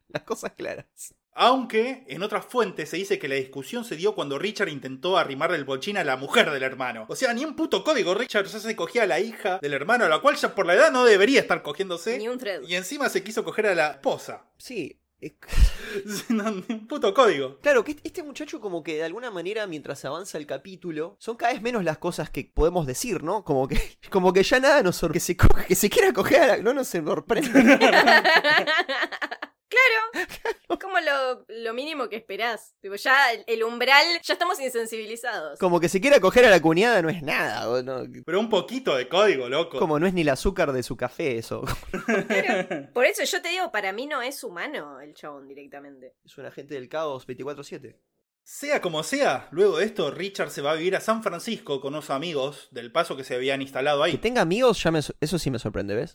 Las cosas claras.
Aunque en otras fuentes se dice que la discusión se dio cuando Richard intentó arrimarle el bochín a la mujer del hermano. O sea, ni un puto código Richard ya se cogía a la hija del hermano, la cual ya por la edad no debería estar cogiéndose.
Ni un thread.
Y encima se quiso coger a la esposa.
Sí. es-
No, ni un puto código.
Claro, que este muchacho como que de alguna manera mientras avanza el capítulo, son cada vez menos las cosas que podemos decir, ¿no? Como que, como que ya nada nos sorprende. Que se, coja- que se quiera coger a la... No nos sorprende.
Claro. Es como lo, lo mínimo que esperás. Tipo, ya el, el umbral, ya estamos insensibilizados.
Como que se quiera coger a la cuñada no es nada. o no-
Pero un poquito de código, loco.
como no es ni el azúcar de su café eso.
Claro. Por eso yo te digo, para mí no es humano el chabón directamente.
Es un agente del caos 24-7.
Sea como sea, luego de esto Richard se va a vivir a San Francisco con unos amigos del paso que se habían instalado
Que
ahí.
tenga amigos, ya me so- eso sí me sorprende, ¿ves?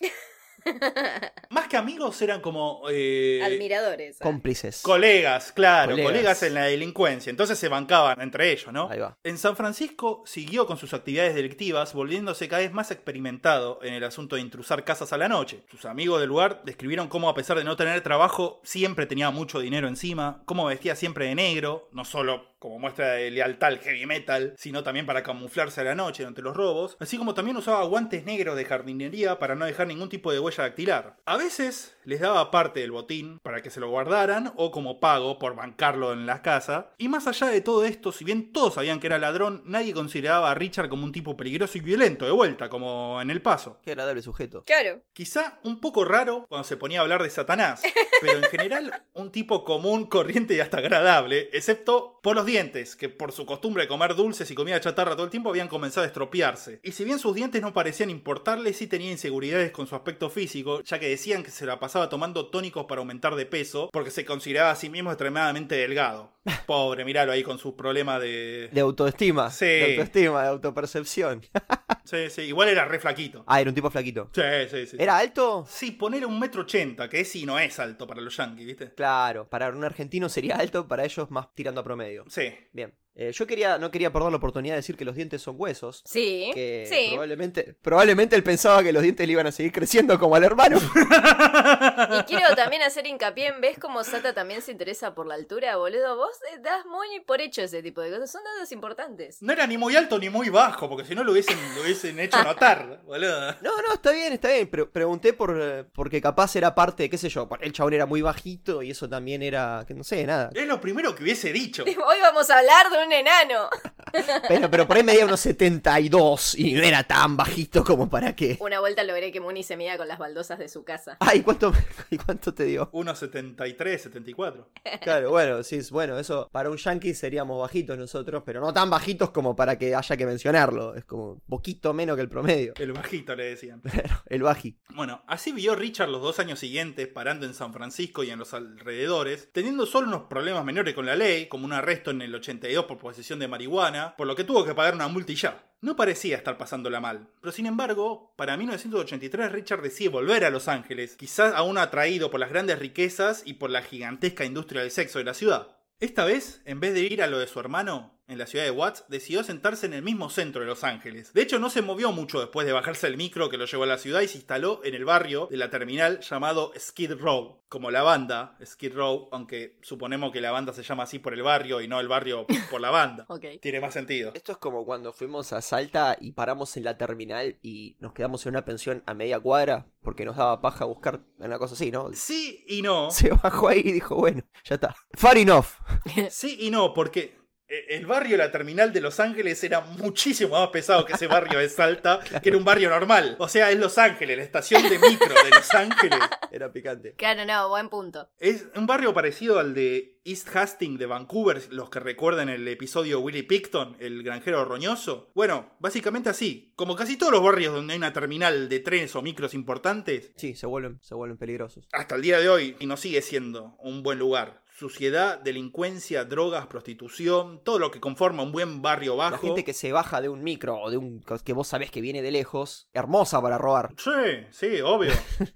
Más que amigos eran como... eh,
Admiradores. ah.
Cómplices.
Colegas, claro,
Colegas.
colegas. en la delincuencia. Entonces se bancaban entre ellos, ¿no?
Ahí va.
En San Francisco siguió con sus actividades delictivas, volviéndose cada vez más experimentado en el asunto de intrusar casas a la noche. Sus amigos del lugar describieron cómo, a pesar de no tener trabajo, siempre tenía mucho dinero encima, cómo vestía siempre de negro, no solo como muestra de lealtad al heavy metal, sino también para camuflarse a la noche ante los robos, así como también usaba guantes negros de jardinería para no dejar ningún tipo de huella dactilar. A veces les daba parte del botín para que se lo guardaran o como pago por bancarlo en la casa. Y más allá de todo esto, si bien todos sabían que era ladrón, nadie consideraba a Richard como un tipo peligroso y violento de vuelta, como en el paso.
Qué agradable sujeto.
Claro.
Quizá un poco raro cuando se ponía a hablar de Satanás, pero en general un tipo común, corriente y hasta agradable, excepto por los dientes, que por su costumbre de comer dulces y comida chatarra todo el tiempo habían comenzado a estropearse. Y si bien sus dientes no parecían importarle, sí tenía inseguridades con su aspecto físico, ya que decían que se la pasaba tomando tónicos para aumentar de peso, porque se consideraba a sí mismo extremadamente delgado. Pobre, miralo ahí con sus problemas de...
De autoestima.
Sí.
De autoestima, de autopercepción.
Sí, sí, igual era re flaquito.
Ah, era un tipo flaquito.
Sí, sí, sí.
¿Era alto?
Sí, poner un metro ochenta, que es y no es alto para los yankees, ¿viste?
Claro, para un argentino sería alto, para ellos más tirando a promedio.
Sí.
Bien. Eh, yo quería, no quería perder la oportunidad de decir que los dientes son huesos.
Sí.
Que
sí.
probablemente, probablemente él pensaba que los dientes le iban a seguir creciendo como al hermano.
Y quiero también hacer hincapié en, ¿ves cómo Sata también se interesa por la altura, boludo? Vos eh, das muy por hecho ese tipo de cosas, son datos importantes.
No era ni muy alto ni muy bajo, porque si no lo hubiesen, lo hubiesen hecho notar, boludo.
No, no, está bien, está bien. Pero pregunté por eh, porque capaz era parte, qué sé yo, el chabón era muy bajito y eso también era, que no sé, nada.
Es lo primero que hubiese dicho.
Hoy vamos a hablar de un enano.
Pero, pero por ahí medía unos 72 y no era tan bajito como para que.
Una vuelta logré que Muni se mida con las baldosas de su casa.
Ay, ¿cuánto, ¿y cuánto te dio?
1,73, 74.
Claro, bueno, sí, es- bueno, eso para un yankee seríamos bajitos nosotros, pero no tan bajitos como para que haya que mencionarlo. Es como un poquito menos que el promedio.
El bajito le decían.
El baji.
Bueno, así vivió Richard los dos años siguientes, parando en San Francisco y en los alrededores, teniendo solo unos problemas menores con la ley, como un arresto en el 82 por posesión de marihuana, por lo que tuvo que pagar una multa y ya. No parecía estar pasándola mal, pero sin embargo, para 1983 Richard decide volver a Los Ángeles, quizás aún atraído por las grandes riquezas y por la gigantesca industria del sexo de la ciudad. Esta vez, en vez de ir a lo de su hermano, en la ciudad de Watts, decidió sentarse en el mismo centro de Los Ángeles. De hecho, no se movió mucho después de bajarse el micro que lo llevó a la ciudad y se instaló en el barrio de la terminal llamado Skid Row, como la banda Skid Row, aunque suponemos que la banda se llama así por el barrio y no el barrio por la banda.
Ok.
Tiene más sentido.
Esto es como cuando fuimos a Salta y paramos en la terminal y nos quedamos en una pensión a media cuadra porque nos daba paja buscar una cosa así, ¿no?
Sí y no.
Se bajó ahí y dijo, bueno, ya está. Far enough.
Sí y no, porque eh, el barrio, la terminal de Los Ángeles era muchísimo más pesado que ese barrio de Salta, que era un barrio normal. O sea, es Los Ángeles, la estación de micro de Los Ángeles.
Era picante.
Claro, no, buen punto.
Es un barrio parecido al de East Hastings de Vancouver, los que recuerdan el episodio Willy Picton, el granjero roñoso. Bueno, básicamente así. Como casi todos los barrios donde hay una terminal de trenes o micros importantes,
Sí, se vuelven, se vuelven peligrosos.
hasta el día de hoy, y no sigue siendo un buen lugar. Suciedad, delincuencia, drogas, prostitución, todo lo que conforma un buen barrio bajo.
La gente que se baja de un micro o de un que vos sabés que viene de lejos, hermosa para robar.
Sí, sí, obvio.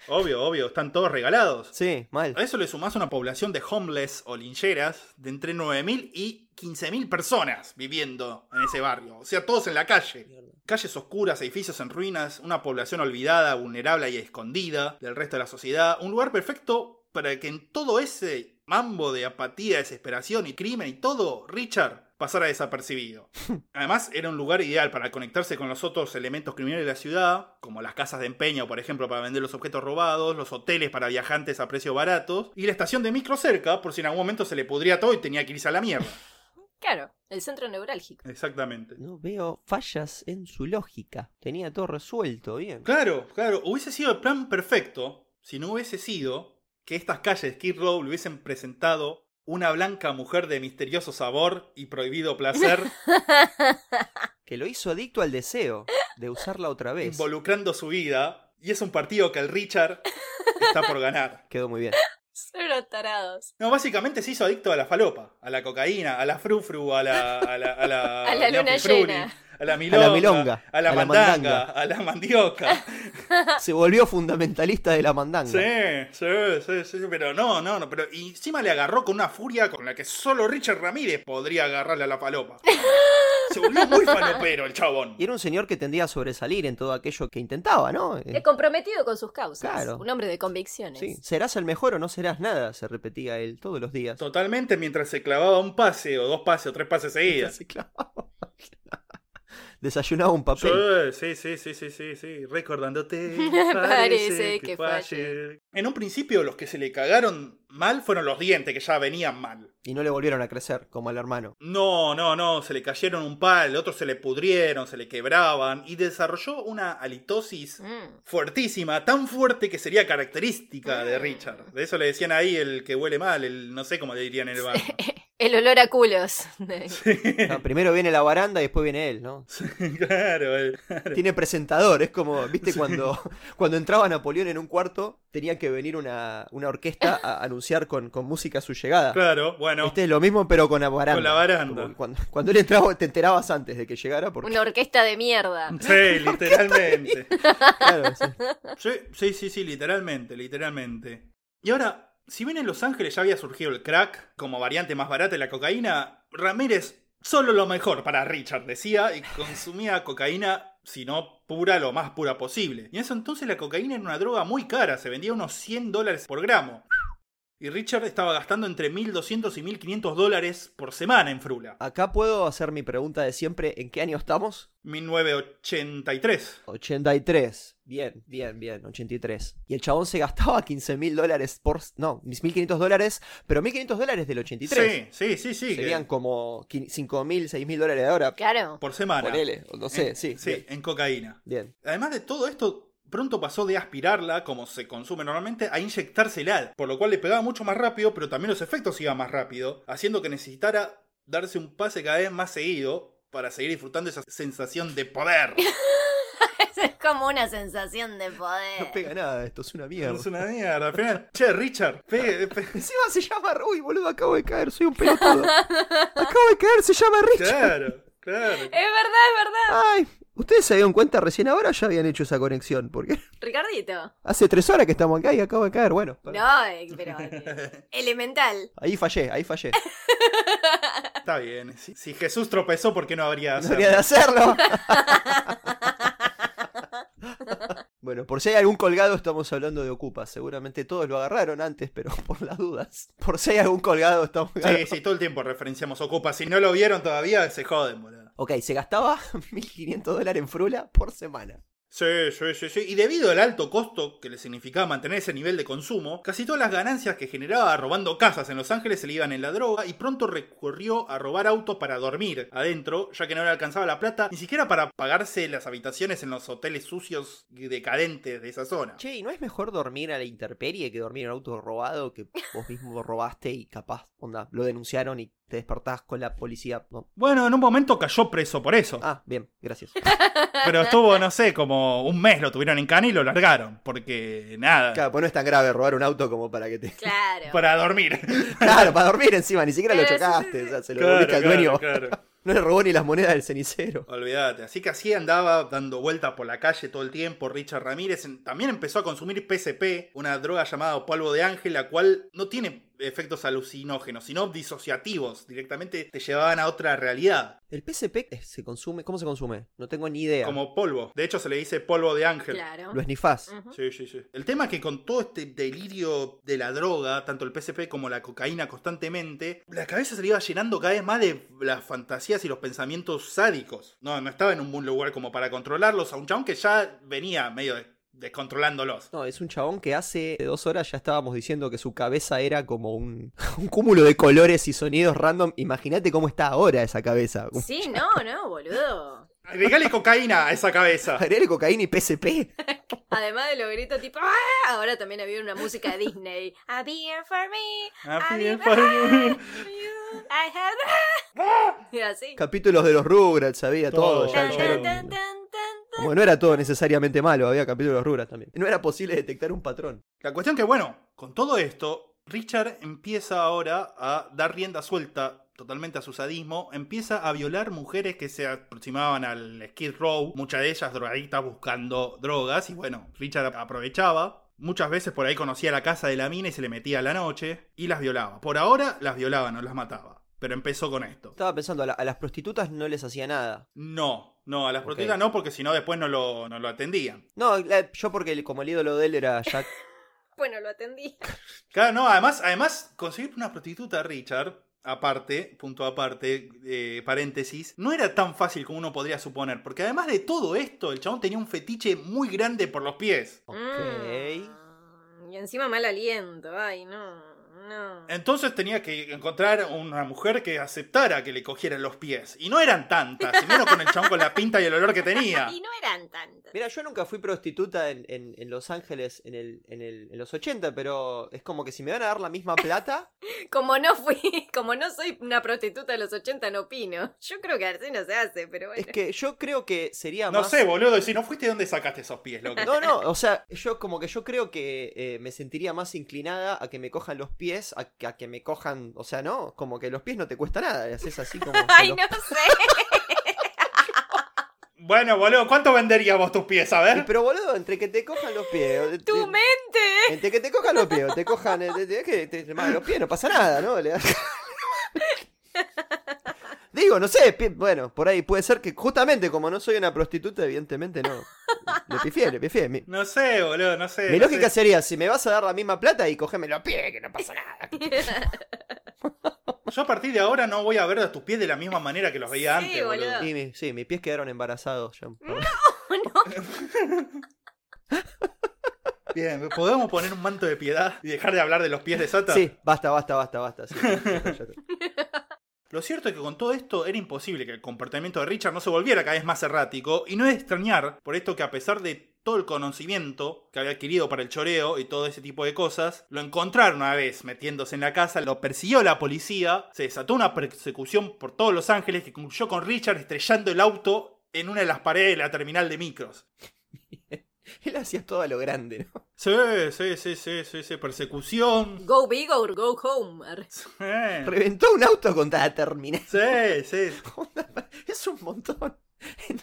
obvio, obvio. Están todos regalados.
Sí, mal.
A eso le sumás una población de homeless o lincheras de entre 9.000 y 15.000 personas viviendo en ese barrio. O sea, todos en la calle. Calles oscuras, edificios en ruinas, una población olvidada, vulnerable y escondida del resto de la sociedad. Un lugar perfecto para que en todo ese mambo de apatía, desesperación y crimen y todo, Richard pasara desapercibido. Además, era un lugar ideal para conectarse con los otros elementos criminales de la ciudad, como las casas de empeño, por ejemplo, para vender los objetos robados, los hoteles para viajantes a precios baratos, y la estación de micro cerca, por si en algún momento se le pudría todo y tenía que irse a la mierda.
Claro, el centro neurálgico.
Exactamente.
No veo fallas en su lógica. Tenía todo resuelto, bien.
Claro, claro, hubiese sido el plan perfecto si no hubiese sido que estas calles de Skid Row le hubiesen presentado una blanca mujer de misterioso sabor y prohibido placer,
Que lo hizo adicto al deseo de usarla otra vez.
involucrando su vida, y es un partido que el Richard está por ganar.
Quedó muy bien.
Son unos tarados.
No, básicamente se hizo adicto a la falopa, a la cocaína, a la frufru, a la. a la. a la,
A la luna
ñoqui-fruni,
llena.
A la milonga, a la,
milonga, a la
mandanga,
mandanga.
a la mandioca.
Se volvió fundamentalista de la mandanga.
Sí, sí, sí, sí, pero no, no, no, pero y encima le agarró con una furia con la que solo Richard Ramírez podría agarrarle a la falopa. Se volvió muy falopero el chabón.
Y era un señor que tendía a sobresalir en todo aquello que intentaba, ¿no? Eh,
Es comprometido con sus causas.
Claro.
Un hombre de convicciones.
Sí, serás el mejor o no serás nada, se repetía él todos los días.
Totalmente mientras se clavaba un pase, o dos pases, o tres pases seguidos.
Se clavaba. Desayunaba un papel.
Sí, sí, sí, sí, sí, sí. Recordándote.
Parece que fue
En un principio, los que se le cagaron mal fueron los dientes, que ya venían mal.
Y no le volvieron a crecer, como al hermano.
No, no, no, se le cayeron un pal, otros se le pudrieron, se le quebraban, y desarrolló una halitosis
Mm.
fuertísima, tan fuerte que sería característica
Ah.
de Richard. De eso le decían ahí el que huele mal, el no sé cómo le dirían en el barrio.
El olor a culos.
No, primero viene la baranda y después viene él, ¿no?
claro, el-
Tiene presentador, es como, viste, cuando, cuando entraba Napoleón en un cuarto, tenía que venir una, una orquesta a anunciar con, con música su llegada.
claro, bueno.
Este es lo mismo, pero con la baranda.
Con la baranda.
Como Cuando, cuando él entraba, te enterabas antes de que llegara, porque.
Una orquesta de mierda.
Sí, literalmente.
claro, sí.
Sí, sí, sí, sí, literalmente, literalmente. Y ahora, si bien en Los Ángeles ya había surgido el crack como variante más barata de la cocaína, Ramírez solo lo mejor para Richard decía y consumía cocaína, si no pura, lo más pura posible. Y en ese entonces la cocaína era una droga muy cara, se vendía unos 100 dólares por gramo. Y Richard estaba gastando entre 1200 y 1500 dólares por semana en frula.
Acá puedo hacer mi pregunta de siempre: ¿en qué año estamos?
1983.
83. Bien, bien, bien, 83. Y el chabón se gastaba 15 mil dólares por... No, mis 1500 dólares, pero 1500 dólares del 83.
Sí, sí, sí, sí. que-
Serían como 5 mil, 6 mil dólares de ahora.
Claro.
Por semana.
Ponele, o no sé,
En-
Eh, sí.
Sí,
bien,
en cocaína.
Bien.
Además de todo esto, pronto pasó de aspirarla, como se consume normalmente, a inyectársela, por lo cual le pegaba mucho más rápido, pero también los efectos iban más rápido, haciendo que necesitara darse un pase cada vez más seguido para seguir disfrutando esa sensación de poder.
Es como una sensación de
Eh.
No
poder.
pega nada, esto es una mierda.
es una mierda. al final, Che, Richard, pe- pe-
Encima se llama... Uy, boludo, acabo de caer, soy un pelotudo. Acabo de caer, se llama Richard.
claro, claro.
Es verdad, es verdad.
Ay, ¿ustedes se dieron cuenta recién ahora o ya habían hecho esa conexión? Porque
Ricardito.
hace tres horas que estamos acá y acabo de caer, bueno. pará.
No, eh, pero. eh, elemental.
Ahí fallé, ahí fallé.
Está bien. Si, si Jesús tropezó, ¿por qué no habría de hacerlo?
No habría de hacerlo. bueno, por si hay algún colgado, estamos hablando de Ocupa. Seguramente todos lo agarraron antes, pero por las dudas. Por si hay algún colgado, estamos.
Sí, sí, todo el tiempo referenciamos Ocupa. Si no lo vieron todavía, se joden, boludo.
Ok, se gastaba 1500 dólares en frula por semana.
Sí, sí, sí, sí. Y debido al alto costo que le significaba mantener ese nivel de consumo, casi todas las ganancias que generaba robando casas en Los Ángeles se le iban en la droga y pronto recurrió a robar autos para dormir adentro, ya que no le alcanzaba la plata ni siquiera para pagarse las habitaciones en los hoteles sucios y decadentes de esa zona.
Che, ¿y no es mejor dormir a la intemperie que dormir en un auto robado que vos mismo robaste y capaz, onda, lo denunciaron y te despertás con la policía? No.
Bueno, en un momento cayó preso por eso.
Ah, bien, gracias.
Pero estuvo, no sé, como un mes lo tuvieron en cana y lo largaron. Porque nada.
Claro, pues no es tan grave robar un auto como para que te.
Claro.
Para dormir.
Claro, para dormir encima, ni siquiera lo
Sí, sí,
chocaste,
sí.
o sea, se lo
Claro,
devolviste al
claro,
dueño.
claro.
No le robó ni las monedas del cenicero.
Olvídate. Así que así andaba dando vueltas por la calle todo el tiempo. Richard Ramírez En- también empezó a consumir PCP, una droga llamada polvo de ángel, la cual no tiene efectos alucinógenos, sino disociativos. Directamente te llevaban a otra realidad,
El PCP es- eh, se consume, ¿cómo se consume? No tengo ni idea.
como polvo. De hecho, se le dice polvo de ángel.
Claro.
Lo
Mm.
esnifás.
Ujú.
Sí, sí, sí. El tema es que con todo este delirio de la droga, tanto el PCP como la cocaína constantemente, la cabeza se le iba llenando cada vez más de las fantasías y los pensamientos sádicos. No, no estaba en un buen lugar como para controlarlos, aun aunque ya venía medio des- descontrolándolos.
No, es un chabón que hace dos horas ya estábamos diciendo que su cabeza era como un, un cúmulo de colores y sonidos random. Imagínate cómo está ahora esa cabeza. Como-
Sí, no, no, boludo.
Agregale cocaína a esa cabeza.
Agregarle cocaína y PCP.
Además de los gritos tipo, "¡Ah!", ahora también había una música de Disney. A beer for me, a beer for you, I have Y así.
Capítulos de los Rugrats, sabía todo.
Todo.
ya-
Tan,
ya
tan,
era un-
tan, tan, tan.
Como no era todo necesariamente malo, había capítulos de los Rugrats también. No era posible detectar un patrón.
La cuestión que, bueno, con todo esto, Richard empieza ahora a dar rienda suelta totalmente a su sadismo, empieza a violar mujeres que se aproximaban al Skid Row, muchas de ellas drogadictas buscando drogas, y bueno, Richard aprovechaba. Muchas veces por ahí conocía la casa de la mina y se le metía a la noche y las violaba. Por ahora las violaba, no las mataba. Pero empezó con esto.
Estaba pensando, a, la- a las prostitutas no les hacía nada.
No, no, a las
Ok.
prostitutas no, porque si no después no lo, no lo atendían.
No, la- yo porque el- como el ídolo de él era Jack.
Bueno, lo atendí.
Claro, no, además, además, conseguir una prostituta, Richard, aparte, punto aparte, eh, paréntesis, no era tan fácil como uno podría suponer, porque además de todo esto, el chabón tenía un fetiche muy grande por los pies.
Ok.
Ah. Mm. Y encima mal aliento, ay, no, no.
Entonces tenía que encontrar una mujer que aceptara que le cogieran los pies. Y no eran tantas, y menos con el chabón con la pinta y el olor que tenía.
Y no eran tantas.
Mira, yo nunca fui prostituta en, en- en Los Ángeles en, el, en, el, en los 80, pero es como que si me van a dar la misma plata,
Como no fui, como no soy una prostituta de los 80, no opino. Yo creo que así no se hace, pero bueno.
es que yo creo que sería
No
más...
sé, boludo, y si no fuiste, ¿dónde sacaste esos pies, loco?
No, no, o sea, yo como que yo creo que eh, me sentiría más inclinada a que me cojan los pies, a, que- a que me cojan, o sea, no, como que los pies no te cuesta nada, haces así como...
Ay,
con
no
los-
sé.
Bueno, boludo, ¿cuánto venderías vos tus pies? A
Y
ver.
Pero boludo, entre que te cojan los pies... eh,
Tu
eh,
mente.
Entre que te cojan los pies, o te cojan eh, te- te- que te- te- los pies, no pasa nada, ¿no? Le das- Digo, no sé, pi- bueno, por ahí puede ser que justamente como no soy una prostituta, evidentemente no. Le pifié, le pifié. Mi,
No sé, boludo, no sé.
mi
no
lógica
sé.
sería, si me vas a dar la misma plata y cógeme los pies, que no pasa nada.
Yo a partir de ahora no voy a ver a tus pies de la misma manera que los veía
Sí,
antes, boludo.
boludo.
Y mi- sí, mis pies quedaron embarazados. ya.
Bien, ¿podemos poner un manto de piedad y dejar de hablar de los pies de Satan?
Sí, basta, basta, basta, basta. sí, ya está, ya está.
Lo cierto es que con todo esto era imposible que el comportamiento de Richard no se volviera cada vez más errático, y no es de extrañar por esto que a pesar de todo el conocimiento que había adquirido para el choreo y todo ese tipo de cosas, lo encontraron una vez metiéndose en la casa, lo persiguió la policía, se desató una persecución por todos Los Ángeles que concluyó con Richard estrellando el auto en una de las paredes de la terminal de micros.
Él hacía todo a lo grande, ¿no?
Sí, sí, sí, sí, sí, sí, persecución.
Go big or go home. Arre.
Eh.
Reventó un auto con cada terminal.
Sí, sí.
Es un montón.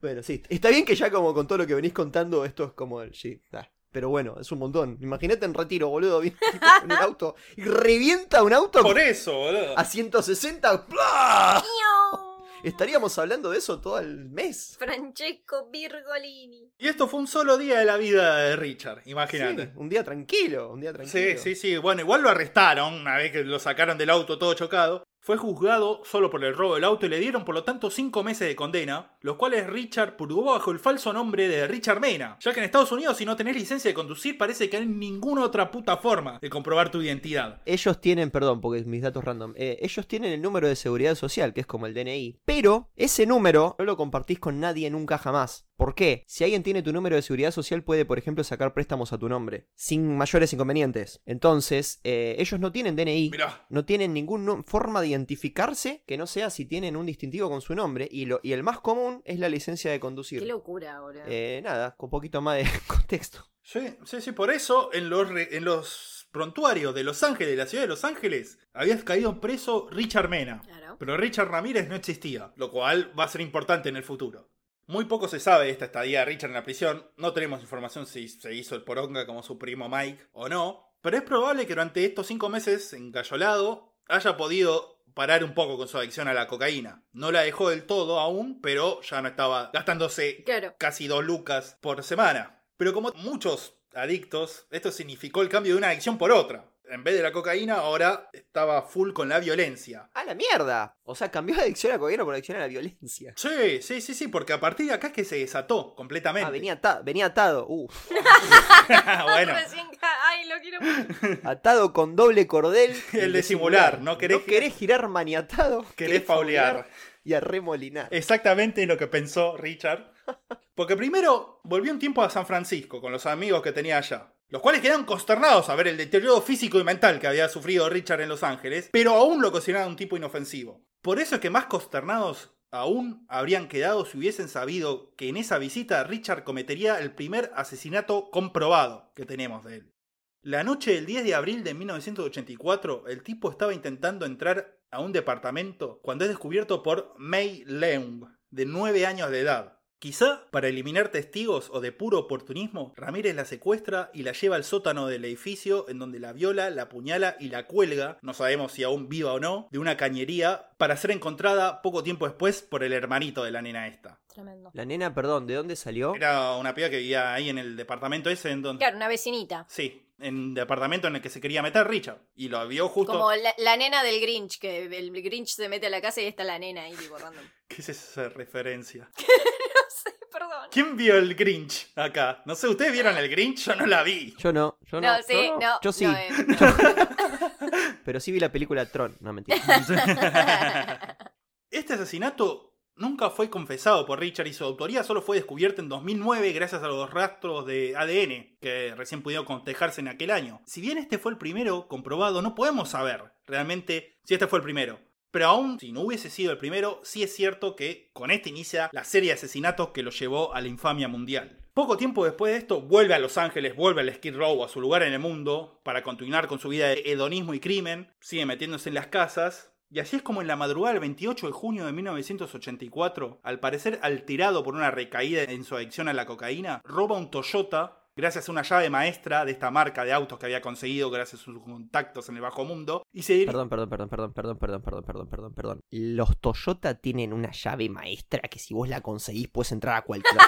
bueno, sí. Está bien que ya como con todo lo que venís contando, esto es como el sí. da. Pero bueno, es un montón. Imagínate en retiro, boludo, viene un tipo en el auto y revienta un auto
Por eso, boludo.
a 160. ¡Pla!
Miau.
Estaríamos hablando de eso todo el mes.
Francesco Virgolini.
Y esto fue un solo día de la vida de Richard,
Sí,
imagínate.
un día tranquilo, un día
Sí,
tranquilo.
sí, sí. Bueno, igual lo arrestaron una vez que lo sacaron del auto todo chocado. Fue juzgado solo por el robo del auto y le dieron por lo tanto cinco meses de condena, los cuales Richard purgó bajo el falso nombre de Richard Mena, ya que en Estados Unidos si no tenés licencia de conducir parece que no hay ninguna otra puta forma de comprobar tu identidad.
Ellos tienen, perdón, porque mis datos random, eh, ellos tienen el número de seguridad social, que es como el DNI, pero ese número no lo compartís con nadie nunca jamás. ¿Por qué? Si alguien tiene tu número de seguridad social puede, por ejemplo, sacar préstamos a tu nombre, sin mayores inconvenientes. Entonces, eh, ellos no tienen DNI,
Mirá,
no tienen ninguna forma de identificarse que no sea si tienen un distintivo con su nombre, y, lo, y el más común es la licencia de
Qué
conducir.
locura, boludo.
Eh, nada, con poquito más de contexto.
sí, sí, sí, por eso en los, re- en los prontuarios de Los Ángeles, de la ciudad de Los Ángeles, había caído preso Richard Mena.
Claro.
Pero Richard Ramírez no existía, lo cual va a ser importante en el futuro. Muy poco se sabe de esta estadía de Richard en la prisión, no tenemos información si se hizo el poronga como su primo Mike o no, pero es probable que durante estos cinco meses engallolado haya podido parar un poco con su adicción a la cocaína. No la dejó del todo aún, pero ya no estaba gastándose
Claro.
casi dos lucas por semana. Pero como muchos adictos, esto significó el cambio de una adicción por otra. En vez de la cocaína, ahora estaba full con la violencia.
¡A la mierda! O sea, cambió de adicción a cocaína por adicción a la violencia.
Sí, sí, sí, sí, porque a partir de acá es que se desató completamente.
Ah, venía, ata- venía atado. Uh,
bueno,
Recién ca- Ay, lo quiero.
atado con doble cordel.
el de simular, no querés,
No querés girar maniatado.
querés faulear. Eh.
Y arremolinar.
Exactamente lo que pensó Richard. Porque primero volvió un tiempo a San Francisco con los amigos que tenía allá. Los cuales quedaron consternados a ver el deterioro físico y mental que había sufrido Richard en Los Ángeles, pero aún lo consideraban un tipo inofensivo. Por eso es que más consternados aún habrían quedado si hubiesen sabido que en esa visita Richard cometería el primer asesinato comprobado que tenemos de él. La noche del 10 de abril de 1984, el tipo estaba intentando entrar a un departamento cuando es descubierto por May Leung, de 9 años de edad. Quizá para eliminar testigos o de puro oportunismo, Ramírez la secuestra y la lleva al sótano del edificio en donde la viola, la apuñala y la cuelga, no sabemos si aún viva o no, de una cañería para ser encontrada poco tiempo después por el hermanito de la nena esta.
Tremendo.
La nena, perdón, ¿de dónde salió?
Era una piba que vivía ahí en el departamento ese en donde...
Claro, una vecinita.
Sí, en el departamento en el que se quería meter Richard. Y lo vio justo.
Como la, la nena del Grinch, que el Grinch se mete a la casa y está la nena ahí, tipo random.
¿Qué es esa referencia?
No sé, perdón.
¿Quién vio el Grinch acá? No sé, ¿ustedes vieron el Grinch? Yo no la vi.
Yo no, yo no.
No, sí,
yo
no.
Yo sí,
no, eh,
pero sí vi la película Tron. No, mentira.
Este asesinato nunca fue confesado por Richard y su autoría solo fue descubierta en 2009 gracias a los rastros de ADN que recién pudieron cotejarse en aquel año. Si bien este fue el primero comprobado, no podemos saber realmente si este fue el primero. Pero aún si no hubiese sido el primero, sí es cierto que con este inicia la serie de asesinatos que lo llevó a la infamia mundial. Poco tiempo después de esto, vuelve a Los Ángeles, vuelve al Skid Row, a su lugar en el mundo, para continuar con su vida de hedonismo y crimen, sigue metiéndose en las casas, y así es como en la madrugada del 28 de junio de 1984, al parecer alterado por una recaída en su adicción a la cocaína, roba un Toyota gracias a una llave maestra de esta marca de autos que había conseguido gracias a sus contactos en el bajo mundo y se dirige...
Perdón, perdón, perdón, perdón, perdón, perdón, perdón, perdón, perdón, perdón. Los Toyota tienen una llave maestra que si vos la conseguís puedes entrar a cualquier.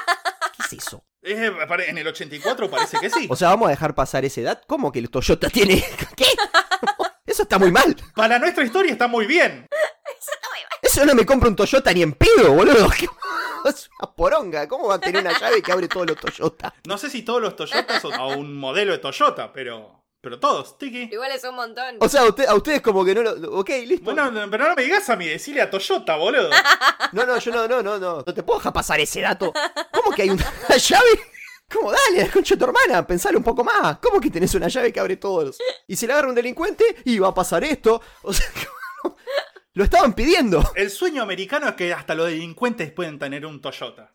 ¿Qué es eso?
Eh, pare- En el 84 parece que sí.
O sea, vamos a dejar pasar esa edad. ¿Cómo que el Toyota tiene.? ¿Qué? Eso está muy mal.
Para nuestra historia está muy bien.
Eso no me compra un Toyota ni en pedo, boludo. ¿Qué- Es una poronga. ¿Cómo va a tener una llave que abre todos los Toyota?
No sé si todos los Toyotas o o un modelo de Toyota, pero... Pero todos, Tiki.
igual es un montón.
O sea, a, usted- a ustedes como que no lo. Ok, listo.
Bueno, no- pero no me digas a mí, decirle a Toyota, boludo.
No, no, yo no, no, no, no. No te puedo dejar pasar ese dato. ¿Cómo que hay una llave? ¿Cómo? Dale, la concha de tu hermana, pensale un poco más. ¿Cómo que tenés una llave que abre todos? Y si la agarra un delincuente, y va a pasar esto. O sea, lo estaban pidiendo.
El sueño americano es que hasta los delincuentes pueden tener un Toyota.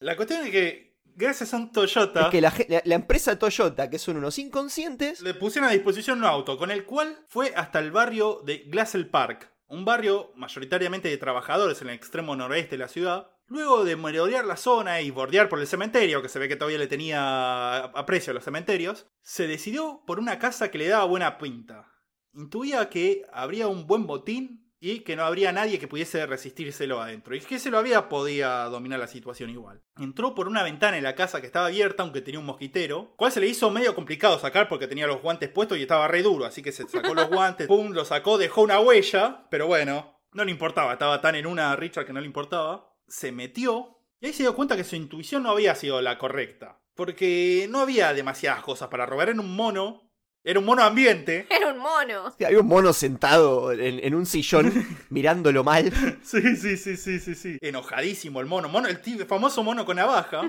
La cuestión es que, gracias a un Toyota,
Que la, ge- la- la empresa Toyota, que son unos inconscientes,
le pusieron a disposición un auto, con el cual fue hasta el barrio de Glassell Park, un barrio mayoritariamente de trabajadores en el extremo noroeste de la ciudad. Luego de merodear la zona y bordear por el cementerio, que se ve que todavía le tenía aprecio a los cementerios, se decidió por una casa que le daba buena pinta. Intuía que habría un buen botín y que no habría nadie que pudiese resistírselo adentro. Y que se lo había podía dominar la situación igual. Entró por una ventana en la casa que estaba abierta, aunque tenía un mosquitero, cual se le hizo medio complicado sacar porque tenía los guantes puestos y estaba re duro, así que se sacó los guantes, pum, lo sacó, dejó una huella, pero bueno, no le importaba, estaba tan en una a Richard que no le importaba. Se metió y ahí se dio cuenta que su intuición no había sido la correcta, porque no había demasiadas cosas para robar, era un mono, era un mono ambiente.
Era un mono.
Sí, Había un mono sentado en, en un sillón mirándolo mal.
Sí, sí, sí, sí, sí, sí. Enojadísimo el mono. mono el tib- famoso mono con navaja.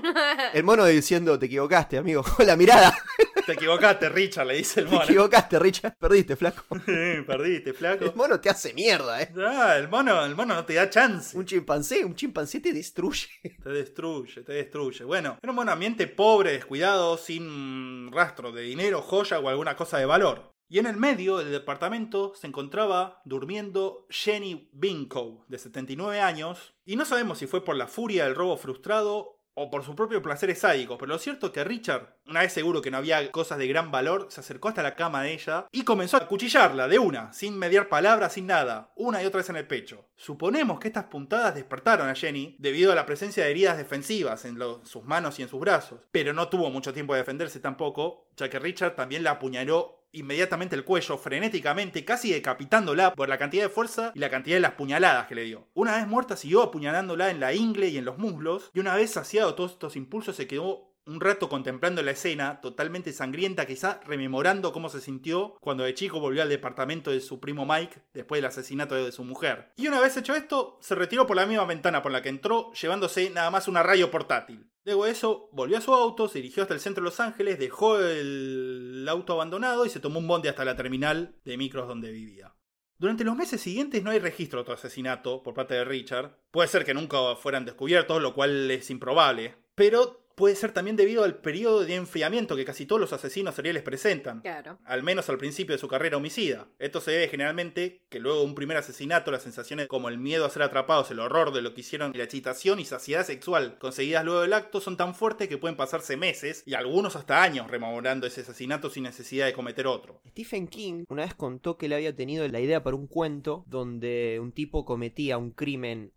El mono diciendo, te equivocaste, amigo. La mirada,
Te equivocaste, Richard, le dice el
te
mono.
equivocaste, Richard. Perdiste, flaco.
Eh, Perdiste,
El
flaco.
mono te hace mierda, eh.
Ah, el mono, el mono no te da chance.
Un chimpancé, un chimpancé te destruye.
Te destruye, te destruye. Bueno, era un buen ambiente pobre, descuidado, sin rastro de dinero, joya o alguna cosa de valor. Y en el medio del departamento se encontraba durmiendo Jenny Binko, de 79 años, y no sabemos si fue por la furia del robo frustrado o por su propio placer sádico, pero lo cierto es que Richard, una vez seguro que no había cosas de gran valor, se acercó hasta la cama de ella y comenzó a cuchillarla de una, sin mediar palabras, sin nada, una y otra vez en el pecho. Suponemos que estas puntadas despertaron a Jenny debido a la presencia de heridas defensivas en lo- sus manos y en sus brazos, pero no tuvo mucho tiempo de defenderse tampoco, ya que Richard también la apuñaló inmediatamente el cuello, frenéticamente, casi decapitándola por la cantidad de fuerza y la cantidad de las puñaladas que le dio. Una vez muerta siguió apuñalándola en la ingle y en los muslos, y una vez saciado todos estos impulsos se quedó un rato contemplando la escena, totalmente sangrienta, quizá rememorando cómo se sintió cuando de chico volvió al departamento de su primo Mike después del asesinato de su mujer. Y una vez hecho esto, se retiró por la misma ventana por la que entró, llevándose nada más una radio portátil. Luego de eso, volvió a su auto, se dirigió hasta el centro de Los Ángeles, dejó el auto abandonado y se tomó un bonde hasta la terminal de micros donde vivía. Durante los meses siguientes no hay registro de otro asesinato por parte de Richard. Puede ser que nunca fueran descubiertos, lo cual es improbable. Pero puede ser también debido al periodo de enfriamiento que casi todos los asesinos seriales presentan
Claro.
al menos al principio de su carrera homicida. Esto se debe generalmente que luego de un primer asesinato las sensaciones como el miedo a ser atrapados, el horror de lo que hicieron y la excitación y saciedad sexual conseguidas luego del acto son tan fuertes que pueden pasarse meses y algunos hasta años rememorando ese asesinato sin necesidad de cometer otro.
Stephen King una vez contó que él había tenido la idea para un cuento donde un tipo cometía un crimen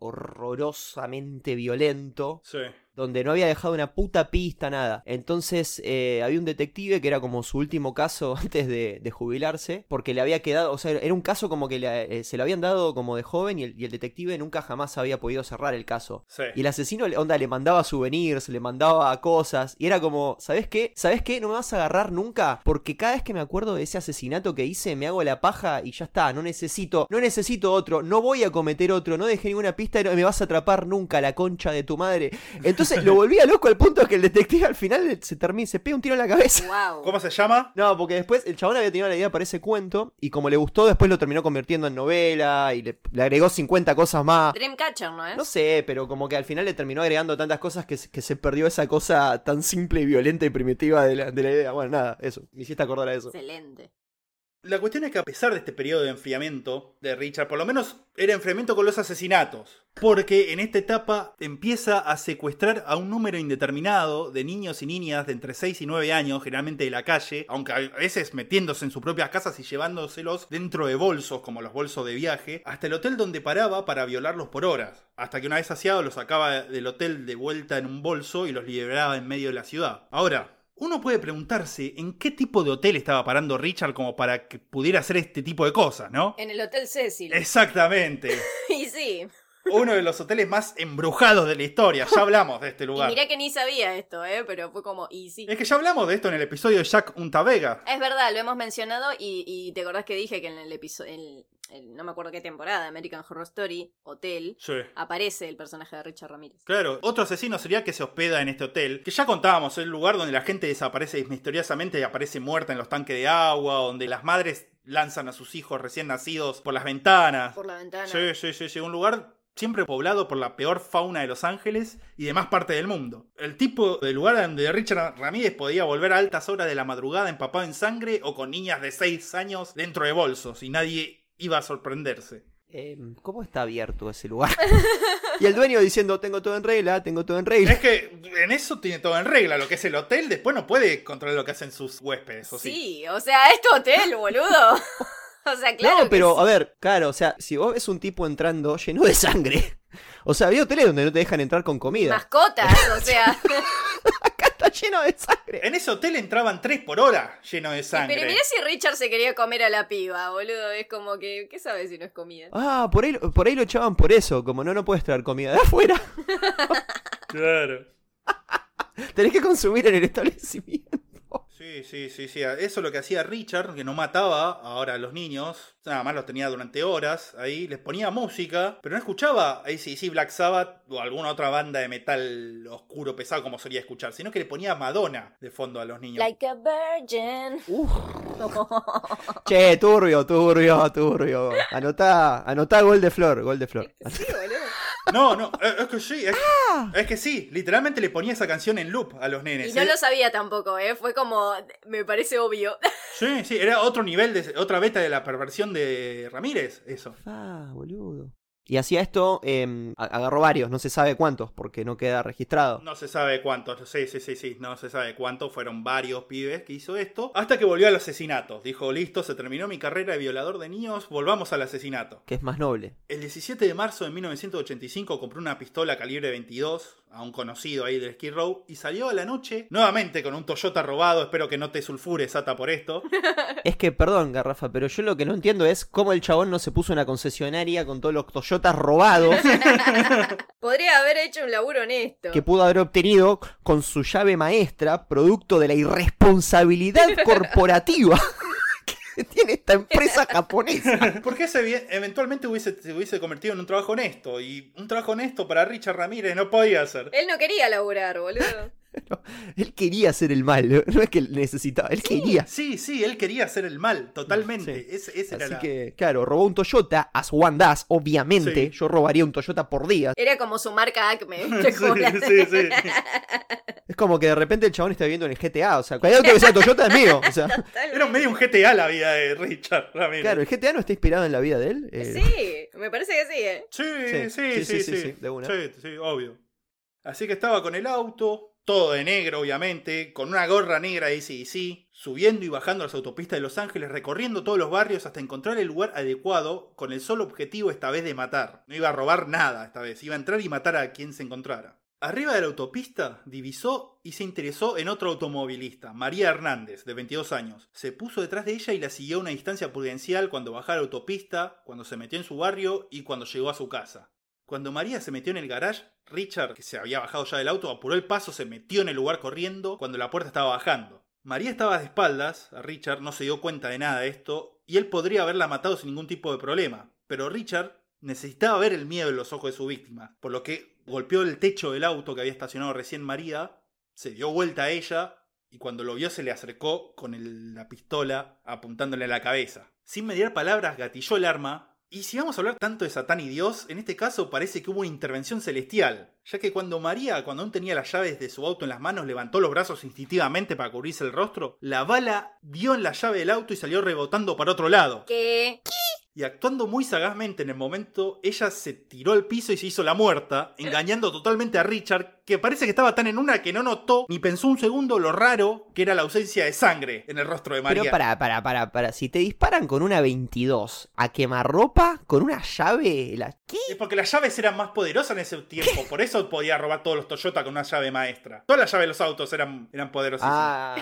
horrorosamente violento
Sí.
donde no había dejado una puta pista, nada. Entonces eh, había un detective que era como su último caso antes de, de jubilarse, porque le había quedado, o sea, era un caso como que le- eh, se lo habían dado como de joven y el, y el detective nunca jamás había podido cerrar el caso.
Sí.
Y el asesino, le- onda, le mandaba souvenirs, le mandaba cosas, y era como, ¿sabes qué? ¿Sabes qué? No me vas a agarrar nunca, porque cada vez que me acuerdo de ese asesinato que hice, me hago la paja y ya está, no necesito, no necesito otro, no voy a cometer otro, no dejé ninguna pista y no me vas a atrapar nunca, la concha de tu madre. Entonces lo volvía loco al punto que el detective al final se termina, se pega un tiro en la cabeza.
Wow.
¿Cómo se llama?
No, porque después el chabón había tenido la idea para ese cuento y como le gustó, después lo terminó convirtiendo en novela y le, le agregó 50 cosas más.
Dreamcatcher, ¿no es?
No sé, pero como que al final le terminó agregando tantas cosas que, se- que se perdió esa cosa tan simple y violenta y primitiva de la, de la idea. Bueno, nada, eso. Me hiciste acordar a eso.
Excelente.
La cuestión es que a pesar de este periodo de enfriamiento de Richard, por lo menos era enfriamiento con los asesinatos, porque en esta etapa empieza a secuestrar a un número indeterminado de niños y niñas de entre 6 y 9 años, generalmente de la calle, aunque a veces metiéndose en sus propias casas y llevándoselos dentro de bolsos, como los bolsos de viaje, hasta el hotel donde paraba para violarlos por horas, hasta que una vez saciados los sacaba del hotel de vuelta en un bolso y los liberaba en medio de la ciudad. Ahora, uno puede preguntarse en qué tipo de hotel estaba parando Richard como para que pudiera hacer este tipo de cosas, ¿no?
En el Hotel Cecil.
Eh.
Exactamente.
Y sí.
Uno de los hoteles más embrujados de la historia. Ya hablamos de este
Y
lugar.
mirá que ni sabía esto, ¿eh? Pero fue como, y sí.
Es que ya hablamos de esto en el episodio de Jack Untavega.
Es verdad, lo hemos mencionado y, y te acordás que dije que en el episodio, el- el- no me acuerdo qué temporada, American Horror Story, Hotel,
Sí.
aparece el personaje de Richard Ramírez.
Claro, otro asesino serial que se hospeda en este hotel, que ya contábamos, es el lugar donde la gente desaparece misteriosamente y aparece muerta en los tanques de agua, donde las madres lanzan a sus hijos recién nacidos por las ventanas.
Por la ventana.
Sí, sí, sí, sí. Un lugar siempre poblado por la peor fauna de Los Ángeles y demás parte del mundo. El tipo de lugar donde Richard Ramírez podía volver a altas horas de la madrugada empapado en sangre o con niñas de 6 años dentro de bolsos y nadie iba a sorprenderse.
Eh, ¿Cómo está abierto ese lugar? y el dueño diciendo, tengo todo en regla, tengo todo en regla.
Es que en eso tiene todo en regla, lo que es el hotel, después no puede controlar lo que hacen sus huéspedes, o sí.
Sí, o sea, es tu hotel, boludo. O sea, claro.
no, pero
que
a ver, claro, o sea, si vos ves un tipo entrando lleno de sangre. O sea, había hoteles donde no te dejan entrar con
sí.
comida.
mascotas, o sea.
Acá está lleno de sangre.
En ese hotel entraban tres por hora lleno de sangre.
Pero mirá si Richard se quería comer a la piba, boludo. Es como que, ¿qué sabes si no es comida?
Ah, por ahí, por ahí lo echaban por eso, como no, no puedes traer comida de afuera.
Claro.
Tenés que consumir en el establecimiento.
Sí, sí, sí, sí. Eso es lo que hacía Richard, que no mataba ahora a los niños. Nada más los tenía durante horas ahí. Les ponía música, pero no escuchaba ACC, Black Sabbath o alguna otra banda de metal oscuro pesado como solía escuchar, sino que le ponía Madonna de fondo a los niños.
Like a virgin.
Che, turbio, turbio, turbio. Anotá, anotá gol de flor, gol de flor.
Sí, boludo.
No, no, eh, es que sí. Es, es que sí. Literalmente le ponía esa canción en loop a los nenes.
Ah. Y no
¿eh?
lo sabía tampoco, ¿eh? Fue como, me parece obvio.
Sí, sí. Era otro nivel, de, otra beta de la perversión de Ramírez, eso.
Ah, boludo. Y hacía esto, eh, a- agarró varios, no se sabe cuántos, porque no queda registrado.
No se sabe cuántos, sí, sí, sí, sí, no se sabe cuántos, fueron varios pibes que hizo esto, hasta que volvió al asesinato. Dijo, listo, se terminó mi carrera de violador de niños, volvamos al asesinato.
Que es más noble.
El 17 de marzo de 1985 compró una pistola calibre 22 a un conocido ahí del Skid Row y salió a la noche nuevamente con un Toyota robado, espero que no te sulfures, Ata, por esto.
Es que, perdón, Garrafa, pero yo lo que no entiendo es cómo el chabón no se puso una concesionaria con todos los Toyotas robados
Podría haber hecho un laburo honesto.
que pudo haber obtenido con su llave maestra, producto de la irresponsabilidad corporativa que tiene esta empresa japonesa.
Porque ese bien- eventualmente hubiese, se hubiese convertido en un trabajo honesto y un trabajo honesto para Richard Ramírez no podía ser.
Eh.
Él no quería laburar, boludo.
Él quería hacer el mal, ¿eh? no es que necesitaba, él quería.
Sí, sí, él quería hacer el mal, totalmente.
Sí.
Ese, ese era
Así
la-
que, claro, robó un Toyota, as one does, obviamente.
Sí.
Yo robaría un Toyota por día.
Era como su marca Acme. te juro.
sí, sí.
Es como que de repente el chabón está viviendo en el GTA. O sea, cualquier auto que sea Toyota es mío. O sea,
Era medio un GTA la vida de Richard Ramírez.
claro, el GTA no está inspirado en la vida de él. eh,
Sí, me parece que sí, ¿eh?
Sí, sí,
Sí,
sí, sí, sí,
sí, de una.
Sí, sí, obvio. Así que estaba con el auto, todo de negro, obviamente, con una gorra negra de sí subiendo y bajando las autopistas de Los Ángeles, recorriendo todos los barrios hasta encontrar el lugar adecuado, con el solo objetivo esta vez de matar. No iba a robar nada esta vez, iba a entrar y matar a quien se encontrara. Arriba de la autopista, divisó y se interesó en otro automovilista, María Hernández, de 22 años. Se puso detrás de ella y la siguió a una distancia prudencial cuando bajaba la autopista, cuando se metió en su barrio y cuando llegó a su casa. Cuando María se metió en el garage, Richard, que se había bajado ya del auto, apuró el paso, se metió en el lugar corriendo cuando la puerta estaba bajando. María estaba de espaldas, a Richard no se dio cuenta de nada de esto, y él podría haberla matado sin ningún tipo de problema. Pero Richard necesitaba ver el miedo en los ojos de su víctima, por lo que golpeó el techo del auto que había estacionado recién María, se dio vuelta a ella, y cuando lo vio se le acercó con el- la pistola apuntándole a la cabeza. Sin mediar palabras, gatilló el arma. Y si vamos a hablar tanto de Satán y Dios, en este caso parece que hubo una intervención celestial, ya que cuando María, cuando aún tenía las llaves de su auto en las manos, levantó los brazos instintivamente para cubrirse el rostro, la bala dio en la llave del auto y salió rebotando para otro lado.
Que
Y actuando muy sagazmente en el momento, ella se tiró al piso y se hizo la muerta, engañando totalmente a Richard, que parece que estaba tan en una que no notó ni pensó un segundo lo raro que era la ausencia de sangre en el rostro de María.
Pero para, para, para, para. Si te disparan con una 22 a quemarropa, con una llave, la... ¿qué?
Es porque las llaves eran más poderosas en ese tiempo, por eso podía robar todos los Toyota con una llave maestra. Todas las llaves de los autos eran, eran poderosísimas.
Ah,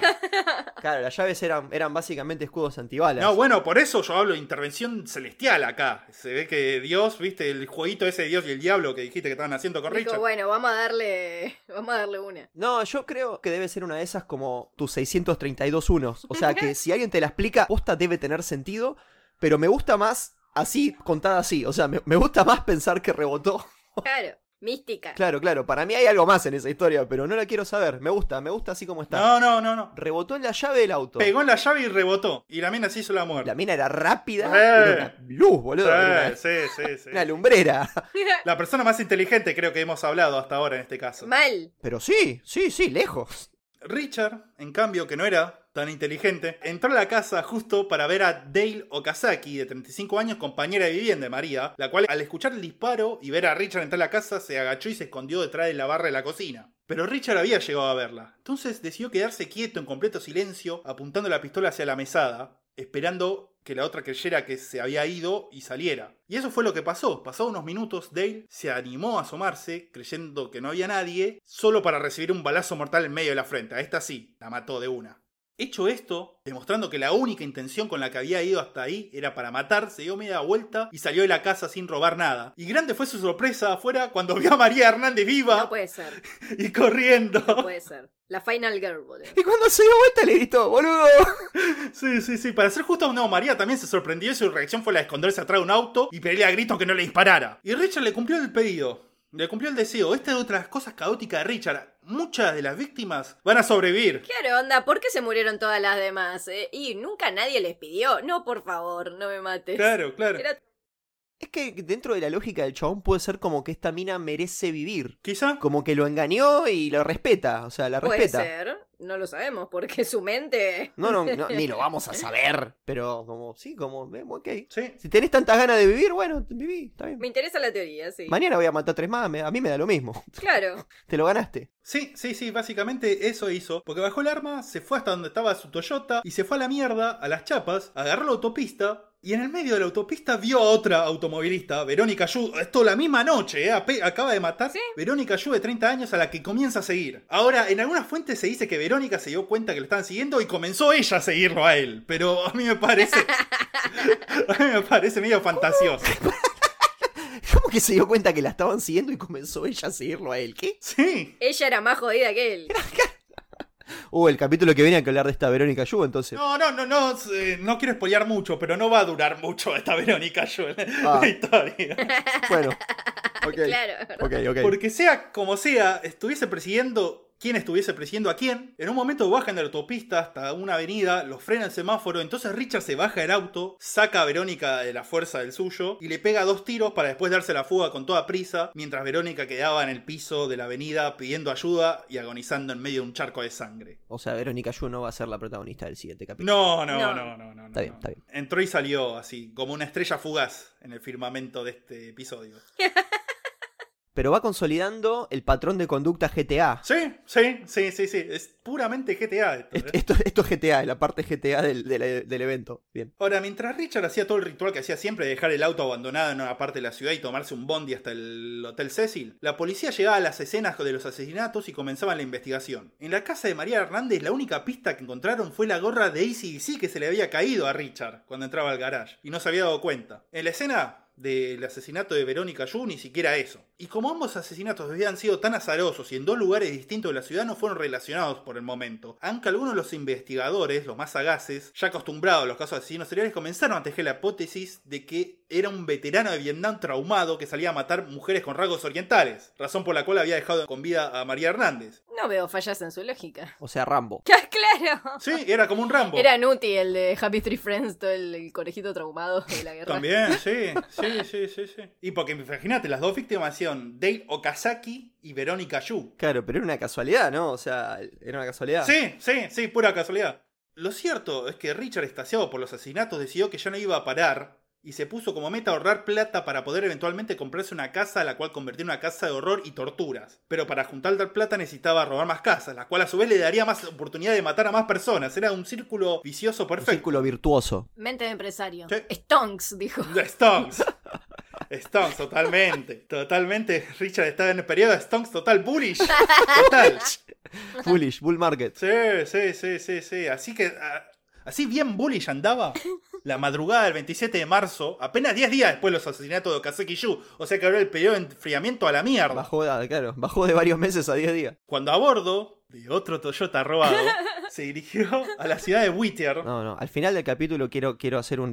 claro, las llaves eran, eran básicamente escudos antibalas.
No, bueno, por eso yo hablo de intervención celestial acá. Se ve que Dios, viste, el jueguito ese de Dios y el diablo que dijiste que estaban haciendo con
dijo,
Richard.
bueno, vamos a darle, vamos a darle una.
No, yo creo que debe ser una de esas como tus 632 unos. O sea que si alguien te la explica, posta debe tener sentido, pero me gusta más así, contada así. O sea, me, me gusta más pensar que rebotó.
Claro, mística.
Claro, claro, para mí hay algo más en esa historia, pero no la quiero saber. Me gusta, me gusta así como está.
No, no, no, no.
Rebotó en la llave del auto.
Pegó en la llave y rebotó. Y la mina se hizo la muerte.
La mina era rápida,
Eh.
era una luz, boludo. era una,
Sí, sí, sí, sí.
una lumbrera.
La persona más inteligente creo que hemos hablado hasta ahora en este caso.
Mal.
Pero sí, sí, sí, lejos.
Richard, en cambio, que no era tan inteligente, entró a la casa justo para ver a Dale Okazaki, de 35 años, compañera de vivienda de María, la cual al escuchar el disparo y ver a Richard entrar a la casa, se agachó y se escondió detrás de la barra de la cocina. Pero Richard había llegado a verla, entonces decidió quedarse quieto en completo silencio, apuntando la pistola hacia la mesada, esperando que la otra creyera que se había ido y saliera. Y eso fue lo que pasó. Pasado unos minutos, Dale se animó a asomarse, creyendo que no había nadie, solo para recibir un balazo mortal en medio de la frente. A esta sí, la mató de una. Hecho esto, demostrando que la única intención con la que había ido hasta ahí era para matar, se dio media vuelta y salió de la casa sin robar nada. Y grande fue su sorpresa afuera cuando vio a María Hernández viva
No
pues.
puede ser,
y corriendo.
no puede ser. La Final Girl, boludo.
Y cuando se dio vuelta le gritó, boludo.
Sí, sí, sí. Para ser justo, no, María también se sorprendió y su reacción fue la de esconderse atrás de un auto y pedirle a gritos que no le disparara. Y Richard le cumplió el pedido. Le cumplió el deseo. Esta es otra de las cosas caóticas de Richard. Muchas de las víctimas van a sobrevivir.
Claro, onda, ¿por qué se murieron todas las demás? eh? Y nunca nadie les pidió. No, por favor, no me mates.
Claro, claro.
Era-
Es que dentro de la lógica del chabón puede ser como que esta mina merece vivir.
Quizá.
Como que lo engañó y lo respeta, o sea, la
puede
respeta.
ser, no lo sabemos, porque su mente.
No, no, no, ni lo vamos a saber. Pero como, sí, como, eh, ok.
Sí.
Si tenés tantas ganas de vivir, bueno, viví, está bien.
Me interesa la teoría, sí.
Mañana voy a matar tres más, me- a mí me da lo mismo.
Claro,
Te lo ganaste.
Sí, sí, sí, básicamente eso hizo. Porque bajó el arma, se fue hasta donde estaba su Toyota y se fue a la mierda, a las chapas, agarró la autopista. Y en el medio de la autopista vio a otra automovilista, Verónica Yu. Esto la misma noche, eh, ape- acaba de matar.
Sí.
Verónica Yu de 30 años a la que comienza a seguir. Ahora, en algunas fuentes se dice que Verónica se dio cuenta que lo estaban siguiendo y comenzó ella a seguirlo a él. Pero a mí me parece. a mí me parece medio fantasioso.
¿Cómo que se dio cuenta que la estaban siguiendo y comenzó ella a seguirlo a él? ¿Qué?
Sí.
ella era más jodida que él.
Uh, el capítulo que viene hay que hablar de esta Verónica Yu, entonces.
No, no, no, no, eh, no quiero spoilear mucho, pero no va a durar mucho esta Verónica Yu en la-
Ah.
la historia.
Bueno. Ok.
Claro.
Ok, ok.
Porque sea como sea, estuviese persiguiendo quién estuviese persiguiendo a quién, en un momento bajan de la autopista hasta una avenida, los frena el semáforo, entonces Richard se baja del auto, saca a Verónica de la fuerza del suyo y le pega dos tiros para después darse la fuga con toda prisa, mientras Verónica quedaba en el piso de la avenida pidiendo ayuda y agonizando en medio de un charco de sangre.
O sea, Verónica Yu no va a ser la protagonista del siguiente capítulo.
No, no, no,
No.
no, no. no,
Está bien,
no.
está bien.
Entró y salió así, como una estrella fugaz en el firmamento de este episodio.
Pero va consolidando el patrón de conducta GTA.
Sí, sí, sí, sí, sí. Es puramente GTA esto. ¿eh?
Est- Esto, esto es GTA, es la parte GTA del, del- del evento. Bien.
Ahora, mientras Richard hacía todo el ritual que hacía siempre de dejar el auto abandonado en una parte de la ciudad y tomarse un bondi hasta el Hotel Cecil, la policía llegaba a las escenas de los asesinatos y comenzaban la investigación. En la casa de María Hernández, la única pista que encontraron fue la gorra de ACDC que se le había caído a Richard cuando entraba al garage y no se había dado cuenta. En la escena del asesinato de Verónica Yu, ni siquiera eso. Y como ambos asesinatos habían sido tan azarosos y en dos lugares distintos de la ciudad no fueron relacionados por el momento, aunque algunos de los investigadores, los más sagaces, ya acostumbrados a los casos de asesinos seriales, comenzaron a tejer la hipótesis de que era un veterano de Vietnam traumado que salía a matar mujeres con rasgos orientales, razón por la cual había dejado con vida a María Hernández.
No veo fallas en su lógica.
O sea, Rambo.
¡Ah, Claro.
Sí, era como un Rambo.
Era Nuti, el de Happy Three Friends, todo el, el conejito traumado de la guerra.
También, sí, sí, sí, sí, sí. Y porque imagínate, las dos víctimas eran Dale Okazaki y Verónica Yu.
Claro, pero era una casualidad, ¿no? O sea, era una casualidad.
Sí, sí, sí, pura casualidad. Lo cierto es que Richard, estaciado por los asesinatos, decidió que ya no iba a parar y se puso como meta ahorrar plata para poder eventualmente comprarse una casa, la cual convirtió en una casa de horror y torturas. Pero para juntar tal plata necesitaba robar más casas, la cual a su vez le daría más oportunidad de matar a más personas. Era un círculo vicioso
Un
perfecto.
círculo virtuoso.
Mente de empresario.
Sí.
Stonks, dijo.
De Stonks. Stonks, totalmente. Totalmente. Richard está en el periodo de Stonks total bullish. Total.
Foolish, bull market.
Sí, sí, sí, sí, sí. Así que. ah, Así bien bullish andaba. La madrugada del 27 de marzo, apenas 10 días después de los asesinatos de Okazaki Yu. O sea que ahora el periodo de enfriamiento a la mierda.
Bajó, de- claro, bajó de varios meses a 10 días.
Cuando a bordo de otro Toyota robado, se dirigió a la ciudad de Whittier.
No, no, al final del capítulo quiero, quiero hacer un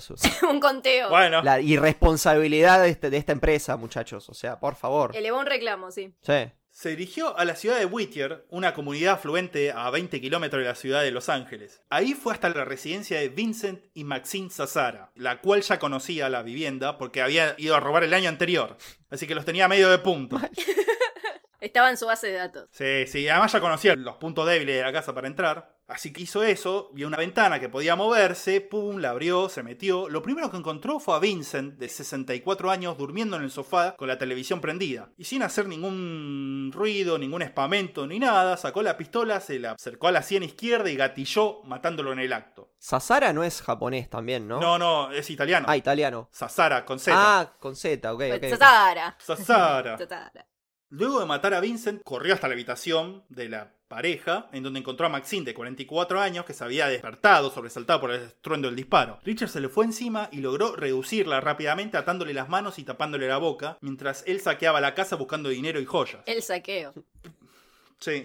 Sus.
Un conteo.
Bueno,
La irresponsabilidad de, este- de esta empresa, muchachos. O sea, por favor.
Eh.
Elevó un reclamo, sí.
Sí.
se dirigió a la ciudad de Whittier, una comunidad afluente a 20 kilómetros de la ciudad de Los Ángeles. Ahí fue hasta la residencia de Vincent y Maxine Sazara, la cual ya conocía la vivienda porque había ido a robar el año anterior. Así que los tenía medio de punto.
Estaba en su base de datos.
Sí, sí, además ya conocía los puntos débiles de la casa para entrar. Así que hizo eso, vio una ventana que podía moverse, pum, la abrió, se metió. Lo primero que encontró fue a Vincent, de 64 años, durmiendo en el sofá con la televisión prendida. Y sin hacer ningún ruido, ningún espamento ni nada, sacó la pistola, se la acercó a la sien izquierda y gatilló, matándolo en el acto.
Sasara no es japonés también, ¿no?
No, no, es italiano.
Ah, italiano.
Sasara, con Z.
Ah, con Z, ok, ok.
Tatara.
Sasara.
Tatara.
Luego de matar a Vincent, corrió hasta la habitación de la pareja, en donde encontró a Maxine de 44 años que se había despertado, sobresaltado por el estruendo del disparo. Richard se le fue encima y logró reducirla rápidamente atándole las manos y tapándole la boca, mientras él saqueaba la casa buscando dinero y joyas.
El saqueo.
Sí.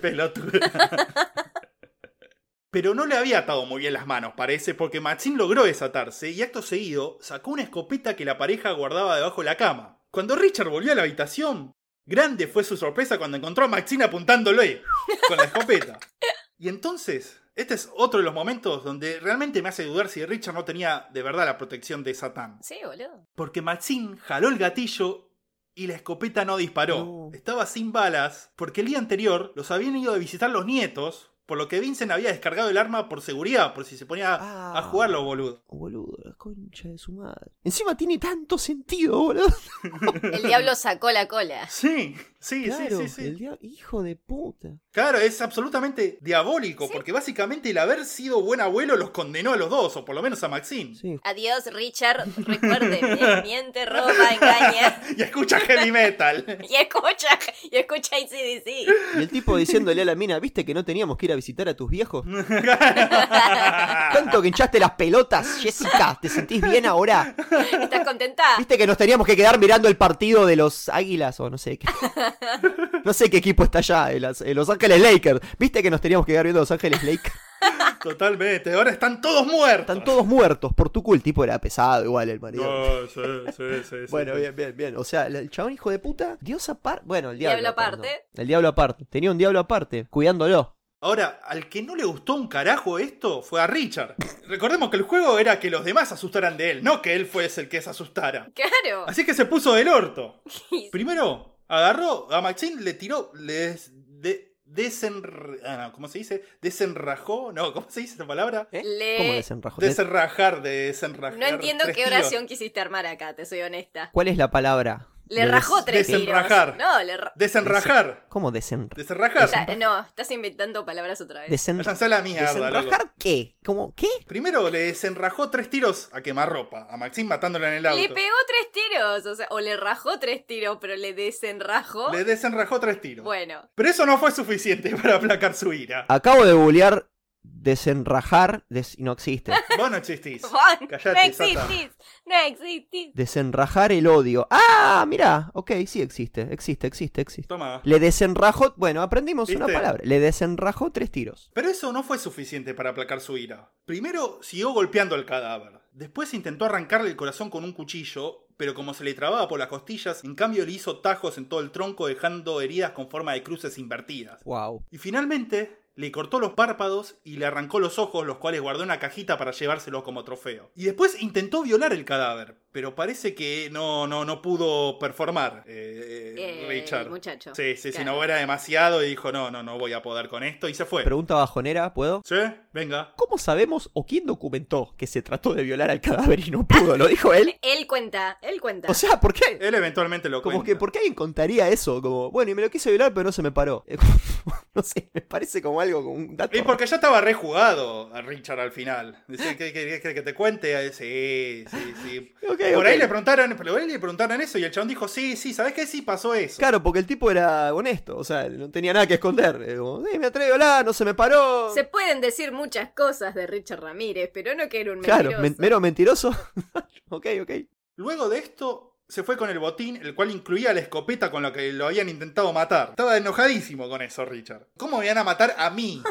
Pelotudo. Pero no le había atado muy bien las manos, parece, porque Maxine logró desatarse y acto seguido sacó una escopeta que la pareja guardaba debajo de la cama. Cuando Richard volvió a la habitación, grande fue su sorpresa cuando encontró a Maxine apuntándole con la escopeta. Y entonces, este es otro de los momentos donde realmente me hace dudar si Richard no tenía de verdad la protección de Satán.
Sí, boludo.
Porque Maxine jaló el gatillo y la escopeta no disparó.
No.
Estaba sin balas porque el día anterior los habían ido a visitar los nietos, por lo que Vincent había descargado el arma por seguridad, por si se ponía a
Ah.
jugarlo, boludo.
Oh, boludo, la concha de su madre. Encima tiene tanto sentido, boludo.
El diablo sacó la cola.
Sí, sí,
claro,
sí, sí, sí.
el dia- hijo de puta.
Claro, es absolutamente diabólico, porque básicamente el haber sido buen abuelo los condenó a los dos, o por lo menos a Maxine.
Sí.
Adiós, Richard. Recuerde, mien- miente, roba, engaña.
Y escucha heavy metal.
Y escucha, y escucha ICDC.
Y el tipo diciéndole a la mina, ¿viste que no teníamos que ir a visitar a tus viejos?
Ah.
Tanto que hinchaste las pelotas, Jessica, ¿te sentís bien ahora?
¿Estás contenta?
¿Viste que nos teníamos que quedar mirando el partido de los Águilas o no sé qué? No sé qué equipo está allá, el As- el Los Ángeles Lakers. ¿Viste que nos teníamos que quedar viendo Los Ángeles Lakers?
Totalmente, ahora están todos muertos.
Están todos muertos por tu culo. El tipo era pesado igual el marido.
No, sí, sí, sí, sí.
Bueno, bien, bien, bien. O sea, el chabón hijo de puta, Dios aparte. Bueno, el diablo.
Diablo aparte.
no. El diablo aparte. Tenía un diablo aparte, cuidándolo.
Ahora, al que no le gustó un carajo esto fue a Richard. Recordemos que el juego era que los demás se asustaran de él, no que él fuese el que se asustara.
Claro.
Así que se puso del orto.
Y-
Primero, agarró a Maxine, le tiró, le des- de- desenr- ah, no, ¿cómo se dice? Desenrajó, no, ¿cómo se dice esa palabra?
Eh,
¿Eh? ¿Cómo
Le...
desenrajó?
Desenrajar, desenrajar.
No entiendo
tres
qué
tiros.
oración quisiste armar acá, te soy honesta.
¿Cuál es la palabra?
Le
De
rajó
des-
tres tiros.
desenrajar.
No, le ra-
Desenrajar,
¿Cómo desenrajar?
desenrajar.
Está- No, estás inventando palabras otra vez.
Lanzá la mierda, loco.
¿Desenrajar qué? ¿Cómo qué?
Primero le desenrajó tres tiros a quemarropa, a Maxine matándola en el
Le
auto.
pegó tres tiros, o sea, o le rajó tres tiros, pero le desenrajó.
Le desenrajó tres tiros.
Bueno,
Pero eso no fue suficiente para aplacar su ira.
Acabo de googlear desenrajar. des- No existe.
Vos no existís.
Juan, no
Callate,
existís, no existís.
Desenrajar el odio. ¡Ah! Mirá. Ok, sí existe. Existe, existe, existe.
Toma.
Le desenrajó. Bueno, aprendimos una
¿Viste?
palabra. Le desenrajó tres tiros.
Pero eso no fue suficiente para aplacar su ira. Primero siguió golpeando al cadáver. Después intentó arrancarle el corazón con un cuchillo, pero como se le trababa por las costillas, en cambio le hizo tajos en todo el tronco dejando heridas con forma de cruces invertidas.
Wow.
Y finalmente le cortó los párpados y le arrancó los ojos, los cuales guardó en una cajita para llevárselos como trofeo. Y después intentó violar el cadáver, pero parece que no, no, no pudo performar, eh,
Eh,
Richard.
el muchacho.
Sí, sí, sí,
Claro.
no era demasiado y dijo, no, no, no voy a poder con esto y se fue.
Pregunta bajonera, ¿puedo?
Sí, venga.
¿Cómo sabemos o quién documentó que se trató de violar al cadáver y no pudo? ¿Lo dijo él?
Él cuenta, él cuenta.
O sea, ¿por qué?
Él eventualmente lo
Como
cuenta.
que, ¿por qué alguien contaría eso? Como, bueno, y me lo quise violar, pero no se me paró. No sé, me parece como algo, como un dato.
Y porque ya estaba rejugado a Richard al final. Dice, ¿qué querés que, que te cuente? Eh, Sí, sí, sí.
Ok,
Por
ok.
ahí le preguntaron, por ahí le preguntaron eso y el chabón dijo, sí, sí, ¿sabes qué? Sí, pasó eso.
Claro, porque el tipo era honesto, o sea, no tenía nada que esconder. Era Como, "Eh, me atrevo a violar, no se me paró.
Se pueden decir muchas cosas de Richard Ramírez, pero no que era un
Claro,
mentiroso.
men- mero mentiroso. ok, ok.
Luego de esto, se fue con el botín, el cual incluía la escopeta con la que lo habían intentado matar. Estaba enojadísimo con eso, Richard. ¿Cómo me van a matar a mí?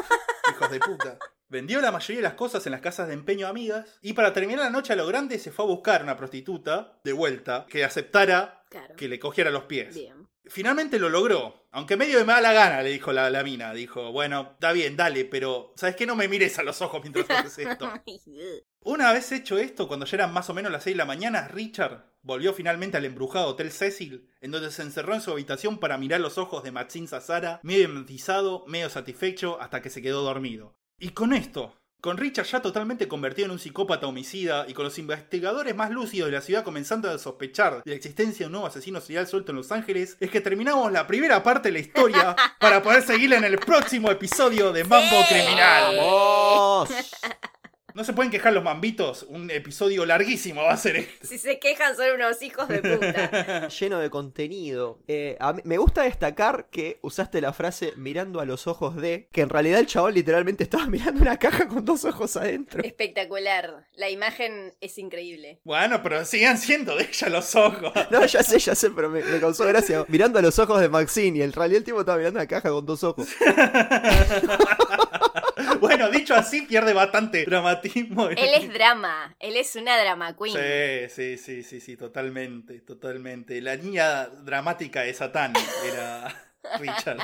Hijos de puta. Vendió la mayoría de las cosas en las casas de empeño a amigas. Y para terminar la noche a lo grande, se fue a buscar una prostituta, de vuelta, que aceptara
Claro.
que le cogiera los pies.
Bien.
Finalmente lo logró. Aunque medio de mala gana, le dijo la, la mina. Dijo, bueno, está bien, dale, pero ¿sabes qué? No me mires a los ojos mientras haces esto. Una vez hecho esto, cuando ya eran más o menos las 6 de la mañana, Richard volvió finalmente al embrujado Hotel Cecil, en donde se encerró en su habitación para mirar los ojos de Maxine Sazara, medio hipnotizado, medio satisfecho, hasta que se quedó dormido. Y con esto, con Richard ya totalmente convertido en un psicópata homicida y con los investigadores más lúcidos de la ciudad comenzando a sospechar de la existencia de un nuevo asesino serial suelto en Los Ángeles, es que terminamos la primera parte de la historia para poder seguirla en el próximo episodio de Mambo
Sí.
Criminal.
¡Vamos!
No se pueden quejar los mambitos, un episodio larguísimo va a ser este.
Si se quejan son unos hijos de puta.
lleno de contenido. Eh, a mí- me gusta destacar que usaste la frase mirando a los ojos de, que en realidad el chabón literalmente estaba mirando una caja con dos ojos adentro.
Espectacular. La imagen es increíble.
Bueno, pero sigan siendo de ella los ojos.
No, ya sé, ya sé, pero me, me causó gracia. Mirando a los ojos de Maxine y en realidad el tipo estaba mirando una caja con dos ojos.
Bueno, dicho así, pierde bastante dramatismo.
Él es drama. Él es una drama queen.
Sí, sí, sí, sí, sí, totalmente, totalmente. La niña dramática de Satán era Richard.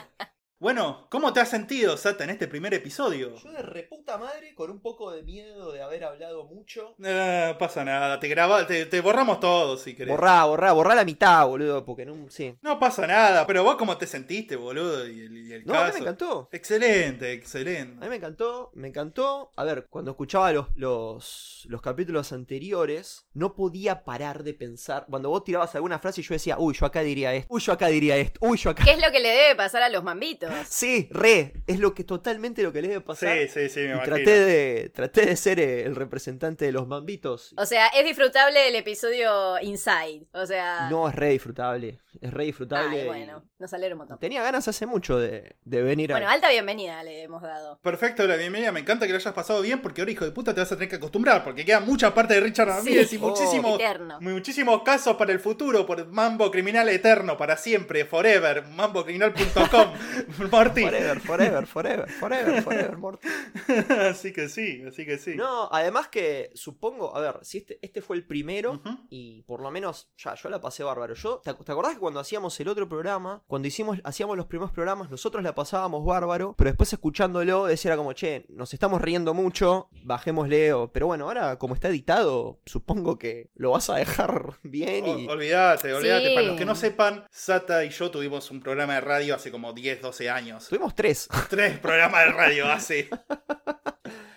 Bueno, ¿cómo te has sentido, Satan, en este primer episodio?
de reputa madre, con un poco de miedo de haber hablado mucho.
No Eh, pasa nada, te, graba, te, te borramos todo si querés.
Borrá, borrá, borrá la mitad, boludo, porque no. Sí.
No pasa nada, pero vos cómo te sentiste, boludo, y el, y el
No, a mí
caso.
me encantó.
Excelente,
A mí
excelente.
me encantó, me encantó. A ver, cuando escuchaba los, los, los capítulos anteriores, no podía parar de pensar. Cuando vos tirabas alguna frase, yo decía, uy, yo acá diría esto, uy, yo acá diría esto, uy, yo acá.
¿Qué es lo que le debe pasar a los mambitos?
Sí, re, es lo que totalmente lo que les debe pasar.
Sí, sí, sí, me
y
imagino.
traté de, traté de ser eh, el representante de los mambitos.
O sea, es disfrutable el episodio Inside. O sea.
No, es re disfrutable, es re disfrutable.
Ah. Ay,
y-
bueno, nos alegra un montón.
Tenía ganas hace mucho de, de venir
Bueno,
a...
alta bienvenida le hemos dado.
Perfecto, la bienvenida, me encanta que lo hayas pasado bien, porque ahora, hijo de puta, te vas a tener que acostumbrar, porque queda mucha parte de Richard Ramírez y
Oh.
muchísimos,
Eterno.
muchísimos casos para el futuro, por Mambo Criminal Eterno, para siempre, forever, mambocriminal.com, Morty.
Forever, forever, forever, forever, forever, Morty.
así que sí, así que sí.
No, además que supongo, a ver, si este, este fue el primero,
Ujú.
y por lo menos, ya, yo la pasé bárbaro. Yo, ¿te, ac- te acordás que cuando hacíamos el otro programa, cuando hicimos, hacíamos los primeros programas, nosotros la pasábamos bárbaro, pero después escuchándolo, decía era como, che, nos estamos riendo mucho, bajémosle, o- pero bueno, ahora como está editado, supongo que lo vas a dejar bien y...
O- Olvídate, olvídate.
Sí.
Para los que no sepan, Sata y yo tuvimos un programa de radio hace como 10, 12 años.
Tuvimos tres
Tres programas de radio hace.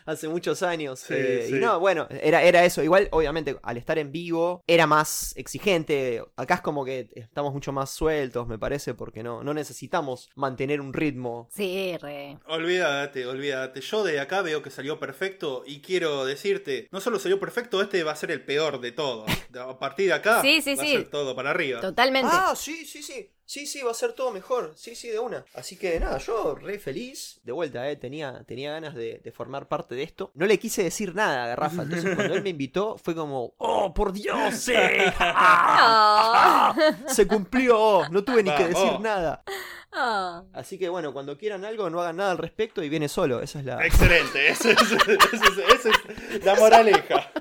hace muchos años.
Sí,
eh,
sí.
Y no, bueno, era, era eso. Igual, obviamente, al estar en vivo, era más exigente. Acá es como que estamos mucho más sueltos, me parece, porque no, no necesitamos mantener un ritmo.
Sí, re.
Olvídate, olvídate. Yo de acá veo que salió perfecto y quiero decirte, no solo salió perfecto, este va a ser el peor de todos. A partir de acá
Sí, sí,
va
sí.
a ser todo para arriba.
Totalmente.
Ah, sí, sí, sí. Sí, sí, va a ser todo mejor. Sí, sí, de una. Así que nada, yo re feliz. De vuelta, eh, tenía, tenía ganas de, de formar parte de esto. No le quise decir nada a Rafa. Entonces, cuando él me invitó, fue como, ¡Oh, por Dios! ¡Sí! ¡Ah!
Ah.
¡Se cumplió! No tuve ni que
Vamos.
decir nada.
Ah.
Así que bueno, cuando quieran algo, no hagan nada al respecto y viene solo. Esa es la,
Excelente, esa es, esa es- esa es la moraleja.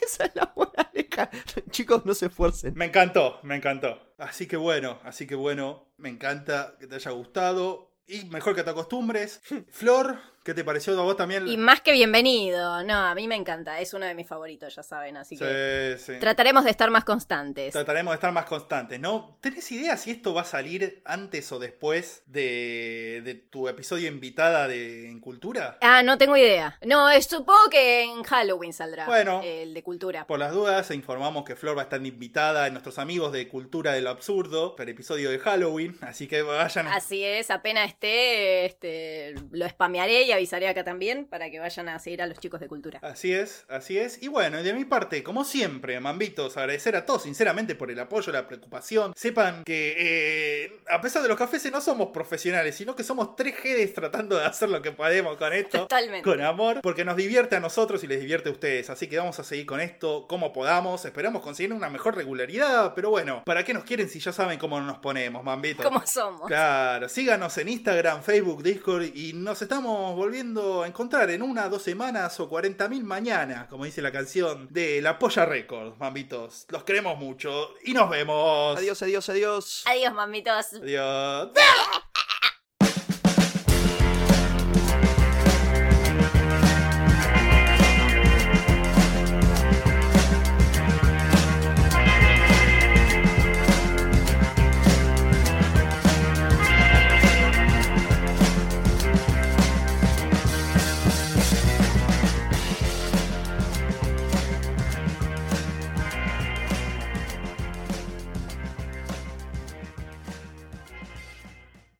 esa es la moraleja. Chicos, no se esfuercen.
Me encantó, me encantó. Así que bueno, así que bueno, me encanta que te haya gustado y mejor que te acostumbres. Flor, ¿qué te pareció a vos también?
Y más que bienvenido. No, a mí me encanta. Es uno de mis favoritos, ya saben. Así que
Sí, sí.
trataremos de estar más constantes.
Trataremos de estar más constantes, ¿no? ¿Tenés idea si esto va a salir antes o después de, de tu episodio invitada de En Cultura?
Ah, no tengo idea. No, eh, supongo que en Halloween saldrá.
Bueno.
El de cultura.
Por las dudas, informamos que Flor va a estar invitada a nuestros amigos de Cultura de lo Absurdo para el episodio de Halloween, así que vayan a...
Así es, apenas esté, este, lo spamearé y avisaré acá también para que vayan a seguir a los chicos de cultura.
Así es, así es. Y bueno, y de mi parte, como siempre, Mambitos, agradecer a todos sinceramente por el apoyo, la preocupación. Sepan que eh, a pesar de los cafés no somos profesionales, sino que somos tres G's tratando de hacer lo que podemos con esto.
Totalmente.
Con amor, porque nos divierte a nosotros y les divierte a ustedes. Así que vamos a seguir con esto como podamos. Esperamos conseguir una mejor regularidad. Pero bueno, ¿para qué nos quieren si ya saben cómo nos ponemos, mambitos?
¿Cómo somos?
Claro, síganos en Instagram, Facebook, Discord y nos estamos volviendo a encontrar en una, dos semanas o 40.000 mañana, como dice la canción de La Polla Records, mambitos. Los queremos mucho y nos vemos.
Adiós, adiós, adiós.
Adiós, mamitos.
Adiós.